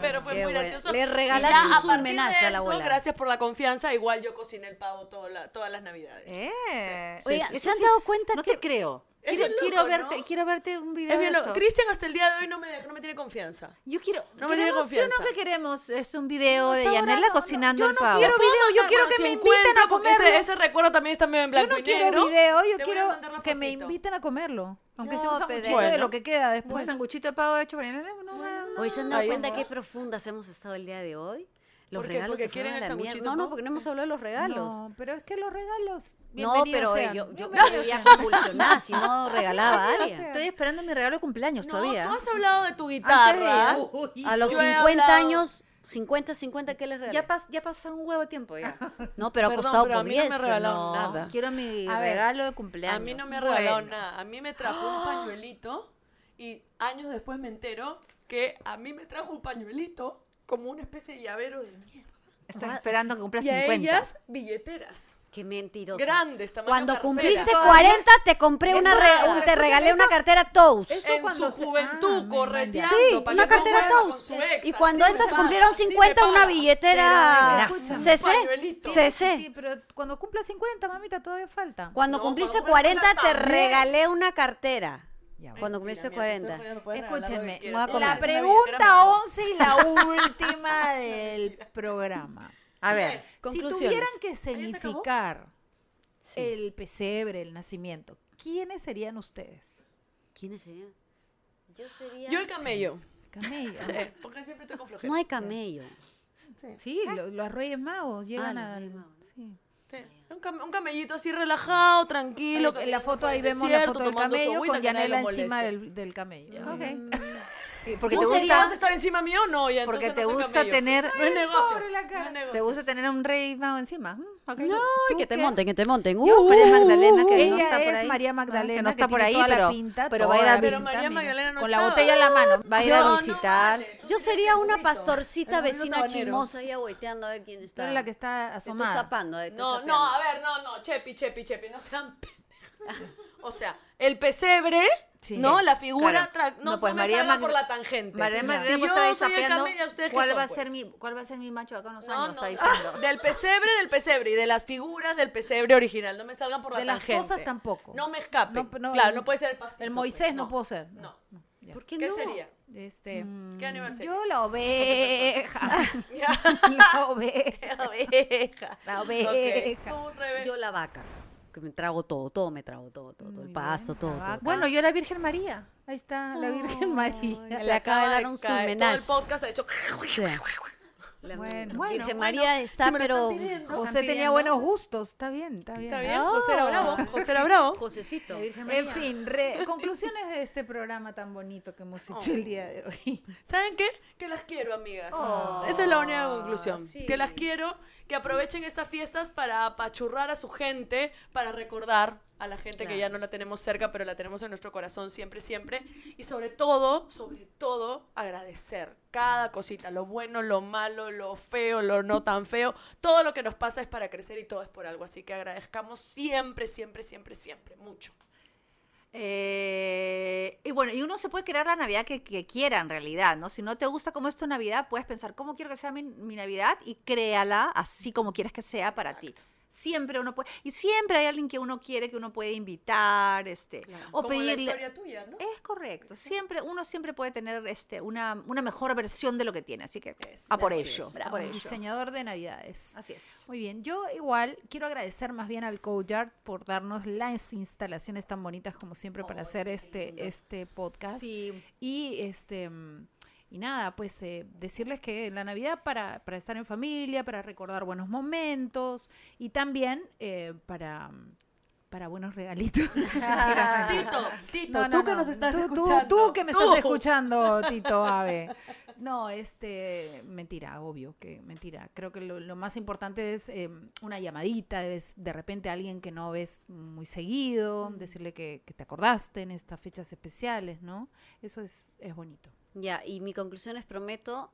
[SPEAKER 2] Pero fue
[SPEAKER 3] Qué
[SPEAKER 2] muy
[SPEAKER 3] bueno.
[SPEAKER 2] gracioso.
[SPEAKER 3] Le
[SPEAKER 2] Y
[SPEAKER 3] regalaste
[SPEAKER 2] ya,
[SPEAKER 3] un
[SPEAKER 2] a partir
[SPEAKER 3] homenaje
[SPEAKER 2] de
[SPEAKER 3] a la
[SPEAKER 2] eso,
[SPEAKER 3] abuela.
[SPEAKER 2] Gracias por la confianza. Igual yo cociné el pavo toda la- todas las navidades.
[SPEAKER 5] Eh,
[SPEAKER 3] Sí. Oiga,
[SPEAKER 5] sí, sí,
[SPEAKER 3] ¿se han
[SPEAKER 5] sí.
[SPEAKER 3] dado cuenta
[SPEAKER 5] No
[SPEAKER 3] que-
[SPEAKER 5] te creo.
[SPEAKER 2] Es
[SPEAKER 5] Quiero,
[SPEAKER 2] bien
[SPEAKER 5] quiero
[SPEAKER 2] loco,
[SPEAKER 5] verte,
[SPEAKER 2] ¿no?
[SPEAKER 5] quiero verte un video
[SPEAKER 2] Es bien
[SPEAKER 5] de
[SPEAKER 2] lo-
[SPEAKER 5] eso.
[SPEAKER 2] Cristian hasta el día de hoy no me, deja- no me tiene confianza.
[SPEAKER 5] Yo quiero.
[SPEAKER 2] No me tiene
[SPEAKER 5] queremos- sí,
[SPEAKER 2] confianza.
[SPEAKER 5] No, que queremos es un video de
[SPEAKER 4] hasta ahora
[SPEAKER 5] Yanela
[SPEAKER 4] no, no,
[SPEAKER 5] cocinando
[SPEAKER 4] yo
[SPEAKER 5] el
[SPEAKER 4] no
[SPEAKER 5] pavo.
[SPEAKER 4] quiero
[SPEAKER 2] Puedo
[SPEAKER 4] video, yo
[SPEAKER 2] mandar,
[SPEAKER 4] quiero
[SPEAKER 2] bueno,
[SPEAKER 4] que
[SPEAKER 2] si
[SPEAKER 4] me
[SPEAKER 2] encuentro,
[SPEAKER 4] inviten a
[SPEAKER 2] porque ese,
[SPEAKER 4] comerlo.
[SPEAKER 2] ese recuerdo también está medio en
[SPEAKER 4] Yo
[SPEAKER 2] blanco
[SPEAKER 4] no
[SPEAKER 2] y
[SPEAKER 4] quiero
[SPEAKER 2] negro.
[SPEAKER 4] video, yo
[SPEAKER 2] Te voy a
[SPEAKER 4] quiero
[SPEAKER 2] mandar la
[SPEAKER 4] que me
[SPEAKER 2] fotito.
[SPEAKER 4] inviten a comerlo. Aunque
[SPEAKER 5] No,
[SPEAKER 4] sea un sanguchito
[SPEAKER 5] pero-
[SPEAKER 4] de lo que queda
[SPEAKER 5] Un
[SPEAKER 2] pues.
[SPEAKER 4] después.
[SPEAKER 5] sanguchito de pavo hecho por Yanela. No, no,
[SPEAKER 3] Hoy se han dado
[SPEAKER 2] Ahí
[SPEAKER 3] cuenta
[SPEAKER 2] está.
[SPEAKER 3] qué profundas hemos estado el día de hoy. Los
[SPEAKER 2] ¿Por qué?
[SPEAKER 3] regalos
[SPEAKER 2] ¿Porque
[SPEAKER 3] se fueron
[SPEAKER 2] quieren
[SPEAKER 3] a
[SPEAKER 2] el
[SPEAKER 3] la
[SPEAKER 2] sanguchito,
[SPEAKER 3] mierda. No,
[SPEAKER 2] no?
[SPEAKER 3] no, porque no hemos hablado de los regalos. No.
[SPEAKER 4] No, pero es que los regalos.
[SPEAKER 5] pero
[SPEAKER 4] bienvenidos
[SPEAKER 5] eh,
[SPEAKER 4] sean,
[SPEAKER 5] yo, yo,
[SPEAKER 4] bienvenidos
[SPEAKER 5] yo
[SPEAKER 4] sean.
[SPEAKER 5] ya
[SPEAKER 3] Convulsionada, si no regalaba a
[SPEAKER 4] Bienvenidos
[SPEAKER 3] alguien.
[SPEAKER 5] Estoy esperando mi regalo de cumpleaños
[SPEAKER 2] No,
[SPEAKER 5] todavía.
[SPEAKER 2] tú has hablado de tu guitarra.
[SPEAKER 5] Antes
[SPEAKER 3] A los
[SPEAKER 2] Yo he
[SPEAKER 3] 50
[SPEAKER 2] hablado-
[SPEAKER 3] años, 50, 50, ¿qué les regalé?
[SPEAKER 5] Ya, pas, ya pasa un huevo de tiempo ya.
[SPEAKER 3] no, pero ha
[SPEAKER 2] Perdón,
[SPEAKER 3] costado
[SPEAKER 2] pero a
[SPEAKER 3] por
[SPEAKER 2] mí no me
[SPEAKER 3] 10.
[SPEAKER 2] regalaron
[SPEAKER 3] ¿no?
[SPEAKER 2] nada.
[SPEAKER 5] Quiero mi
[SPEAKER 4] A ver,
[SPEAKER 5] regalo de cumpleaños.
[SPEAKER 2] A mí no me ha regalado
[SPEAKER 4] Bueno.
[SPEAKER 2] nada. A mí me trajo un pañuelito y años después me entero que a mí me trajo un pañuelito como una especie de llavero de mierda.
[SPEAKER 5] Estás esperando que cumpla
[SPEAKER 2] Y a
[SPEAKER 5] 50.
[SPEAKER 2] ellas billeteras.
[SPEAKER 3] Qué mentirosa.
[SPEAKER 2] Grandes, tamaño
[SPEAKER 3] Cuando
[SPEAKER 2] cartera.
[SPEAKER 3] cumpliste
[SPEAKER 2] Todavía-
[SPEAKER 3] 40, te compré
[SPEAKER 2] Eso
[SPEAKER 3] una
[SPEAKER 2] era-
[SPEAKER 3] re- un- te
[SPEAKER 2] escúchame,
[SPEAKER 3] regalé
[SPEAKER 2] eso-
[SPEAKER 3] una cartera Toast.
[SPEAKER 4] eso
[SPEAKER 2] en
[SPEAKER 4] cuando
[SPEAKER 2] su
[SPEAKER 4] se-
[SPEAKER 2] juventud,
[SPEAKER 4] Ah,
[SPEAKER 2] correteando
[SPEAKER 3] Sí,
[SPEAKER 2] para
[SPEAKER 3] una
[SPEAKER 2] que no
[SPEAKER 3] cartera
[SPEAKER 2] vuelva con
[SPEAKER 3] Toast.
[SPEAKER 2] su ex,
[SPEAKER 3] Y cuando
[SPEAKER 2] así me
[SPEAKER 3] estas
[SPEAKER 2] paga,
[SPEAKER 3] cumplieron
[SPEAKER 2] así me
[SPEAKER 3] 50, una
[SPEAKER 2] paga.
[SPEAKER 3] billetera
[SPEAKER 5] Pero, escúchame,
[SPEAKER 3] CC.
[SPEAKER 2] un pañuelito.
[SPEAKER 3] CC.
[SPEAKER 4] Pero cuando cumpla 50, mamita, todavía falta.
[SPEAKER 3] Cuando
[SPEAKER 2] No,
[SPEAKER 3] cumpliste
[SPEAKER 2] cuando cumplas
[SPEAKER 3] 40, te
[SPEAKER 2] también.
[SPEAKER 3] regalé una cartera.
[SPEAKER 5] Ya, bueno.
[SPEAKER 3] Cuando
[SPEAKER 2] Mentira, mira,
[SPEAKER 3] cumpliste
[SPEAKER 2] te estoy
[SPEAKER 3] 40.
[SPEAKER 2] jodiendo, puedes regalar lo que
[SPEAKER 4] Escúchenme,
[SPEAKER 2] quieras.
[SPEAKER 3] voy a
[SPEAKER 4] La
[SPEAKER 3] comer.
[SPEAKER 4] pregunta 11 y la última del programa.
[SPEAKER 5] A ver,
[SPEAKER 4] Si
[SPEAKER 3] Conclusiones.
[SPEAKER 4] tuvieran que
[SPEAKER 2] se acabó?
[SPEAKER 4] significar el pesebre, el nacimiento, ¿quiénes serían ustedes?
[SPEAKER 3] ¿Quiénes serían? Yo sería.
[SPEAKER 2] Yo el camello.
[SPEAKER 4] El camello.
[SPEAKER 2] Sí, porque siempre estoy con flojera.
[SPEAKER 3] No hay camello.
[SPEAKER 4] Sí, lo- los Reyes Magos llegan
[SPEAKER 3] Ah, los
[SPEAKER 4] a.
[SPEAKER 3] Reyes Magos, ¿no?
[SPEAKER 2] Sí, Un, cam- un camellito así relajado, tranquilo.
[SPEAKER 4] en la
[SPEAKER 2] caminando
[SPEAKER 4] foto
[SPEAKER 2] por el
[SPEAKER 4] ahí vemos la
[SPEAKER 2] desierto,
[SPEAKER 4] foto del
[SPEAKER 2] tomando su
[SPEAKER 4] camello
[SPEAKER 2] agüita,
[SPEAKER 4] con
[SPEAKER 2] que nadie
[SPEAKER 4] Yanela
[SPEAKER 2] lo
[SPEAKER 4] encima
[SPEAKER 2] moleste.
[SPEAKER 4] del, del camello.
[SPEAKER 2] Ya.
[SPEAKER 4] ¿no?
[SPEAKER 5] ok.
[SPEAKER 4] Mm,
[SPEAKER 5] Y Porque te
[SPEAKER 2] ¿Tú sí vas a
[SPEAKER 5] gusta,
[SPEAKER 2] estar encima mío? No, ya
[SPEAKER 5] Porque
[SPEAKER 2] entonces
[SPEAKER 5] te
[SPEAKER 2] no soy
[SPEAKER 5] gusta
[SPEAKER 2] camello.
[SPEAKER 5] tener-
[SPEAKER 2] No es negocio.
[SPEAKER 4] pobre la cara.
[SPEAKER 2] No es negocio.
[SPEAKER 5] te gusta tener a un rey mago encima. Mm, ok.
[SPEAKER 3] No,
[SPEAKER 4] ¿Tú
[SPEAKER 3] que te
[SPEAKER 4] qué?
[SPEAKER 3] monten, que te monten.
[SPEAKER 5] Yo,
[SPEAKER 3] Uh,
[SPEAKER 5] María
[SPEAKER 3] uh,
[SPEAKER 5] Magdalena, que no
[SPEAKER 4] Ella
[SPEAKER 5] está por
[SPEAKER 4] es
[SPEAKER 5] ahí.
[SPEAKER 4] María Magdalena,
[SPEAKER 5] que no está por ahí,
[SPEAKER 4] tiene toda
[SPEAKER 5] pero,
[SPEAKER 4] la pinta,
[SPEAKER 5] pero
[SPEAKER 4] toda
[SPEAKER 5] va a ir a
[SPEAKER 4] la
[SPEAKER 2] Pero
[SPEAKER 5] visitar.
[SPEAKER 2] María
[SPEAKER 4] mira,
[SPEAKER 2] Magdalena no
[SPEAKER 4] Con la
[SPEAKER 2] estaba.
[SPEAKER 4] botella en la mano.
[SPEAKER 5] Va a ir a
[SPEAKER 2] No, no,
[SPEAKER 5] visitar.
[SPEAKER 2] vale. Tú
[SPEAKER 3] Yo
[SPEAKER 2] serías
[SPEAKER 3] sería
[SPEAKER 2] el
[SPEAKER 3] una
[SPEAKER 2] burrito,
[SPEAKER 3] pastorcita
[SPEAKER 2] el burrito
[SPEAKER 3] vecina
[SPEAKER 2] tabanero.
[SPEAKER 3] chismosa ahí agüeteando a ver quién
[SPEAKER 4] Tú
[SPEAKER 3] está.
[SPEAKER 4] eres la que está
[SPEAKER 3] Te estoy
[SPEAKER 4] asomada.
[SPEAKER 3] zapando. eh, te estoy
[SPEAKER 2] No,
[SPEAKER 3] zapeando.
[SPEAKER 2] no, a ver, no, no, Chepi, Chepi, Chepi, no sean pendejas. O sea, el pesebre,
[SPEAKER 5] Sí.
[SPEAKER 2] ¿no? La figura,
[SPEAKER 5] Claro.
[SPEAKER 2] tra- no,
[SPEAKER 5] No, pues,
[SPEAKER 2] no me
[SPEAKER 5] María
[SPEAKER 2] salgan
[SPEAKER 5] Magda-
[SPEAKER 2] por la tangente.
[SPEAKER 5] María
[SPEAKER 2] si
[SPEAKER 5] Magdalena
[SPEAKER 2] yo
[SPEAKER 5] va a estar ahí
[SPEAKER 2] soy el
[SPEAKER 5] sapeando,
[SPEAKER 2] camello, ¿ustedes qué
[SPEAKER 5] ¿Cuál va a
[SPEAKER 2] son,
[SPEAKER 5] ser
[SPEAKER 2] pues?
[SPEAKER 5] mi, cuál va a ser mi macho acá unos
[SPEAKER 2] No,
[SPEAKER 5] años?
[SPEAKER 2] no,
[SPEAKER 5] Está
[SPEAKER 2] ah,
[SPEAKER 5] diciendo.
[SPEAKER 2] del pesebre, del pesebre y de las figuras del pesebre original. No me salgan por la
[SPEAKER 4] De las
[SPEAKER 2] tangente.
[SPEAKER 4] cosas tampoco.
[SPEAKER 2] No me escapen.
[SPEAKER 4] No, no,
[SPEAKER 2] claro,
[SPEAKER 4] el-
[SPEAKER 2] no puede ser el pastel. pues,
[SPEAKER 4] El Moisés no puedo ser.
[SPEAKER 2] No. Mm.
[SPEAKER 4] Ya.
[SPEAKER 3] ¿Por qué,
[SPEAKER 2] ¿Qué,
[SPEAKER 3] no?
[SPEAKER 2] sería?
[SPEAKER 4] Este,
[SPEAKER 2] ¿Qué animal sería?
[SPEAKER 4] yo la oveja. la
[SPEAKER 2] la
[SPEAKER 4] oveja.
[SPEAKER 2] oveja.
[SPEAKER 4] La
[SPEAKER 2] Ok,
[SPEAKER 4] oveja.
[SPEAKER 2] tú, Rebe.
[SPEAKER 3] Yo la vaca. Que me trago todo, todo me trago todo, todo, todo el pasto, todo, todo.
[SPEAKER 5] Bueno, yo la Virgen María.
[SPEAKER 4] Ahí está la Virgen María.
[SPEAKER 3] Se
[SPEAKER 2] Le
[SPEAKER 3] acaba de dar un
[SPEAKER 2] caer.
[SPEAKER 3] sumenaje.
[SPEAKER 2] Todo el podcast ha hecho...
[SPEAKER 3] Sí. La
[SPEAKER 4] Bueno.
[SPEAKER 3] Virgen
[SPEAKER 5] Bueno,
[SPEAKER 3] María está,
[SPEAKER 2] Sí, me lo están
[SPEAKER 3] pero.
[SPEAKER 2] pidiendo.
[SPEAKER 4] José tenía
[SPEAKER 5] pidiendo.
[SPEAKER 4] buenos gustos. Está bien, está bien.
[SPEAKER 2] Está bien,
[SPEAKER 3] No.
[SPEAKER 2] José era bravo. José era bravo.
[SPEAKER 3] Josecito.
[SPEAKER 4] Ah, En fin, re- conclusiones de este programa tan bonito que hemos hecho
[SPEAKER 5] Oh.
[SPEAKER 4] el día de hoy.
[SPEAKER 2] ¿Saben qué? Que las quiero, amigas. Esa es la única conclusión.
[SPEAKER 3] sí.
[SPEAKER 2] Que las quiero, que aprovechen estas fiestas para apachurrar a su gente, para recordar a la gente que ya no la tenemos cerca, pero la tenemos en nuestro corazón siempre, siempre. Y sobre todo, sobre todo, agradecer cada cosita, lo bueno, lo malo, lo feo, lo no tan feo. Todo lo que nos pasa es para crecer y todo es por algo. Así que agradezcamos siempre, siempre, siempre, siempre. Mucho.
[SPEAKER 5] Eh, y bueno, y uno se puede crear la Navidad que, que quiera en realidad, ¿no? Si no te gusta cómo es tu Navidad, puedes pensar cómo quiero que sea mi, mi Navidad y créala así como quieres que sea para ti. Siempre uno puede, y siempre hay alguien que uno quiere, que uno puede invitar, este, o
[SPEAKER 2] Como
[SPEAKER 5] pedirle.
[SPEAKER 2] la historia tuya, ¿no?
[SPEAKER 5] Es correcto, siempre, uno siempre puede tener este, una, una mejor versión de lo que tiene, así que
[SPEAKER 2] Eso,
[SPEAKER 5] a por
[SPEAKER 2] así
[SPEAKER 5] ello,
[SPEAKER 2] es,
[SPEAKER 5] a por ello.
[SPEAKER 4] Diseñador de Navidades.
[SPEAKER 5] Así es.
[SPEAKER 4] Muy bien, yo igual quiero agradecer más bien al Coyard por darnos las instalaciones tan bonitas como siempre para hacer este, este podcast.
[SPEAKER 5] Oh, Sí,
[SPEAKER 4] Y este mm, y nada, pues eh, decirles que la Navidad para, para estar en familia, para recordar buenos momentos y también eh, para, para buenos regalitos.
[SPEAKER 2] Tito, Tito,
[SPEAKER 4] No, no,
[SPEAKER 2] tú que
[SPEAKER 4] no.
[SPEAKER 2] nos estás
[SPEAKER 4] Tú- tú-
[SPEAKER 2] escuchando.
[SPEAKER 4] Tú, que me estás
[SPEAKER 2] Tú.
[SPEAKER 4] escuchando, Tito Ave. No, este, mentira, obvio que mentira. Creo que lo, lo más importante es eh, una llamadita, es de repente a alguien que no ves muy seguido, decirle que, que te acordaste en estas fechas especiales, ¿no? Eso es, es bonito.
[SPEAKER 3] Ya, y mi conclusión es: prometo,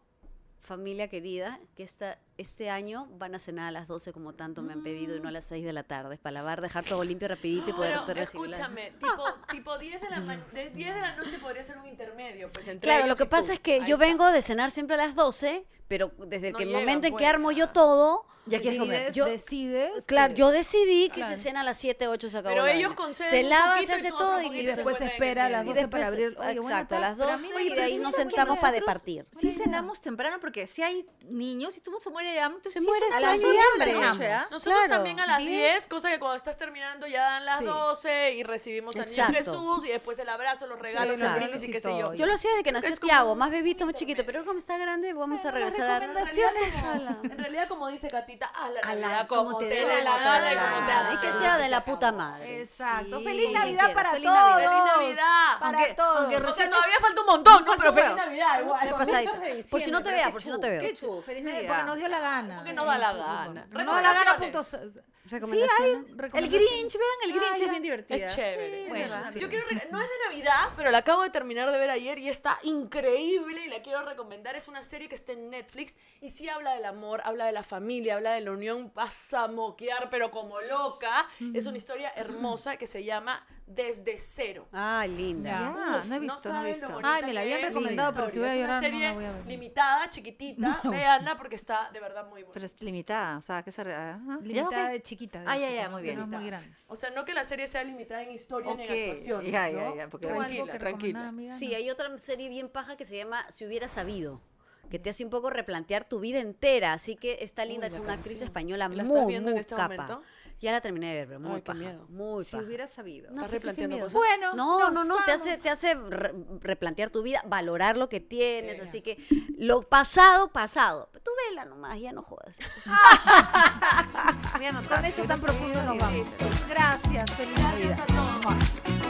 [SPEAKER 3] familia querida, que esta, este año van a cenar a las 12 como tanto me han pedido y no a las 6 de la tarde. Es para lavar, dejar todo limpio rapidito y poder
[SPEAKER 2] Pero
[SPEAKER 3] reciclar.
[SPEAKER 2] escúchame, tipo, tipo 10, de la ma- de 10 de la noche podría ser un intermedio, pues entre
[SPEAKER 3] Claro, lo
[SPEAKER 2] ellos
[SPEAKER 3] que
[SPEAKER 2] y tú.
[SPEAKER 3] pasa es que
[SPEAKER 2] Ahí
[SPEAKER 3] yo
[SPEAKER 2] está.
[SPEAKER 3] vengo de cenar siempre a las 12, pero desde
[SPEAKER 2] No
[SPEAKER 3] que el
[SPEAKER 2] llegan,
[SPEAKER 3] momento en que
[SPEAKER 2] pues,
[SPEAKER 3] armo yo
[SPEAKER 2] ya.
[SPEAKER 3] todo,
[SPEAKER 5] ya quieres comer.
[SPEAKER 4] Decides,
[SPEAKER 3] Yo-
[SPEAKER 4] decides
[SPEAKER 3] claro,
[SPEAKER 4] que-
[SPEAKER 3] yo decidí que
[SPEAKER 4] Claro.
[SPEAKER 3] se cena a las 7, 8 se acabó.
[SPEAKER 2] Pero
[SPEAKER 3] la
[SPEAKER 2] ellos
[SPEAKER 3] vaina.
[SPEAKER 2] conceden
[SPEAKER 3] Se
[SPEAKER 2] un
[SPEAKER 3] lava,
[SPEAKER 2] poquito
[SPEAKER 3] se
[SPEAKER 2] y
[SPEAKER 3] hace
[SPEAKER 2] todo
[SPEAKER 3] todo
[SPEAKER 2] poquito
[SPEAKER 3] y,
[SPEAKER 4] y
[SPEAKER 2] se
[SPEAKER 4] después
[SPEAKER 2] encuentran en
[SPEAKER 4] espera a
[SPEAKER 2] el
[SPEAKER 4] las
[SPEAKER 2] medio.
[SPEAKER 4] 12 para abrir. Oye, buena
[SPEAKER 3] exacto, a
[SPEAKER 4] tarde.
[SPEAKER 3] las
[SPEAKER 4] Pero a
[SPEAKER 3] 12
[SPEAKER 4] mí me
[SPEAKER 3] y de ahí
[SPEAKER 4] interesa
[SPEAKER 3] nos
[SPEAKER 4] porque
[SPEAKER 3] sentamos para
[SPEAKER 4] nosotros-
[SPEAKER 3] departir.
[SPEAKER 5] Sí cenamos temprano porque si hay niños y tú se muere de hambre, entonces
[SPEAKER 3] Se
[SPEAKER 5] sí,
[SPEAKER 3] muere
[SPEAKER 5] son
[SPEAKER 3] a
[SPEAKER 5] las
[SPEAKER 3] las
[SPEAKER 5] ocho
[SPEAKER 4] 10
[SPEAKER 5] de la noche,
[SPEAKER 4] cenamos.
[SPEAKER 5] ¿ah?
[SPEAKER 2] Nosotros
[SPEAKER 3] Claro.
[SPEAKER 2] también a las 10,
[SPEAKER 4] 10,
[SPEAKER 2] cosa que cuando estás terminando ya dan las
[SPEAKER 5] Sí.
[SPEAKER 2] 12 y recibimos al niño
[SPEAKER 3] Exacto.
[SPEAKER 2] Jesús y después el abrazo, los regalos, los
[SPEAKER 3] exacto.
[SPEAKER 2] brindis y qué sé yo.
[SPEAKER 4] Yo
[SPEAKER 3] Yo lo hacía desde que nació
[SPEAKER 2] Es como
[SPEAKER 3] Tiago,
[SPEAKER 2] un
[SPEAKER 3] más bebito, más chiquito, pero como está grande, vamos a
[SPEAKER 4] Las
[SPEAKER 3] regresar a...
[SPEAKER 4] recomendaciones.
[SPEAKER 2] En realidad, como dice Catita, a la,
[SPEAKER 5] A la-
[SPEAKER 2] Navidad,
[SPEAKER 5] como
[SPEAKER 2] como te
[SPEAKER 5] te
[SPEAKER 2] dé
[SPEAKER 5] dé
[SPEAKER 2] la
[SPEAKER 5] la
[SPEAKER 2] gana y
[SPEAKER 5] gana.
[SPEAKER 2] como te haga.
[SPEAKER 3] Y que
[SPEAKER 5] Claro.
[SPEAKER 3] sea de la puta madre.
[SPEAKER 4] Exacto.
[SPEAKER 3] Sí,
[SPEAKER 4] feliz
[SPEAKER 3] que
[SPEAKER 4] Navidad
[SPEAKER 3] quiera.
[SPEAKER 4] para
[SPEAKER 3] Feliz
[SPEAKER 4] todos.
[SPEAKER 3] Navidad.
[SPEAKER 2] ¡Feliz Navidad!
[SPEAKER 4] Para
[SPEAKER 5] Aunque-
[SPEAKER 4] todos.
[SPEAKER 5] aunque
[SPEAKER 2] O sea,
[SPEAKER 5] recién
[SPEAKER 2] todavía falta un montón, ¿no?
[SPEAKER 5] falta
[SPEAKER 2] Pero
[SPEAKER 5] un
[SPEAKER 2] feliz
[SPEAKER 5] huevo.
[SPEAKER 2] Navidad igual.
[SPEAKER 3] Ya pasadita. Por si no te vea, por si no te veo.
[SPEAKER 5] ¿Qué tú? Feliz
[SPEAKER 4] Eh,
[SPEAKER 5] Navidad.
[SPEAKER 4] porque nos dio la gana.
[SPEAKER 2] Porque no da la
[SPEAKER 4] Eh,
[SPEAKER 2] gana.
[SPEAKER 4] No da la gana, punto.
[SPEAKER 2] Recomendaciones.
[SPEAKER 5] Sí, hay.
[SPEAKER 3] Recomendaciones. Ah,
[SPEAKER 5] El Grinch, vean, el Grinch
[SPEAKER 4] ya.
[SPEAKER 5] es bien divertido.
[SPEAKER 2] Es chévere.
[SPEAKER 5] Sí,
[SPEAKER 4] Bueno,
[SPEAKER 5] es verdad.
[SPEAKER 4] sí.
[SPEAKER 2] Yo quiero re- no es de Navidad, pero la acabo de terminar de ver ayer y está increíble y la quiero recomendar. Es una serie que está en Netflix y sí habla del amor, habla de la familia, habla habla de la unión, vas a moquear, pero como loca. Es una historia hermosa que se llama Desde Cero.
[SPEAKER 3] Ah, linda.
[SPEAKER 5] Ya. Ah, no he
[SPEAKER 2] Uf,
[SPEAKER 5] visto, no he
[SPEAKER 2] saben lo
[SPEAKER 5] visto.
[SPEAKER 2] bonita
[SPEAKER 4] Ay, me la
[SPEAKER 2] que
[SPEAKER 4] habían
[SPEAKER 2] es
[SPEAKER 4] recomendado,
[SPEAKER 2] historia.
[SPEAKER 4] pero si voy a llorar, no
[SPEAKER 2] Es una
[SPEAKER 4] la
[SPEAKER 2] serie
[SPEAKER 4] voy a ver.
[SPEAKER 2] limitada, chiquitita, véanla porque está de verdad muy buena.
[SPEAKER 5] Pero es limitada, o sea, que se... re- ah, ya,
[SPEAKER 4] Limitada
[SPEAKER 5] ok.
[SPEAKER 4] de chiquita. de
[SPEAKER 5] Ah, ya,
[SPEAKER 4] chiquita,
[SPEAKER 5] ya,
[SPEAKER 4] ¿no?
[SPEAKER 5] muy
[SPEAKER 4] Que
[SPEAKER 5] bien.
[SPEAKER 4] No es muy grande.
[SPEAKER 2] O sea, no que la serie sea limitada en historia ni
[SPEAKER 5] Ok,
[SPEAKER 2] en actuación.
[SPEAKER 5] ya, ya, ya, porque-
[SPEAKER 4] ¿Tú algo
[SPEAKER 2] Tranquila,
[SPEAKER 4] que
[SPEAKER 2] tranquila.
[SPEAKER 4] recomendar, amiga?
[SPEAKER 3] Sí, hay otra serie bien paja que se llama Si hubiera sabido, que te hace un poco replantear tu vida entera, así que está linda
[SPEAKER 2] la
[SPEAKER 3] con una
[SPEAKER 2] conocí.
[SPEAKER 3] actriz española
[SPEAKER 2] ¿Y
[SPEAKER 3] muy,
[SPEAKER 2] la estás viendo en
[SPEAKER 3] muy
[SPEAKER 2] este
[SPEAKER 3] capa.
[SPEAKER 2] momento?
[SPEAKER 3] Ya la terminé de ver, pero muy
[SPEAKER 2] Ay, qué
[SPEAKER 3] paja,
[SPEAKER 2] miedo.
[SPEAKER 3] muy
[SPEAKER 5] Si
[SPEAKER 3] paja.
[SPEAKER 5] hubiera sabido.
[SPEAKER 3] No,
[SPEAKER 2] Estás
[SPEAKER 3] pero qué
[SPEAKER 2] replanteando
[SPEAKER 3] miedo.
[SPEAKER 2] cosas.
[SPEAKER 4] Bueno,
[SPEAKER 3] No, no,
[SPEAKER 4] nos
[SPEAKER 3] no, te hace,
[SPEAKER 4] vamos.
[SPEAKER 3] te hace re- replantear tu vida, valorar lo que tienes, así que lo pasado, pasado. Tú vela nomás, ya no jodas.
[SPEAKER 5] Voy a anotar.
[SPEAKER 4] Con eso tan profundo nos vamos. Gracias, feliz Navidad.
[SPEAKER 2] Gracias a todos.